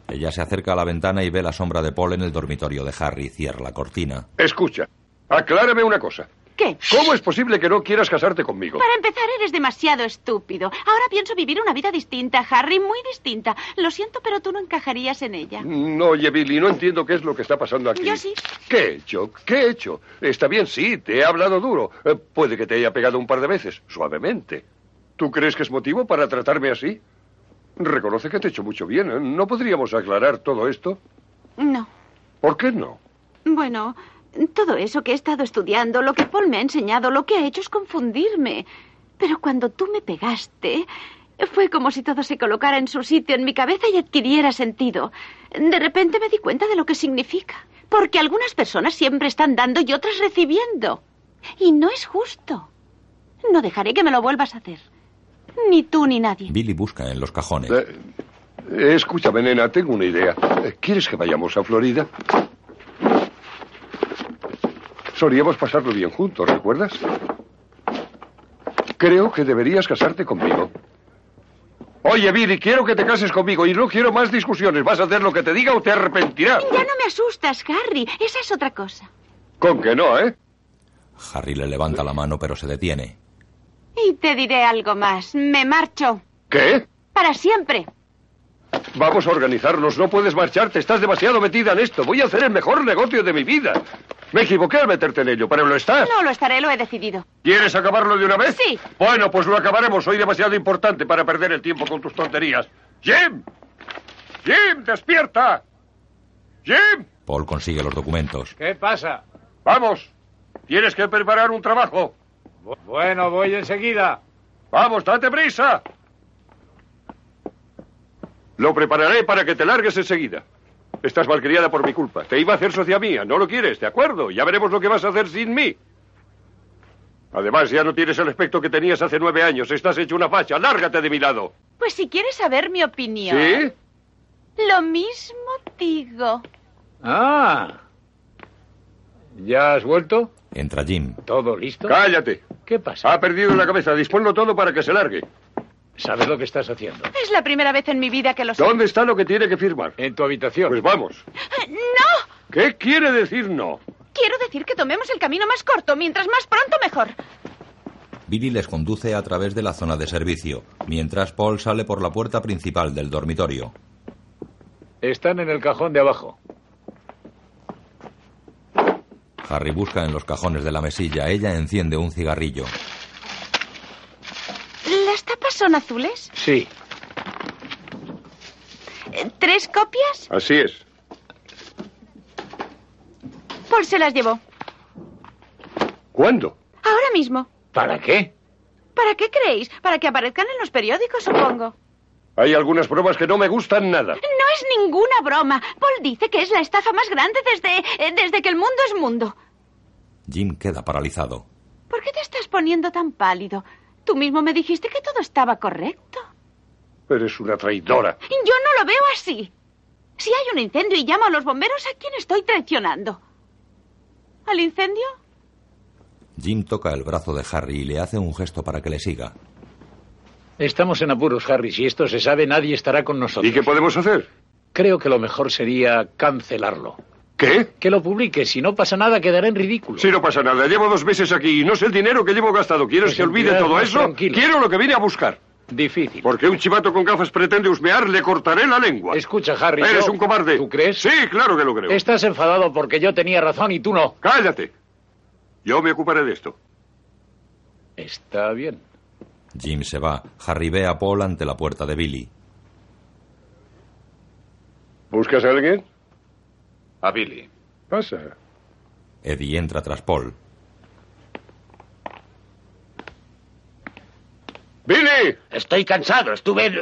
[SPEAKER 1] Ella se acerca a la ventana y ve la sombra de Paul en el dormitorio de Harry. Cierra la cortina.
[SPEAKER 3] Escucha, aclárame una cosa.
[SPEAKER 10] ¿Qué?
[SPEAKER 3] ¿Cómo es posible que no quieras casarte conmigo?
[SPEAKER 10] Para empezar, eres demasiado estúpido. Ahora pienso vivir una vida distinta, Harry, muy distinta. Lo siento, pero tú no encajarías en ella.
[SPEAKER 3] No, oye, Billy, no entiendo qué es lo que está pasando aquí.
[SPEAKER 10] Yo sí.
[SPEAKER 3] ¿Qué he hecho? ¿Qué he hecho? Está bien, sí, te he hablado duro. Eh, puede que te haya pegado un par de veces, suavemente. ¿Tú crees que es motivo para tratarme así? Reconoce que te he hecho mucho bien. ¿eh? ¿No podríamos aclarar todo esto?
[SPEAKER 10] No.
[SPEAKER 3] ¿Por qué no?
[SPEAKER 10] Bueno, todo eso que he estado estudiando, lo que Paul me ha enseñado, lo que ha hecho es confundirme. Pero cuando tú me pegaste, fue como si todo se colocara en su sitio en mi cabeza y adquiriera sentido. De repente me di cuenta de lo que significa. Porque algunas personas siempre están dando y otras recibiendo. Y no es justo. No dejaré que me lo vuelvas a hacer. Ni tú ni nadie.
[SPEAKER 1] Billy busca en los cajones.
[SPEAKER 3] Eh, escúchame, nena, tengo una idea. Eh, ¿Quieres que vayamos a Florida? Solíamos pasarlo bien juntos, ¿recuerdas? Creo que deberías casarte conmigo. Oye, Billy, quiero que te cases conmigo y no quiero más discusiones. ¿Vas a hacer lo que te diga o te arrepentirás?
[SPEAKER 10] Ya no me asustas, Harry. Esa es otra cosa.
[SPEAKER 3] Con que no, ¿eh?
[SPEAKER 1] Harry le levanta la mano pero se detiene.
[SPEAKER 10] Y te diré algo más. Me marcho.
[SPEAKER 3] ¿Qué?
[SPEAKER 10] Para siempre.
[SPEAKER 3] Vamos a organizarnos. No puedes marcharte. Estás demasiado metida en esto. Voy a hacer el mejor negocio de mi vida. Me equivoqué al meterte en ello, pero lo estás.
[SPEAKER 10] No lo estaré, lo he decidido.
[SPEAKER 3] ¿Quieres acabarlo de una vez?
[SPEAKER 10] Sí.
[SPEAKER 3] Bueno, pues lo acabaremos. Soy demasiado importante para perder el tiempo con tus tonterías. ¡Jim! ¡Jim, despierta! ¡Jim!
[SPEAKER 1] Paul consigue los documentos.
[SPEAKER 8] ¿Qué pasa?
[SPEAKER 3] ¡Vamos! Tienes que preparar un trabajo.
[SPEAKER 8] Bueno, voy enseguida.
[SPEAKER 3] ¡Vamos, date prisa! Lo prepararé para que te largues enseguida. Estás malcriada por mi culpa. Te iba a hacer socia mía. No lo quieres, ¿de acuerdo? Ya veremos lo que vas a hacer sin mí. Además, ya no tienes el aspecto que tenías hace nueve años. Estás hecho una facha. Lárgate de mi lado.
[SPEAKER 10] Pues si quieres saber mi opinión.
[SPEAKER 3] ¿Sí?
[SPEAKER 10] Lo mismo digo.
[SPEAKER 8] Ah. ¿Ya has vuelto?
[SPEAKER 1] Entra Jim.
[SPEAKER 8] ¿Todo listo?
[SPEAKER 3] Cállate. Ah,
[SPEAKER 8] ¿Qué pasa?
[SPEAKER 3] Ha perdido la cabeza. Disponlo todo para que se largue.
[SPEAKER 8] ¿Sabes lo que estás haciendo?
[SPEAKER 10] Es la primera vez en mi vida que lo sé.
[SPEAKER 3] ¿Dónde está lo que tiene que firmar?
[SPEAKER 8] En tu habitación.
[SPEAKER 3] Pues vamos.
[SPEAKER 17] Eh,
[SPEAKER 10] ¡No!
[SPEAKER 3] ¿Qué quiere decir no?
[SPEAKER 10] Quiero decir que tomemos el camino más corto. Mientras más pronto, mejor.
[SPEAKER 1] Billy les conduce a través de la zona de servicio, mientras Paul sale por la puerta principal del dormitorio.
[SPEAKER 8] Están en el cajón de abajo.
[SPEAKER 1] Harry busca en los cajones de la mesilla. Ella enciende un cigarrillo.
[SPEAKER 17] ¿Las tapas son azules?
[SPEAKER 8] Sí.
[SPEAKER 17] Eh, ¿Tres copias?
[SPEAKER 3] Así es.
[SPEAKER 17] Paul se las llevó.
[SPEAKER 3] ¿Cuándo?
[SPEAKER 17] Ahora mismo.
[SPEAKER 8] ¿Para qué?
[SPEAKER 17] ¿Para qué creéis? Para que aparezcan en los periódicos, supongo.
[SPEAKER 3] Hay algunas bromas que no me gustan nada.
[SPEAKER 17] No es ninguna broma. Paul dice que es la estafa más grande desde, eh, desde que el mundo es mundo.
[SPEAKER 1] Jim queda paralizado.
[SPEAKER 17] ¿Por qué te estás poniendo tan pálido? Tú mismo me dijiste que todo estaba correcto.
[SPEAKER 3] Eres una traidora.
[SPEAKER 17] Yo no lo veo así. Si hay un incendio y llamo a los bomberos, ¿a quién estoy traicionando? ¿Al incendio?
[SPEAKER 1] Jim toca el brazo de Harry y le hace un gesto para que le siga.
[SPEAKER 8] Estamos en apuros, Harry. Si esto se sabe, nadie estará con nosotros.
[SPEAKER 3] ¿Y qué podemos hacer?
[SPEAKER 8] Creo que lo mejor sería cancelarlo.
[SPEAKER 3] ¿Qué?
[SPEAKER 8] Que lo publique. Si no pasa nada, quedará en ridículo.
[SPEAKER 3] Si no pasa nada, llevo dos meses aquí y no sé el dinero que llevo gastado. ¿Quieres
[SPEAKER 8] Pues
[SPEAKER 3] que olvide
[SPEAKER 8] emplead
[SPEAKER 3] todo
[SPEAKER 8] más
[SPEAKER 3] eso?
[SPEAKER 8] tranquilo.
[SPEAKER 3] Quiero lo que vine a buscar.
[SPEAKER 8] Difícil.
[SPEAKER 3] Porque un chivato con gafas pretende husmear, le cortaré la lengua.
[SPEAKER 8] Escucha, Harry.
[SPEAKER 3] Eres
[SPEAKER 8] yo-
[SPEAKER 3] un cobarde. ¿Tú crees? Sí, claro que lo creo.
[SPEAKER 8] Estás enfadado porque yo tenía razón y tú no.
[SPEAKER 3] Cállate. Yo me ocuparé de esto.
[SPEAKER 8] Está bien.
[SPEAKER 1] Jim se va. Harry ve a Paul ante la puerta de Billy.
[SPEAKER 3] ¿Buscas a alguien?
[SPEAKER 6] A Billy.
[SPEAKER 3] Pasa.
[SPEAKER 1] Eddie entra tras Paul.
[SPEAKER 3] ¡Billy!
[SPEAKER 9] Estoy cansado. Estuve. en-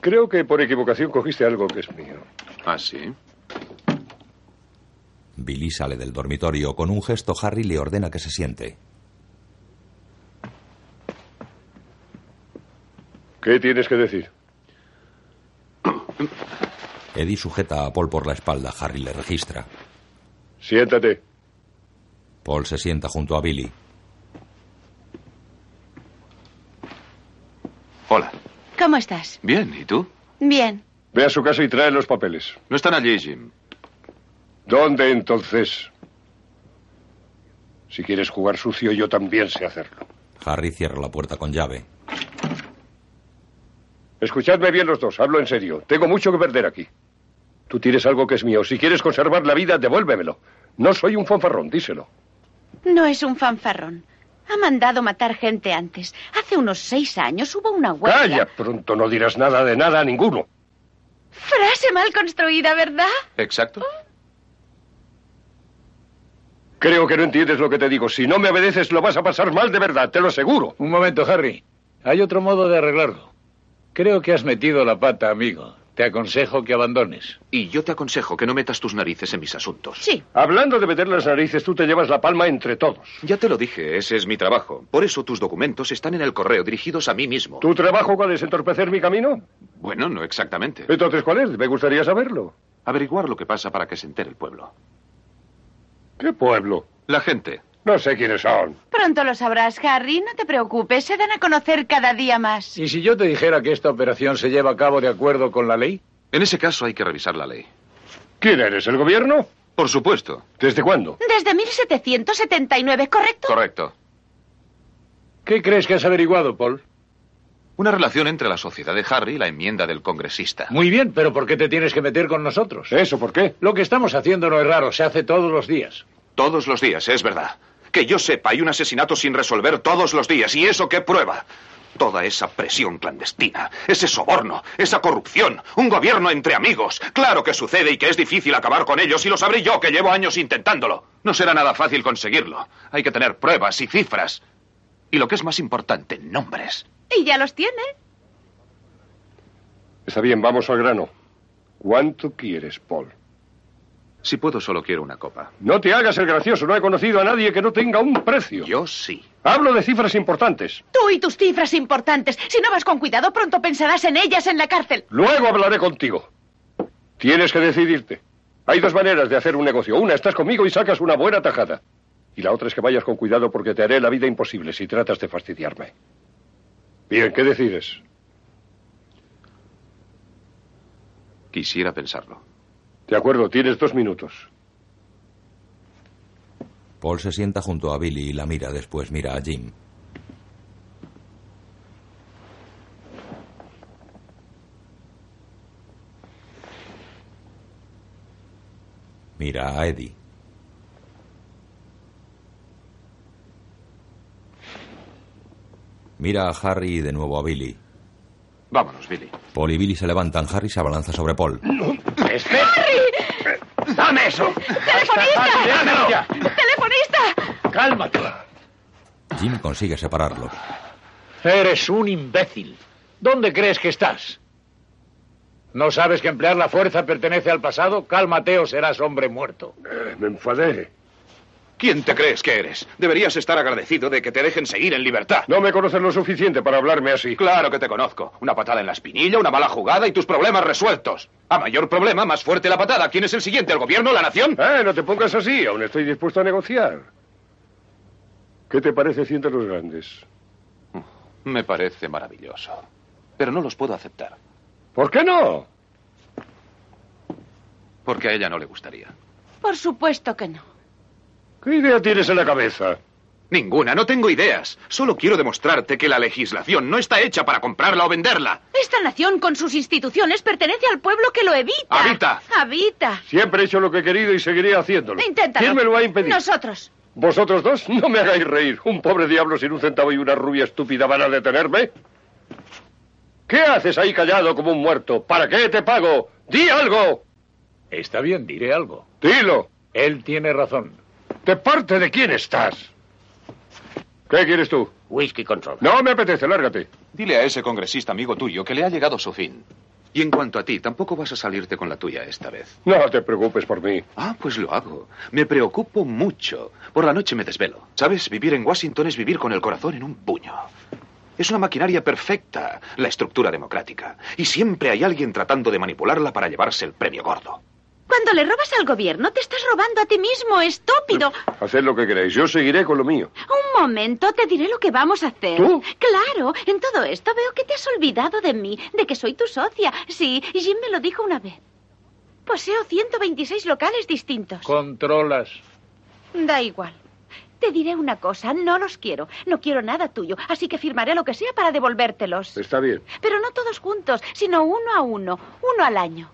[SPEAKER 3] Creo que por equivocación cogiste algo que es mío.
[SPEAKER 6] ¿Ah, sí?
[SPEAKER 1] Billy sale del dormitorio. Con un gesto, Harry le ordena que se siente.
[SPEAKER 3] ¿Qué tienes que decir?
[SPEAKER 1] Eddie sujeta a Paul por la espalda. Harry le registra.
[SPEAKER 3] Siéntate.
[SPEAKER 1] Paul se sienta junto a Billy.
[SPEAKER 6] Hola.
[SPEAKER 10] ¿Cómo estás?
[SPEAKER 6] Bien, ¿y tú?
[SPEAKER 10] Bien.
[SPEAKER 3] Ve a su casa y trae los papeles.
[SPEAKER 6] No están allí, Jim.
[SPEAKER 3] ¿Dónde entonces? Si quieres jugar sucio, yo también sé hacerlo.
[SPEAKER 1] Harry cierra la puerta con llave.
[SPEAKER 3] Escuchadme bien los dos, hablo en serio. Tengo mucho que perder aquí. Tú tienes algo que es mío. Si quieres conservar la vida, devuélvemelo. No soy un fanfarrón, díselo.
[SPEAKER 10] No es un fanfarrón. Ha mandado matar gente antes. Hace unos seis años hubo una huelga.
[SPEAKER 3] Calla, pronto no dirás nada de nada a ninguno.
[SPEAKER 10] Frase mal construida, ¿verdad?
[SPEAKER 6] Exacto.
[SPEAKER 3] Creo que no entiendes lo que te digo. Si no me obedeces, lo vas a pasar mal de verdad, te lo aseguro.
[SPEAKER 8] Un momento, Harry. Hay otro modo de arreglarlo. Creo que has metido la pata, amigo. Te aconsejo que abandones.
[SPEAKER 6] Y yo te aconsejo que no metas tus narices en mis asuntos.
[SPEAKER 10] Sí.
[SPEAKER 3] Hablando de meter las narices, tú te llevas la palma entre todos.
[SPEAKER 6] Ya te lo dije, ese es mi trabajo. Por eso tus documentos están en el correo, dirigidos a mí mismo.
[SPEAKER 3] ¿Tu trabajo cuál es? ¿Entorpecer mi camino?
[SPEAKER 6] Bueno, no exactamente.
[SPEAKER 3] Entonces, ¿cuál es? Me gustaría saberlo.
[SPEAKER 6] Averiguar lo que pasa para que se entere el pueblo.
[SPEAKER 3] ¿Qué pueblo?
[SPEAKER 6] La gente.
[SPEAKER 3] No sé quiénes son.
[SPEAKER 10] Pronto lo sabrás, Harry. No te preocupes. Se dan a conocer cada día más.
[SPEAKER 8] ¿Y si yo te dijera que esta operación se lleva a cabo de acuerdo con la ley?
[SPEAKER 6] En ese caso hay que revisar la ley.
[SPEAKER 3] ¿Quién eres? ¿El gobierno?
[SPEAKER 6] Por supuesto.
[SPEAKER 3] ¿Desde cuándo?
[SPEAKER 10] Desde 1779, ¿correcto?
[SPEAKER 6] Correcto.
[SPEAKER 8] ¿Qué crees que has averiguado, Paul?
[SPEAKER 6] Una relación entre la sociedad de Harry y la enmienda del congresista.
[SPEAKER 8] Muy bien, pero ¿por qué te tienes que meter con nosotros?
[SPEAKER 3] ¿Eso por qué?
[SPEAKER 8] Lo que estamos haciendo no es raro, se hace todos los días.
[SPEAKER 6] Todos los días, es verdad. Que yo sepa, hay un asesinato sin resolver todos los días. ¿Y eso qué prueba? Toda esa presión clandestina, ese soborno, esa corrupción, un gobierno entre amigos. Claro que sucede y que es difícil acabar con ellos y lo sabré yo que llevo años intentándolo. No será nada fácil conseguirlo. Hay que tener pruebas y cifras. Y lo que es más importante, nombres.
[SPEAKER 10] Y ya los tiene.
[SPEAKER 3] Está bien, vamos al grano. ¿Cuánto quieres, Paul?
[SPEAKER 6] Si puedo, solo quiero una copa.
[SPEAKER 3] No te hagas el gracioso, no he conocido a nadie que no tenga un precio.
[SPEAKER 6] Yo sí.
[SPEAKER 3] Hablo de cifras importantes.
[SPEAKER 10] Tú y tus cifras importantes. Si no vas con cuidado, pronto pensarás en ellas en la cárcel.
[SPEAKER 3] Luego hablaré contigo. Tienes que decidirte. Hay dos maneras de hacer un negocio. Una, estás conmigo y sacas una buena tajada. Y la otra es que vayas con cuidado porque te haré la vida imposible si tratas de fastidiarme. Bien, ¿qué decides?
[SPEAKER 6] Quisiera pensarlo.
[SPEAKER 3] De acuerdo, tienes dos minutos.
[SPEAKER 1] Paul se sienta junto a Billy y la mira. Después mira a Jim. Mira a Eddie. Mira a Harry y de nuevo a Billy.
[SPEAKER 6] Vámonos, Billy.
[SPEAKER 1] Paul y Billy se levantan. Harry se abalanza sobre Paul.
[SPEAKER 9] ¡Dame eso!
[SPEAKER 19] ¡Telefonista! ¡Telefonista!
[SPEAKER 20] ¡Cálmate!
[SPEAKER 1] Jim consigue separarlos.
[SPEAKER 20] Eres un imbécil. ¿Dónde crees que estás? ¿No sabes que emplear la fuerza pertenece al pasado? Cálmate o serás hombre muerto.
[SPEAKER 3] Me enfadé.
[SPEAKER 6] ¿Quién te crees que eres? Deberías estar agradecido de que te dejen seguir en libertad.
[SPEAKER 3] No me conoces lo suficiente para hablarme así.
[SPEAKER 6] Claro que te conozco. Una patada en la espinilla, una mala jugada y tus problemas resueltos. A mayor problema, más fuerte la patada. ¿Quién es el siguiente? ¿El gobierno? ¿La nación?
[SPEAKER 3] Eh, no te pongas así. Aún estoy dispuesto a negociar. ¿Qué te parece Cien de los Grandes?
[SPEAKER 6] Me parece maravilloso. Pero no los puedo aceptar.
[SPEAKER 3] ¿Por qué no?
[SPEAKER 6] Porque a ella no le gustaría.
[SPEAKER 10] Por supuesto que no.
[SPEAKER 3] ¿Qué idea tienes en la cabeza?
[SPEAKER 6] Ninguna, no tengo ideas. Solo quiero demostrarte que la legislación no está hecha para comprarla o venderla.
[SPEAKER 10] Esta nación con sus instituciones pertenece al pueblo que lo evita.
[SPEAKER 6] Habita.
[SPEAKER 10] Habita.
[SPEAKER 3] Siempre he hecho lo que he querido y seguiré haciéndolo.
[SPEAKER 10] Inténtalo.
[SPEAKER 3] ¿Quién me lo ha impedido?
[SPEAKER 10] Nosotros.
[SPEAKER 3] ¿Vosotros dos? No me hagáis reír. ¿Un pobre diablo sin un centavo y una rubia estúpida van a detenerme? ¿Qué haces ahí callado como un muerto? ¿Para qué te pago? ¡Di algo!
[SPEAKER 20] Está bien, diré algo.
[SPEAKER 3] ¡Dilo!
[SPEAKER 20] Él tiene razón.
[SPEAKER 3] ¿De parte de quién estás? ¿Qué quieres tú?
[SPEAKER 9] Whisky control.
[SPEAKER 3] No me apetece, lárgate.
[SPEAKER 6] Dile a ese congresista amigo tuyo que le ha llegado su fin. Y en cuanto a ti, tampoco vas a salirte con la tuya esta vez.
[SPEAKER 3] No te preocupes por mí.
[SPEAKER 6] Ah, pues lo hago. Me preocupo mucho. Por la noche me desvelo. ¿Sabes? Vivir en Washington es vivir con el corazón en un puño. Es una maquinaria perfecta, la estructura democrática. Y siempre hay alguien tratando de manipularla para llevarse el premio gordo.
[SPEAKER 10] Cuando le robas al gobierno, te estás robando a ti mismo, estúpido.
[SPEAKER 3] Haced lo que queráis, yo seguiré con lo mío.
[SPEAKER 10] Un momento, te diré lo que vamos a hacer.
[SPEAKER 3] ¿Tú?
[SPEAKER 10] Claro, en todo esto veo que te has olvidado de mí, de que soy tu socia. Sí, Jim me lo dijo una vez. Poseo 126 locales distintos.
[SPEAKER 20] Controlas.
[SPEAKER 10] Da igual. Te diré una cosa, no los quiero. No quiero nada tuyo, así que firmaré lo que sea para devolvértelos.
[SPEAKER 3] Está bien.
[SPEAKER 10] Pero no todos juntos, sino uno a uno, uno al año.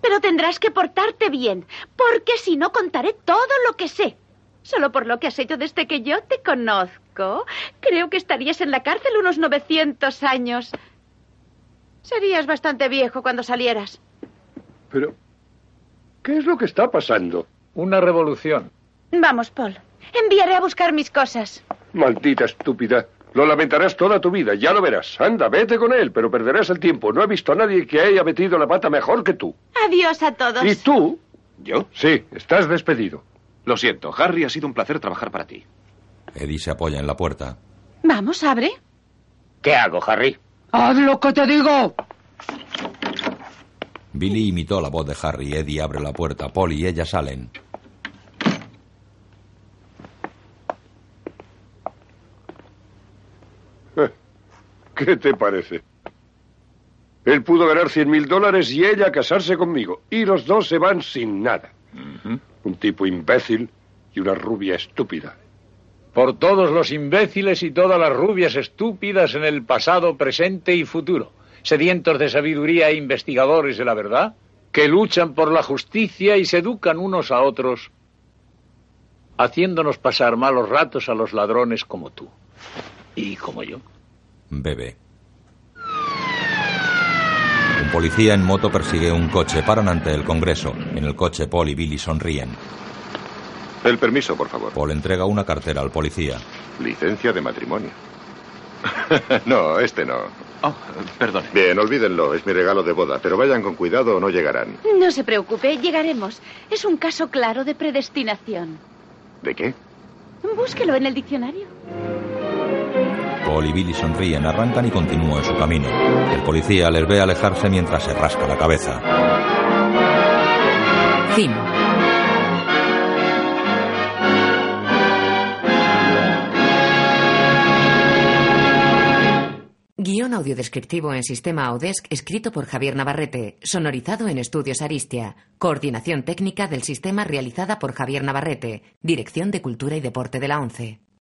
[SPEAKER 10] Pero tendrás que portarte bien, porque si no contaré todo lo que sé. Solo por lo que has hecho desde que yo te conozco, creo que estarías en la cárcel unos 900 años. Serías bastante viejo cuando salieras.
[SPEAKER 3] Pero, ¿qué es lo que está pasando?
[SPEAKER 20] Una revolución.
[SPEAKER 10] Vamos, Paul. Enviaré a buscar mis cosas.
[SPEAKER 3] Maldita estúpida. Lo lamentarás toda tu vida, ya lo verás. Anda, vete con él, pero perderás el tiempo. No he visto a nadie que haya metido la pata mejor que tú.
[SPEAKER 10] Adiós a todos.
[SPEAKER 3] ¿Y tú?
[SPEAKER 6] ¿Yo?
[SPEAKER 3] Sí, estás despedido.
[SPEAKER 6] Lo siento, Harry, ha sido un placer trabajar para ti.
[SPEAKER 1] Eddie se apoya en la puerta.
[SPEAKER 10] Vamos, abre.
[SPEAKER 9] ¿Qué hago, Harry?
[SPEAKER 15] Haz lo que te digo.
[SPEAKER 1] Billy imitó la voz de Harry. Eddie abre la puerta. Paul y ella salen.
[SPEAKER 3] ¿Qué te parece? Él pudo ganar cien mil dólares y ella casarse conmigo. Y los dos se van sin nada. Un tipo imbécil y una rubia estúpida.
[SPEAKER 20] Por todos los imbéciles y todas las rubias estúpidas en el pasado, presente y futuro. Sedientos de sabiduría e investigadores de la verdad, que luchan por la justicia y se educan unos a otros, haciéndonos pasar malos ratos a los ladrones como tú y como yo.
[SPEAKER 1] Bebe. Un policía en moto persigue un coche. Paran ante el Congreso. En el coche, Paul y Billy sonríen.
[SPEAKER 11] El permiso, por favor.
[SPEAKER 1] Paul entrega una cartera al policía.
[SPEAKER 11] Licencia de matrimonio. [LAUGHS] no, este no.
[SPEAKER 6] Oh, perdone.
[SPEAKER 11] Bien, olvídenlo, es mi regalo de boda, pero vayan con cuidado o no llegarán.
[SPEAKER 10] No se preocupe, llegaremos. Es un caso claro de predestinación.
[SPEAKER 11] ¿De qué?
[SPEAKER 10] Búsquelo en el diccionario.
[SPEAKER 1] Paul y Billy sonríen, arrancan y continúan su camino. El policía les ve alejarse mientras se rasca la cabeza.
[SPEAKER 2] Fin. Guión audiodescriptivo en sistema Audesc escrito por Javier Navarrete, sonorizado en Estudios Aristia. Coordinación técnica del sistema realizada por Javier Navarrete, Dirección de Cultura y Deporte de la ONCE.